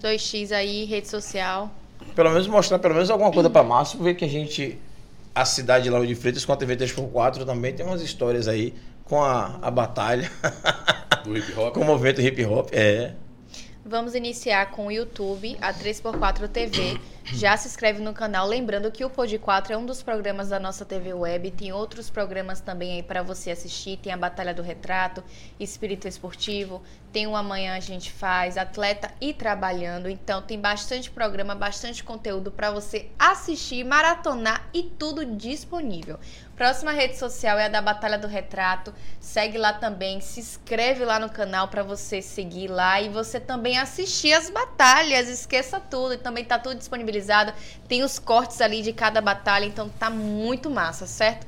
2x aí, rede social. Pelo menos mostrar pelo menos alguma coisa para Márcio, ver que a gente, a cidade de Lauro de Freitas com a TV 3x4 também tem umas histórias aí com a, a batalha. [LAUGHS] do hip hop. Com o movimento hip hop, é. Vamos iniciar com o YouTube, a 3x4 TV. Já se inscreve no canal. Lembrando que o Pod 4 é um dos programas da nossa TV web. Tem outros programas também aí pra você assistir. Tem a Batalha do Retrato, Espírito Esportivo. Tem o Amanhã a gente faz, Atleta e Trabalhando. Então tem bastante programa, bastante conteúdo pra você assistir, maratonar e tudo disponível. Próxima rede social é a da Batalha do Retrato. Segue lá também, se inscreve lá no canal para você seguir lá e você também assistir as batalhas. Esqueça tudo, e também tá tudo disponibilizado. Tem os cortes ali de cada batalha, então tá muito massa, certo?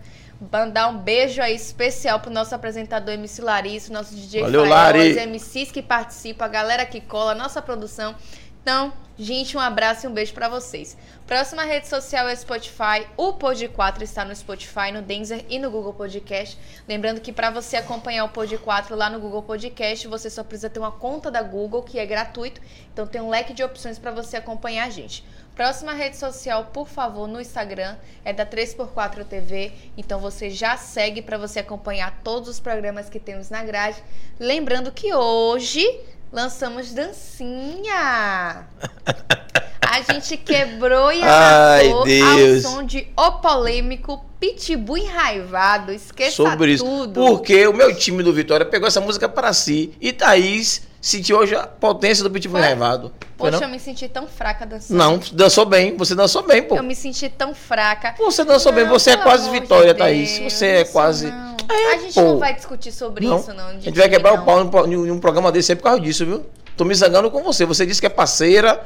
Mandar um beijo aí especial pro nosso apresentador MC Larissa, nosso DJ Valeu, Fael, Lari. os MCs que participam, a galera que cola, a nossa produção. Então, gente, um abraço e um beijo pra vocês. Próxima rede social é o Spotify. O Pod 4 está no Spotify, no Denzer e no Google Podcast. Lembrando que para você acompanhar o Pod 4 lá no Google Podcast, você só precisa ter uma conta da Google, que é gratuito. Então tem um leque de opções para você acompanhar a gente. Próxima rede social, por favor, no Instagram é da 3x4 TV. Então você já segue para você acompanhar todos os programas que temos na grade. Lembrando que hoje lançamos [LAUGHS] dancinha. A gente quebrou e Ai, amassou ao Deus. som de O Polêmico Pitbull Enraivado. Esqueça sobre isso. tudo. Porque o meu time do Vitória pegou essa música para si e Thaís sentiu hoje a potência do Pitbull Foi? Enraivado. Foi Poxa, eu não? me senti tão fraca dançando. Não, dançou bem. Você dançou bem, pô. Eu me senti tão fraca. Você dançou bem. Não, Você é pelo quase amor de Vitória, Deus, Thaís. Você é isso quase... não. É, a gente pô. não vai discutir sobre Não. isso, não. A gente vai quebrar o pau. pau em um- em um programa desse aí por causa disso, viu? Tô me zangando com você. Você disse que é parceira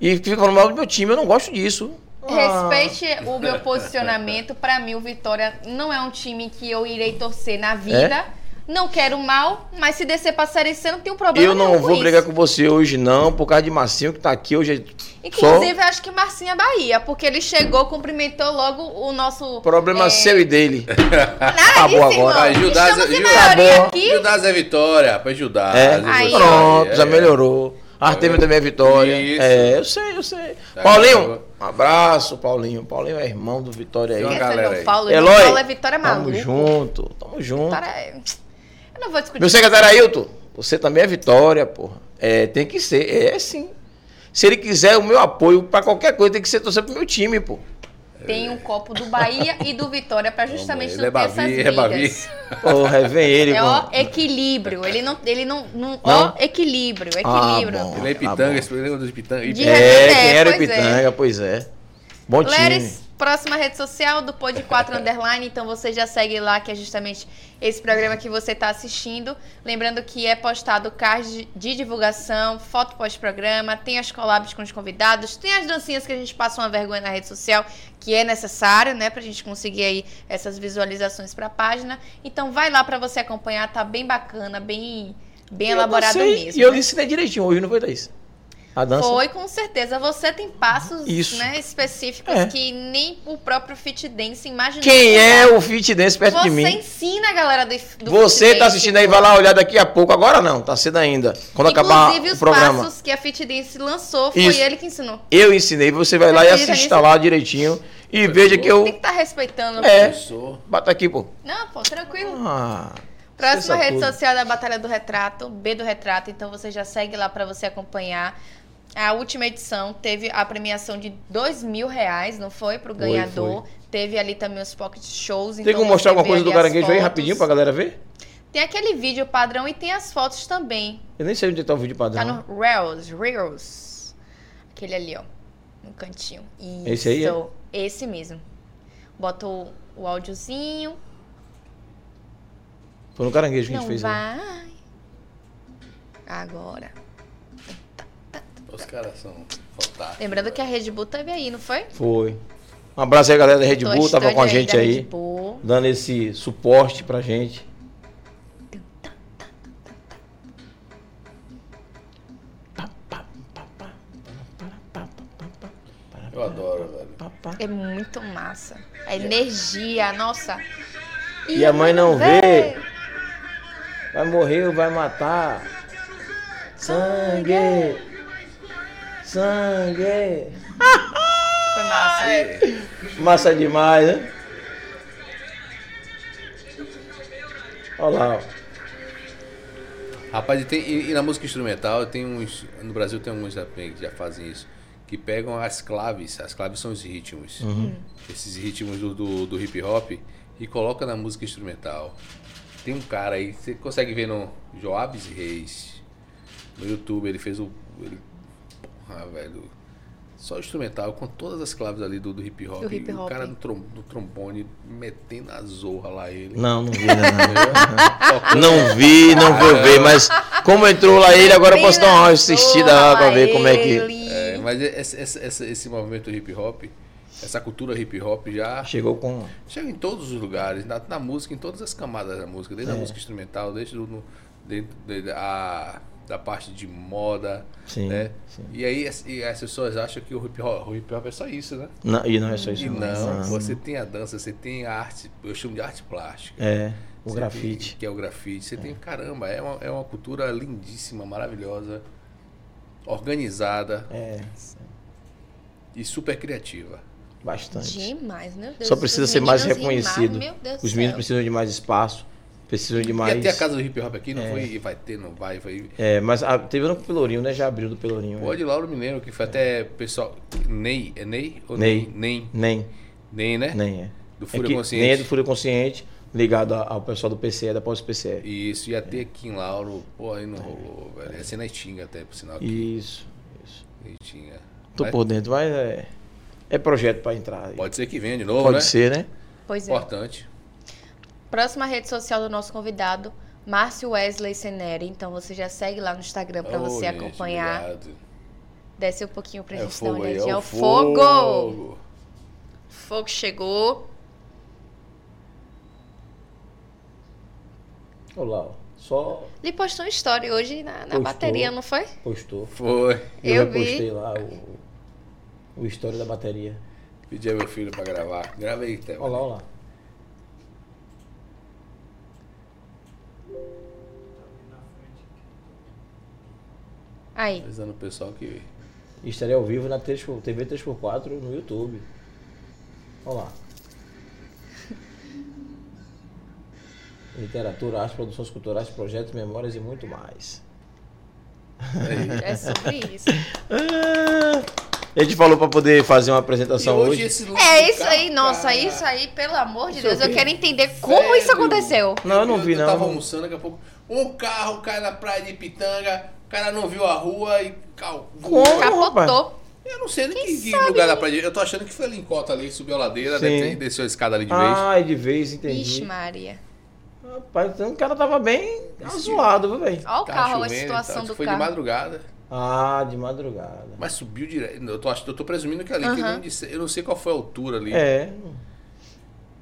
e fica falando mal do meu time. Eu não gosto disso. Ah. Respeite o meu posicionamento. Pra mim, o Vitória não é um time que eu irei torcer na vida. É? Não quero mal, mas se descer pra Série C, não tem um problema Eu não nenhum vou com brigar isso. com você hoje, não, por causa de Marcinho que tá aqui hoje. é só Inclusive, eu acho que Marcinho é Bahia, porque ele chegou, cumprimentou logo o nosso... problema é, seu e dele. nariz, Acabou agora. irmão. Vai, Judas- Estamos em Judas- maioria Acabou. aqui. Judas é vitória, pra Judas. É, eu Aí, gostei. pronto, É, já é. melhorou. Artemio também é vitória. Isso. É, eu sei, eu sei. Tá Paulinho, melhorou. um abraço, Paulinho. Paulinho é irmão do Vitória aí. Tem uma Esqueça galera João aí. Paulo. João Eloy, Paulo é Vitória tamo maluco. junto, tamo junto. Vitória é- Eu não vou discutir. Meu secretário Ailton, você também é vitória, porra. É, tem que ser, é sim. Se ele quiser o meu apoio pra qualquer coisa, tem que ser torcer pro meu time, pô. Tem um copo do Bahia e do Vitória pra Vamos, justamente Ele é não ter essas Bavi, é Bavi. brigas. Porra, é, vem [LAUGHS] ele, É ó, mano. equilíbrio. Ele não. Ele não, não, Não? Ó, equilíbrio, Ah, equilíbrio. bom. Ele é Tá bom. Pitanga, esse lembra dos Pitanga? De- É. É, É, quem era o pois é. Pitanga, pois é. Bom time. Leris, próxima rede social do Pod [LAUGHS] 4 Underline, então você já segue lá, que é justamente esse programa que você está assistindo. Lembrando que é postado card de divulgação, foto pós-programa, tem as collabs com os convidados, tem as dancinhas que a gente passa uma vergonha na rede social, que é necessário, né, pra gente conseguir aí essas visualizações pra página. Então vai lá pra você acompanhar, tá bem bacana, bem, bem Eu elaborado dancei, mesmo. E eu né? ensinei direitinho hoje, não foi, Thaís? A dança. Foi, com certeza. Você tem passos Isso. né, específicos É. que nem o próprio Fit Dance imagina. Quem é o fit dance perto Você de mim? ensina a galera do, do Você Fit tá Dance. assistindo aí, vai lá olhar daqui a pouco. Agora não, tá cedo ainda. Quando acabar Inclusive, o os programa. passos que a Fit Dance lançou, foi Isso. ele que ensinou. Eu ensinei, você vai lá e Acredita assista nisso? lá direitinho. E veja Tem que que eu. estar respeitando. É. Eu sou. Bata aqui, pô. Não, pô, tranquilo. Ah, Próxima esqueça rede tudo. social da Batalha do Retrato, B do Retrato, então você já segue lá pra você acompanhar. A última edição teve a premiação de dois mil reais, não foi? Pro Foi, ganhador. Teve ali também os pocket shows. então Tem como mostrar alguma coisa do caranguejo aí rapidinho pra pra... galera ver? Tem aquele vídeo padrão e tem as fotos também. Eu nem sei onde tá o vídeo padrão. Tá no Reels, Reels. Aquele ali, ó. No cantinho. Isso. Esse aí é? Esse mesmo. Bota o, o áudiozinho. Foi no caranguejo que a Não gente fez né? aí. vai. Agora. Os caras são fantásticos. Lembrando que a Red Bull teve aí, não foi? Foi. Um abraço aí, galera da Red Tô Bull, tava estando com a aí gente da aí, Red Bull. dando esse suporte pra gente. Eu adoro, velho. É muito massa. A energia, nossa. E a mãe não vê. Vai morrer ou vai matar? Sangue! Sangue! Ah, Foi massa. Massa demais, né? Olha lá, ó. Rapaz, e, tem- e- e na música instrumental tem uns. No Brasil tem alguns também que já fazem isso. Que pegam as claves. As claves são os ritmos. Hum. Esses ritmos do, do, do hip hop e coloca na música instrumental. Tem um cara aí, você consegue ver no Joabes Reis. No YouTube, ele fez o. Ele, porra, velho. Só instrumental, com todas as claves ali do, do hip hop. Do hip E O hop. cara do, trom- do trombone metendo a zorra lá ele. Não, não vi, não, não. Tocando- Não vi, não vou ver, mas como entrou lá ele, agora eu posso dar uma assistida lá pra ver como é que. É, mas esse, esse- esse- esse movimento hip hop, essa cultura hip hop já Chegou com. chega em todos os lugares, na, na música, em todas as camadas da música, É. desde a música instrumental, desde do, no- dentro de- a- da parte de moda, Sim. né? sim. E aí as, e as pessoas acham que o hip hop, o hip hop é só isso, né? Não, e não é só isso. E não, Não. você tem a dança, você tem a arte, eu chamo de arte plástica. É, o Você grafite. tem- que é o grafite. Você tem, caramba, é uma, é uma cultura lindíssima, maravilhosa, organizada É, e super criativa. bastante. Demais, meu Deus. Só precisa os ser mais meninos e mar, reconhecido. meu Deus do Os meninos céu. precisam de mais espaço, precisam de Ia mais. ter a casa do hip hop aqui, não foi? E vai ter, não vai, vai. É, mas a, teve um com o Pelourinho, né? Já abriu do Pelourinho. Pô, né? de Lauro Mineiro, que foi até pessoal. Ney, é Ney? Ou Ney. Nem. Nem, Nem, né? nem é. Do é Fúria que Consciente. Nem é do Fúria Consciente, ligado a- ao pessoal do PCE, da pós-PCE. Isso, ia É. ter aqui em Lauro. Pô, aí não rolou, velho. Ia ser na Itinga até, por sinal. que Isso, isso. Itinga. Tô Mas por dentro, mas é, é projeto pra entrar. Pode ser que venha de novo, Pode né? ser, né? Pois é. Importante. Próxima rede social do nosso convidado, Márcio Wesley Seneri. Então você já segue lá no Instagram pra Ô, você gente, acompanhar. obrigado. Desce um pouquinho pra É o gente dar uma fogo aí, olhadinha. é É o o fogo! fogo! fogo. chegou. Olá, ó. só Ele postou uma história hoje na, na Postou. bateria, não foi? postou. Foi. Eu vi. repostei lá o, o história da bateria. Pedi a meu filho pra gravar. Grava aí, Théo. Olá, olá. [LAUGHS] Aí. Avisando o pessoal que. Estarei ao vivo na 3, TV 3x4 no YouTube. Olá. [LAUGHS] Literatura, arte, produções culturais, projetos, memórias e muito mais. Aí. É sobre isso. Ah, A gente falou para poder fazer uma E apresentação esse [LAUGHS] lance É isso do aí, carro, nossa, é cara. isso aí, pelo amor de Isso eu Deus, eu vi. quero entender como isso Sério? aconteceu. Não, eu não vi, não. Eu tava almoçando, daqui a pouco. Um carro cai na praia de Pitanga, o cara não viu a rua e. Cal... voou. Como? Capotou. Eu não sei do que, que lugar da praia. de- Eu tô achando que foi ali em Cota ali, subiu a ladeira, Sim. deve ter, desceu a escada ali de vez. Ah, de vez, Ixi, entendi. Maria. Rapaz, então o cara tava bem azuado, viu, velho? Olha o Tá carro, olha a chovendo e situação tal, do foi de carro. madrugada, Ah, de madrugada. mas subiu direto. Eu tô, ach- eu tô presumindo que ali, que eu, Aham. não disse- eu não sei qual foi a altura ali. É,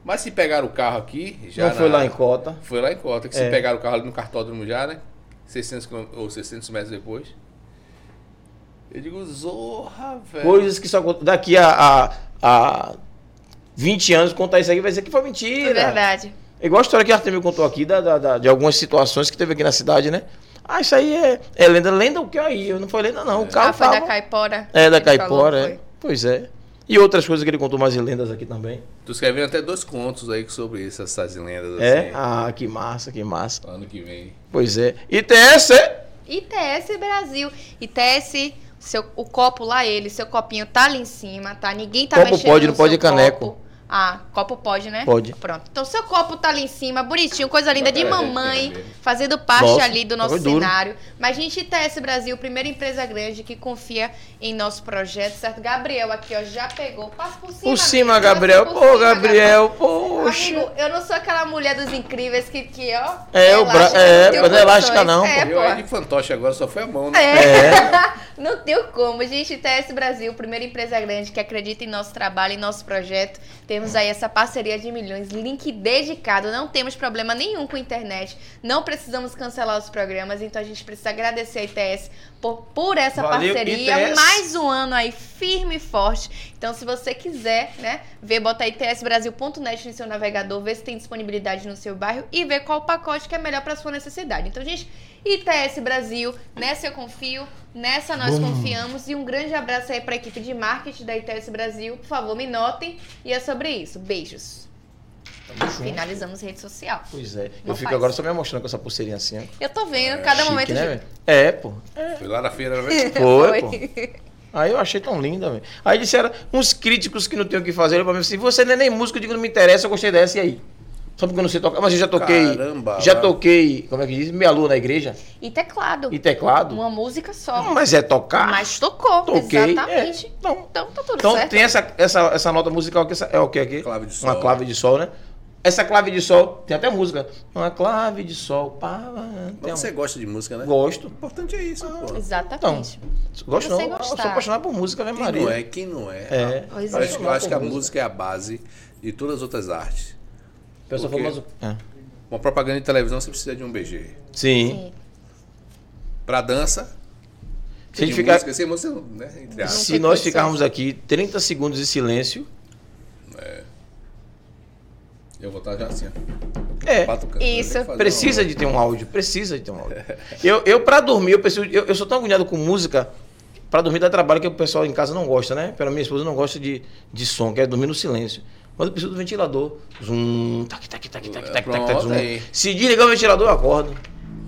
Mas se pegaram o carro aqui, já. já não foi na- lá em cota. Foi lá em Cota, que É. se pegaram o carro ali no cartódromo já, né? 600 km, ou 600 metros depois. Eu digo, zorra, É. velho. Coisas que só acon- daqui a, a, a 20 anos contar isso aqui vai dizer que foi mentira. É verdade. É Igual a história que a Arthur me contou aqui da, da- da- de algumas situações que teve aqui na cidade, né? Ah, isso aí é, é lenda. Lenda o que aí? Não foi lenda, não. O carro Ah, foi da tava- Caipora. É, da Ele falou, Caipora, é. foi. Pois é. E outras coisas que ele contou mais de lendas aqui também. Tu escrevendo até dois contos aí sobre isso, essas lendas É? assim. Ah, que massa, que massa. Ano que vem. Pois é. ITS, é? ITS Brasil. ITS, seu, o copo lá, ele, seu copinho tá ali em cima, tá? Ninguém tá Copo mexendo pode, no não pode seu é caneco. copo. Ah, copo pode, né? Pode. Pronto. Então, seu copo tá ali em cima, bonitinho, coisa linda de É, mamãe, é. fazendo parte Nossa, ali do nosso foi duro. cenário. Mas, gente, ITS Brasil, primeira empresa grande que confia em nosso projeto, certo? Gabriel aqui, ó, já pegou. Passa por cima. Por cima, amigo. Passa Gabriel. por Pô, cima, Gabriel, poxa. Amigo, eu não sou aquela mulher dos incríveis que, que ó. É, o bra- elástica, é, não tem mas não é elástica condições. não, É, eu pô. aí de fantoche agora, só foi a mão, É. né? [LAUGHS] Não tem como, gente. TS Brasil, primeira empresa grande que acredita em nosso trabalho, em nosso projeto. Temos aí essa parceria de milhões, link dedicado. Não temos problema nenhum com a internet. Não precisamos cancelar os programas. Então a gente precisa agradecer a ITS por, por essa Valeu, parceria. ITS. Mais um ano aí firme e forte. Então, se você quiser, né, ver, bota aí itsbrasil.net no seu navegador, ver se tem disponibilidade no seu bairro e ver qual pacote que é melhor para sua necessidade. Então, gente, ITS Brasil, nessa eu confio, nessa nós Bom. confiamos. E um grande abraço aí para a equipe de marketing da ITS Brasil. Por favor, me notem. E é sobre isso. Beijos. Tamo junto. Finalizamos rede social. Pois é. Eu Não fico faz. agora só me mostrando com essa pulseirinha assim, ó. Eu tô vendo, cada Chique, momento. né, de- velho? É, pô. Foi lá na feira, né? Foi, pô. Aí eu achei tão linda, velho. Aí disseram, uns críticos que não tem o que fazer, olhou pra mim assim, você não é nem músico, eu digo, não me interessa, eu gostei dessa, e aí? Só porque eu não sei tocar. Mas eu já [LAUGHS] toquei. Caramba, já mano. toquei, como é que diz? Meia lua na igreja. E teclado. E teclado. Uma música só. Mas é tocar. Mas tocou, toquei, exatamente. é. Então- então, tá tudo então certo. tem essa, essa, essa nota musical que essa- é o que aqui? Clave de Uma sol. clave de sol, né? Essa clave de sol, tem até música. Uma clave de sol. Pá, pá, tem Mas você gosta de música, né? um... Gosto. O importante é isso, pô. Exatamente. Então. Você Gosto não. Eu sou gostar. apaixonado por música, né, Quem não Maria? é, quem não é. É. Pois é. Parece que eu acho que a Apaixonado por música é a base de todas as outras artes. Pessoa Porque- famosa. É. Uma propaganda de televisão você precisa de um BG. Sim. Sim. Pra dança, Se, a gente de ficar, música, sem música, né? Entre aspas. se tem nós condições. ficarmos aqui 30 segundos de silêncio, Eu vou estar já assim, ó. é. Batucando, Isso. eu tenho que fazer Precisa de ter um áudio, precisa de ter um áudio. Eu, eu para dormir, eu preciso. Eu, eu sou tão agoniado com música. Pra dormir dá trabalho que o pessoal em casa não gosta, né? Pela minha esposa não gosta de, de som, quer dormir no silêncio. Mas eu preciso do ventilador. Zum, tac, tac, tac, tac, tac, tac, tac, Pronto, zum. aí. Se desligar o ventilador, eu acordo.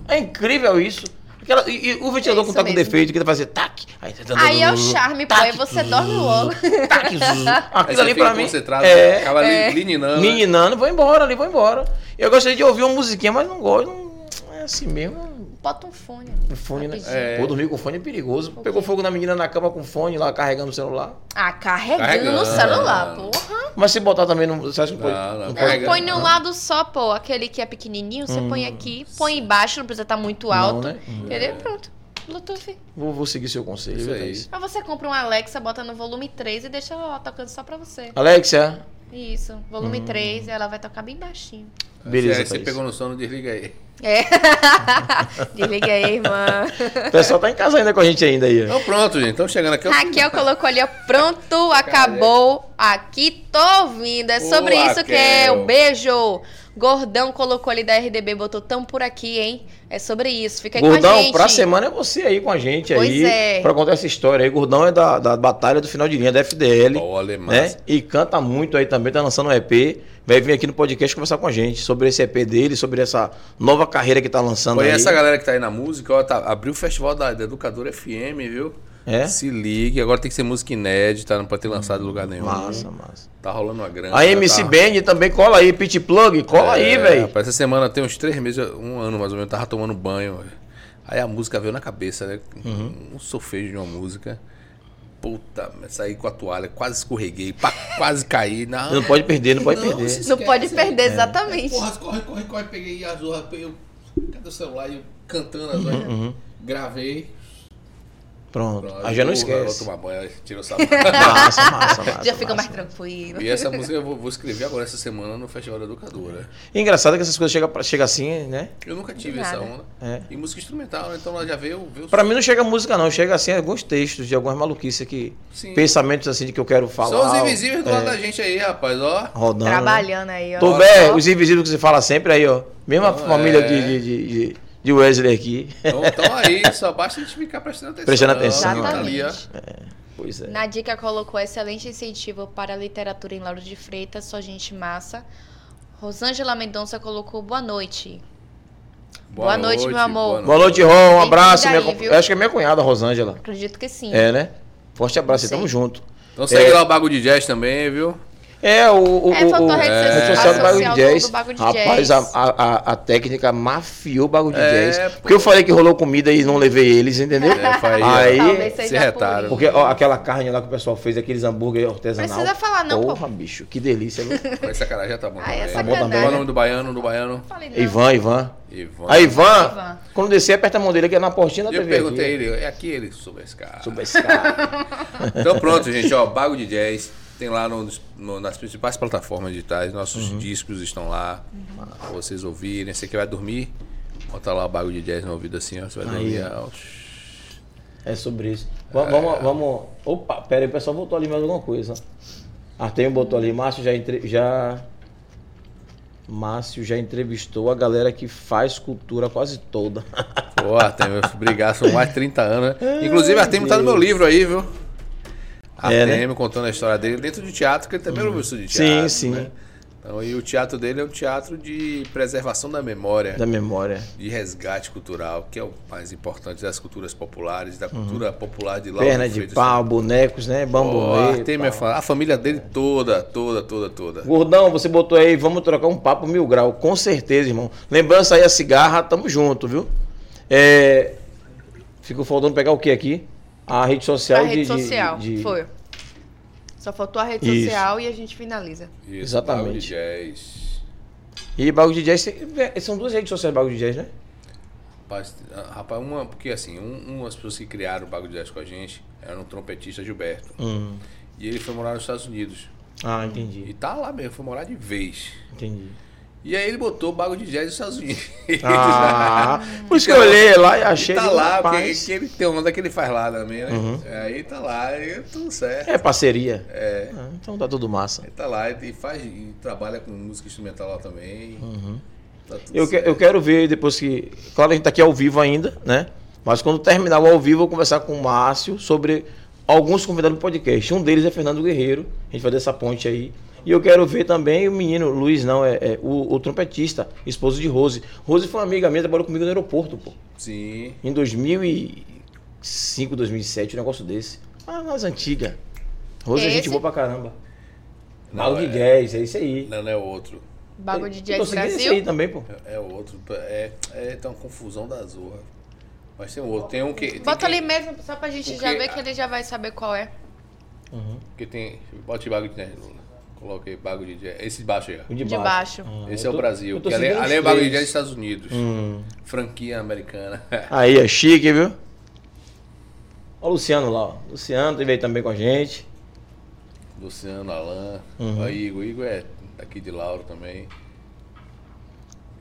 É incrível isso. Aquela- e, e o ventilador É quando isso tá com mesmo. defeito, que ele fazia tac. Aí, tá Aí é o charme, pô, aí você dorme logo. Tac, [LAUGHS] zum. Aí Aquilo você ali fica pra mim. concentrado, É, acaba ali é. lininando, né? Meninando, vou embora ali, vou embora. Eu gostaria de ouvir uma musiquinha, mas não gosto. Não, é assim mesmo. Bota um fone. O fone, né? Rapidinho. Pô, dormir com fone é perigoso. Pegou fogo na menina na cama com fone lá, carregando o celular. Ah, carregando, Carregando. no celular, porra. Mas se botar também, não, você acha que pode? Não, não, não Não, pode? Carregando. põe no lado só, pô. Aquele que é pequenininho, você põe aqui, põe embaixo, não precisa estar muito alto. né? Hum. Entendeu? Pronto. Bluetooth. Vou, vou seguir seu conselho. Isso viu, aí. Thaís? Aí você compra um Alexa, bota no volume 3 e deixa ela lá tocando só pra você. Alexia, Isso, volume 3, ela vai tocar bem baixinho. beleza. Aí você Thaís. pegou no sono, desliga aí. É. [LAUGHS] Desliga aí, irmã. O pessoal tá em casa ainda com a gente ainda aí. ó. Então pronto, gente. Então chegando aqui. [LAUGHS] eu- Raquel colocou ali, ó, pronto, acabou. Aqui tô ouvindo. É sobre Ô, isso que é Raquel. o beijo. Gordão colocou ali da RDB, botou tão por aqui, hein? É sobre isso. Fica aí com a Gordão, gente. pra semana é você aí com a gente Pois aí. é. Pra contar essa história aí. Gordão é da, da batalha do final de linha da FDL. Olha, massa. né? E canta muito aí também, tá lançando um EP. Vai vir aqui no podcast conversar com a gente sobre esse EP dele, sobre essa nova carreira que tá lançando Olha aí. essa galera que tá aí na música, ó, tá, abriu o festival da, da Educadora FM, viu? É? Se ligue, agora tem que ser música inédita, não pode ter lançado em lugar nenhum. Massa, massa. Tá rolando uma grana. A MC tá... Band também cola aí, Pit Plug, cola aí, É, velho. rapaz, Essa semana tem uns três meses, um ano mais ou menos, eu tava tomando banho. velho. Aí a música veio na cabeça, né? Uhum. Um solfejo de uma música. Puta, mas saí com a toalha, quase escorreguei, pá, quase caí. Não, Não pode perder, não pode perder. se Não esquece. pode É. perder, exatamente. É, Porra, corre, corre, corre, peguei as horas, eu. Cadê o celular? Eu cantando as horas. Uhum. Gravei. Pronto. Pronto. Aí já não Porra, esquece. Vou tomar banho, aí tira o sapato. [LAUGHS] Massa, massa, massa. Já fica mais massa. tranquilo. e essa música eu vou, vou escrever agora essa semana no Festival da Educadora. Engraçado que essas coisas chegam chega assim, né? Eu nunca tive Nada. essa onda. É. E música instrumental, né? então ela já veio. veio Pra mim não chega música, não. Chega assim alguns textos de algumas maluquices que. Sim. Pensamentos assim de que eu quero falar. São os invisíveis do lado é, da gente aí, rapaz, ó. Rodando. né? Trabalhando aí, ó. Tô velho, os invisíveis que você fala sempre aí, ó. Mesma Então, família é. de, de- de, de- de Wesley aqui. Então, então aí, só basta a gente ficar prestando atenção. Prestando Ó, atenção, tá ali, ó. Exatamente. Pois é. Na dica colocou excelente incentivo para a literatura em Lauro de Freitas, só gente massa. Rosângela Mendonça colocou boa noite. Boa noite, meu amor. Boa noite, Ron. Um abraço. Bem-vinda minha aí, co- viu? eu acho que é minha cunhada, Rosângela. Acredito que sim. É, né? Forte abraço, e Sim. tamo junto. Então segue É. lá o Bago de Jazz também, viu? É, o. o, É, faltou o, a rede o social- responsável do a Bago social de do- Jazz. do Bago de Rapaz, Jazz. a, a, a- a técnica mafiou o Bago de É, Jazz. pô. Porque eu falei que rolou comida e não levei eles, entendeu? É, foi aí, ó. Aí- Talvez seja se retaram. por isso. Porque ó, aquela carne lá que o pessoal fez, aqueles hambúrguer artesanal. Precisa falar não, Porra, bicho, que [LAUGHS] delícia. viu? Essa cara já tá bom. Ah, também. é Tá bom também. sacanagem. Qual é o nome do baiano, do baiano? Falei, não. Ivan, Ivan. Ivan. Aí, Ivan, Ivan. quando descer, aperta a mão dele, que é na portinha da eu TV. perguntei a aqui. ele, é aqui ele? Suba esse cara. Sobre esse cara. Então pronto, gente, ó, Bago de Jazz tem lá no- no- nas principais plataformas digitais, nossos Uhum. discos estão lá pra vocês ouvirem. Você que vai dormir, bota lá o Bago de Jazz no ouvido assim, ó, você vai dormir. ó. É sobre isso. Va- Vamos, vamos. Opa, pera aí, o pessoal voltou ali mais alguma coisa. Artemio botou ali. Márcio já, entre... já. Márcio já entrevistou a galera que faz cultura quase toda. Pô, Artemio, obrigado, são mais de 30 anos, né? Inclusive, Artemio tá no meu livro aí, viu? É, né? Artemio contando a história dele dentro de teatro, que ele também é professor de teatro. Uhum. sim. né? Então, e o teatro dele é um teatro de preservação da memória, Da memória. de resgate cultural, que é o mais importante das culturas populares, da cultura popular de lá. Uhum. Perna onde foi de feito pau, bonecos, né? Bambu. Ó, rei, Artemio é pau. fã- a família dele toda, toda, toda, toda. Gordão, você botou aí, vamos trocar um papo mil grau, com certeza, irmão. Lembrança aí a cigarra, tamo junto, viu? É... Ficou faltando pegar o que aqui? A rede A social de- rede de- social. de- Foi. Só faltou a rede Isso. social e a gente finaliza. Isso, Exatamente. Baú de Jazz. E Bagulho de Jazz, é, são duas redes sociais Bagulho de Jazz, né? Rapaz, ah, rapaz, uma, porque assim, um, umas pessoas que criaram o Bago de Jazz com a gente era um trompetista Gilberto. E ele foi morar nos Estados Unidos. Hum. Ah, entendi, E tá lá mesmo, foi morar de vez. [LAUGHS] entendi. E aí ele botou o Bago de Jazz nos Estados Unidos. [LAUGHS] Ah, por isso que eu olhei lá e E achei... tá digo, lá, porque rapaz, Uhum. ele, ele tem uma onda que ele faz lá também, né? Aí tá lá, e tudo certo. É parceria. É. então tá tudo massa. Aí tá lá e faz, e trabalha com música instrumental lá também. Tá tudo Eu, que- certo. eu quero ver depois que. Claro, a gente tá aqui ao vivo ainda, né? Mas quando terminar o ao vivo, eu vou conversar com o Márcio sobre alguns convidados do podcast. Um deles é Fernando Guerreiro. A gente vai fazer essa ponte aí. E eu quero ver também o menino, Luiz, não, é, é o, o trompetista, esposo de Rose. Rose foi uma amiga minha, trabalhou comigo no aeroporto, pô. Sim. Em 2005, 2007, um negócio desse. Ah, mais antiga. Rose é gente Esse? boa pra caramba. Não, Mal de é- 10, é isso aí. Não, não é outro. Bagulho de Eu tô Jazz seguindo esse aí Brasil. também, pô. É outro. É, é tá uma confusão da zorra. Mas tem um outro. Tem um que. tem Bota que- ali mesmo, só pra gente já Porque- ver que ele já vai saber qual é. Uhum. Que tem. Bote bago de jazz, Lula. Coloquei bago de jazz. Esse de baixo aí. ó. De baixo. Ah, Esse eu é o tô- Brasil. eu tô Que ali, seguindo ali é os bago de três. jazz dos Estados Unidos. Hum. Franquia americana. [LAUGHS] Aí, é chique, viu? Olha o Luciano lá, ó. Luciano teve aí também com a gente. Luciano, Alain. Ó, Igor. Igor é daqui de Lauro também.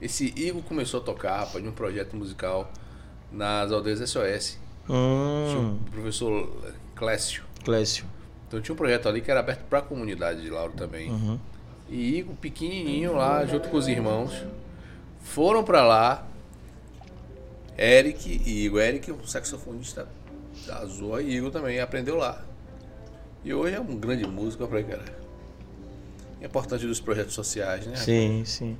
Esse Igor começou a tocar, rapaz, de um projeto musical nas aldeias SOS. Hum. O professor Clécio. Clécio. Então tinha um projeto ali que era aberto para a comunidade de Lauro também. Uhum. E Igor, pequenininho lá, junto com os irmãos, foram para lá. Eric e Igor. Eric é um saxofonista da Zoa e Igor também aprendeu lá. E hoje é um grande músico, eu falei, cara. É importante dos projetos sociais, né? Sim, sim.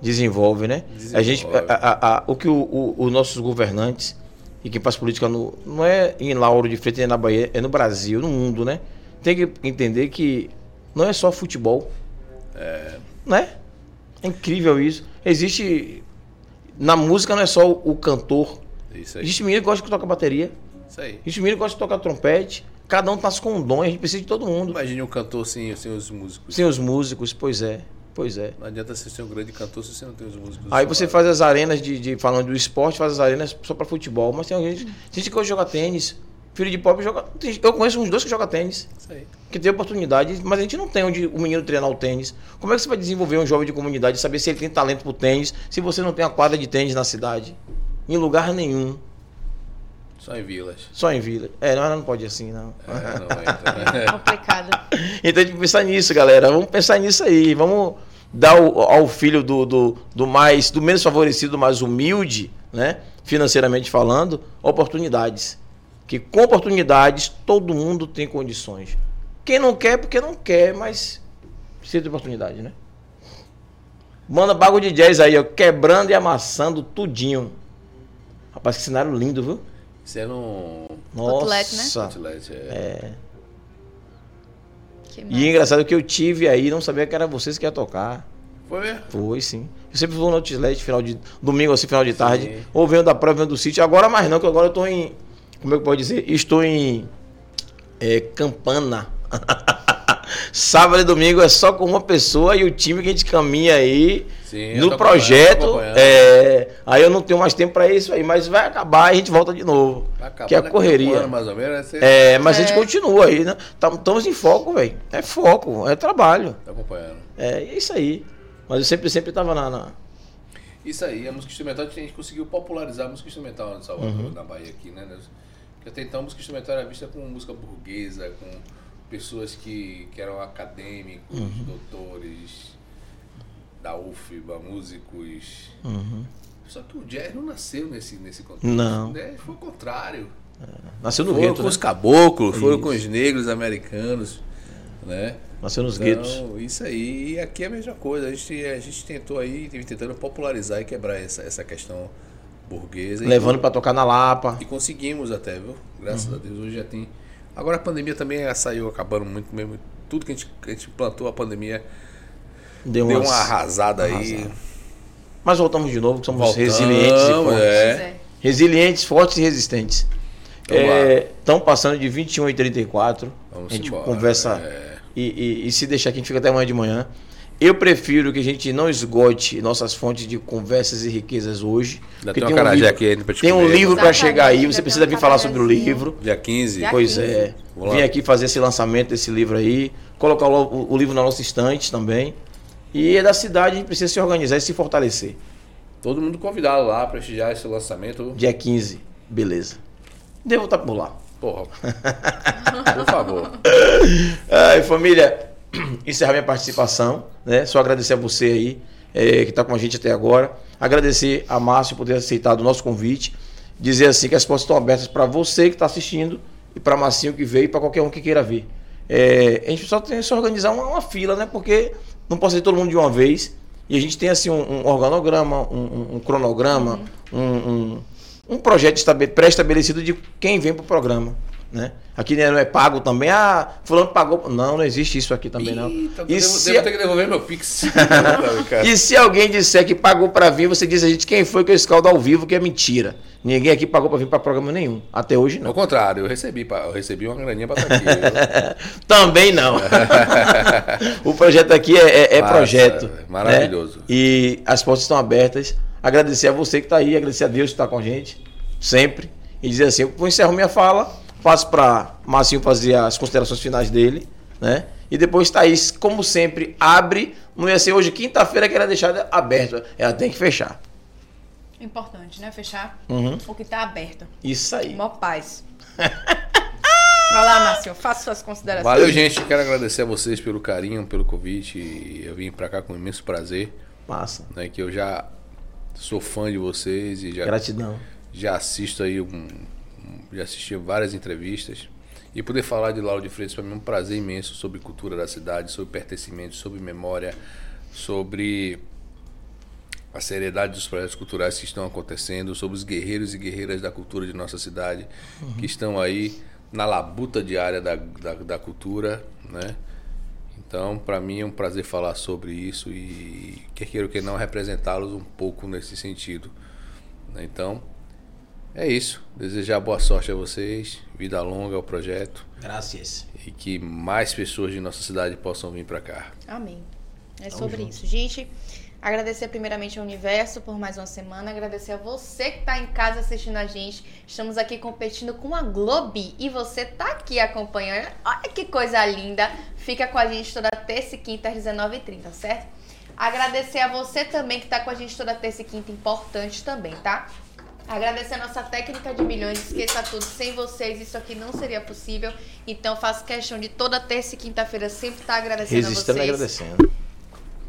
Desenvolve, né? A Desenvolve. gente, a- a- a- o que o- o- os nossos governantes e quem faz política no, não é em Lauro de Freitas, nem na Bahia, é no Brasil, no mundo, né? Tem que entender que não é só futebol. É. Né? É incrível isso. Existe. Na música não é só o, o cantor. É Isso aí. Existe menino que gosta de tocar bateria. Isso aí. Os meninos gostam de tocar trompete. Cada um nasce com um dom, a gente precisa de todo mundo. Imagine um cantor sem, sem os músicos. Sem os músicos, pois é, pois é. Não adianta você ser um grande cantor se você não tem os músicos. do Aí seu você lado. faz as arenas de, de- falando do esporte, faz as arenas só pra futebol, mas tem gente, gente que hoje joga tênis, filho de pobre joga. tem- Eu conheço uns dois que jogam tênis, Isso aí. que tem oportunidade, mas a gente não tem onde o menino treinar o tênis. Como é que você vai desenvolver um jovem de comunidade, saber se ele tem talento pro tênis, se você não tem a quadra de tênis na cidade? Em lugar nenhum, Só [LAUGHS] em vilas. só em vila. É, não, não pode assim, não. É, não, então, né? [LAUGHS] Complicado. Então tem que pensar nisso, galera. Vamos pensar nisso aí. Vamos dar o- ao filho do, do, do mais do menos favorecido, do mais humilde, né? Financeiramente falando, oportunidades. Que com oportunidades todo mundo tem condições. Quem não quer, é porque não quer, mas precisa de oportunidade, né? Manda bago de jazz aí, ó, quebrando e amassando tudinho. Rapaz, que cenário lindo, viu? Você não. Nossa. Outlet, né? Tá. Outlet, é. Que E é engraçado que eu tive aí, não sabia que era vocês que ia tocar. Foi mesmo? Foi, sim. Eu sempre vou no Outlet, final de domingo assim, final de tarde. Sim. Ou venho da prova, venho do sítio. Agora mais não, que agora eu tô em. Como é que pode dizer? Estou em. é, Campana. [LAUGHS] Sábado e domingo é só com uma pessoa e o time que a gente caminha aí Sim, eu tô no acompanhando, tô projeto. acompanhando. é, aí eu não tenho mais tempo pra isso aí, mas vai acabar e a gente volta de novo. Vai acabar que é a daqui a correria. um ano, mais ou menos, né? Você É, mas a gente É. continua aí, né? Estamos em foco, velho. É foco, é trabalho. tá acompanhando. É, e é isso aí. Mas eu sempre, sempre tava na- na, Isso aí, a música instrumental a gente conseguiu popularizar a música instrumental em Salvador, Uhum. na Bahia aqui, né? Nós- Porque até então a música instrumental era vista como música burguesa, com pessoas que, que eram acadêmicos, Uhum. doutores da UFBA, músicos. Só que o jazz não nasceu nesse, nesse contexto. Não. O jazz foi o contrário. Nasceu no Foram gueto, com né? os caboclos, foram com os negros americanos, né? Nasceu nos guetos. Então, isso aí. E aqui é a mesma coisa. A gente, a gente tentou aí, teve tentando popularizar e quebrar essa, essa questão burguesa. E- Levando Uhum. pra tocar na Lapa. E conseguimos até, viu? Graças a Deus, hoje já tem. Agora a pandemia também saiu acabando muito mesmo. Tudo que a gente, que a gente plantou, a pandemia Deu, deu umas- uma arrasada aí. Mas voltamos de novo, que somos Voltamos, resilientes e fortes. É. Zé. Resilientes, fortes e resistentes. Vamos Estão passando de 21 e 34. Então, Vamos É, a gente embora, É, conversa e, e- e se deixar que a gente fica até amanhã de manhã. Eu prefiro que a gente não esgote nossas fontes de conversas e riquezas hoje. Ainda porque um tem uma carajé livro- aqui ainda pra te Tem um comer. né? livro para Exatamente, chegar aí, ainda você tem precisa um vir falar sobre o cafezinho. livro. Dia 15. Já- Pois Aqui. é. Vamos Vim lá. aqui fazer esse lançamento desse livro aí, colocar o, o livro na nossa estante também. E é da cidade, a gente precisa se organizar e se fortalecer. Todo mundo convidado lá pra prestigiar esse lançamento. Dia 15, beleza. Devo estar por lá. [LAUGHS] Porra. Por favor. Ai, família, [CLEARS THROAT] encerrar minha participação, né? Só agradecer a você aí, eh, que está com a gente até agora. Agradecer a Márcio por ter aceitado o nosso convite. Dizer assim que as portas estão abertas para você que está assistindo e para Marcinho que veio e para qualquer um que queira vir. Eh, a gente só tem que se organizar uma, uma fila, né? Porque não pode ser todo mundo de uma vez. E a gente tem assim um, um organograma, um, um- um cronograma, um- um, um projeto estabe- pré-estabelecido de quem vem pro programa. Né? Aqui né, não é pago também. Ah, fulano pagou. Não, não existe isso aqui também, não. Eita, eu E então devo, se, devo ter que devolver meu [LAUGHS] Pix. Não, cara. e se alguém disser que pagou pra vir, você diz a gente quem foi que eu escaldo ao vivo, que é mentira. Ninguém aqui pagou pra vir pra programa nenhum. Até hoje Ao não. contrário, eu recebi, pa- eu recebi uma graninha pra estar aqui. [LAUGHS] viu? Também não. [LAUGHS] o projeto aqui é, é- é Massa, projeto. maravilhoso. né? E as portas estão abertas. Agradecer a você que está aí, agradecer a Deus que está com a gente, sempre. E dizer assim, eu vou encerrar minha fala, passo para Marcinho fazer as considerações finais dele, né? E depois Thaís, como sempre, abre. Não ia ser hoje quinta-feira que era deixada aberta. É, Ela tem que fechar. Importante, né? Fechar Uhum. o que tá aberto. Isso aí. Mó paz. Vai lá, Márcio, faça suas considerações. Valeu, gente. Quero agradecer a vocês pelo carinho, pelo convite. E Eu vim pra cá com um imenso prazer, Massa. né? Que eu já sou fã de vocês e já, Gratidão. já assisto aí, um, um- já assisti várias entrevistas. E poder falar de Lauro de Freitas para mim é um prazer imenso sobre cultura da cidade, sobre pertencimento, sobre memória, sobre a seriedade dos projetos culturais que estão acontecendo, sobre os guerreiros e guerreiras da cultura de nossa cidade, que estão aí na labuta diária da, da, da cultura, né? Então, para mim é um prazer falar sobre isso e, quer queira ou que não, representá-los um pouco nesse sentido. né? Então, é isso. Desejar boa sorte a vocês, vida longa ao projeto Graças. e que mais pessoas de nossa cidade possam vir para cá. Amém. É sobre isso. Gente, agradecer primeiramente ao universo por mais uma semana. Agradecer a você que está em casa assistindo a gente. Estamos aqui competindo com a Globe e você tá aqui acompanhando. Olha que coisa linda. Fica com a gente toda terça e quinta às 19h30, certo? Agradecer a você também que tá com a gente toda terça e quinta, importante também, tá? Agradecer a nossa técnica de milhões, esqueça tudo, sem vocês isso aqui não seria possível. Então faço questão de toda terça e quinta-feira sempre estar agradecendo Resistindo a e vocês. agradecendo.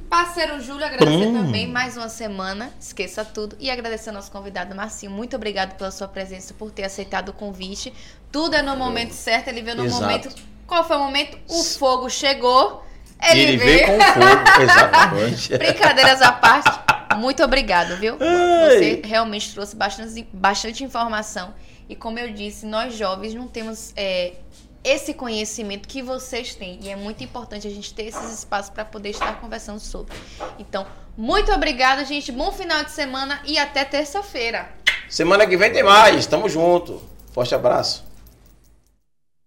Parceiro Júlio, agradecer Hum. também mais uma semana. Esqueça tudo. E agradecer ao nosso convidado Marcinho. Muito obrigado pela sua presença, por ter aceitado o convite. Tudo é no momento certo. Ele veio no Exato. momento. Qual foi o momento? O fogo chegou. Ele, E ele veio. veio [LAUGHS] com fogo. Exatamente. Brincadeiras à parte. Muito obrigado, viu? Ei. Você realmente trouxe bastante, bastante informação. E como eu disse, nós jovens não temos é, esse conhecimento que vocês têm. E é muito importante a gente ter esses espaços para poder estar conversando sobre. Então, muito obrigada, gente. Bom final de semana e até terça-feira. Semana que vem tem mais. Tamo junto. Forte abraço.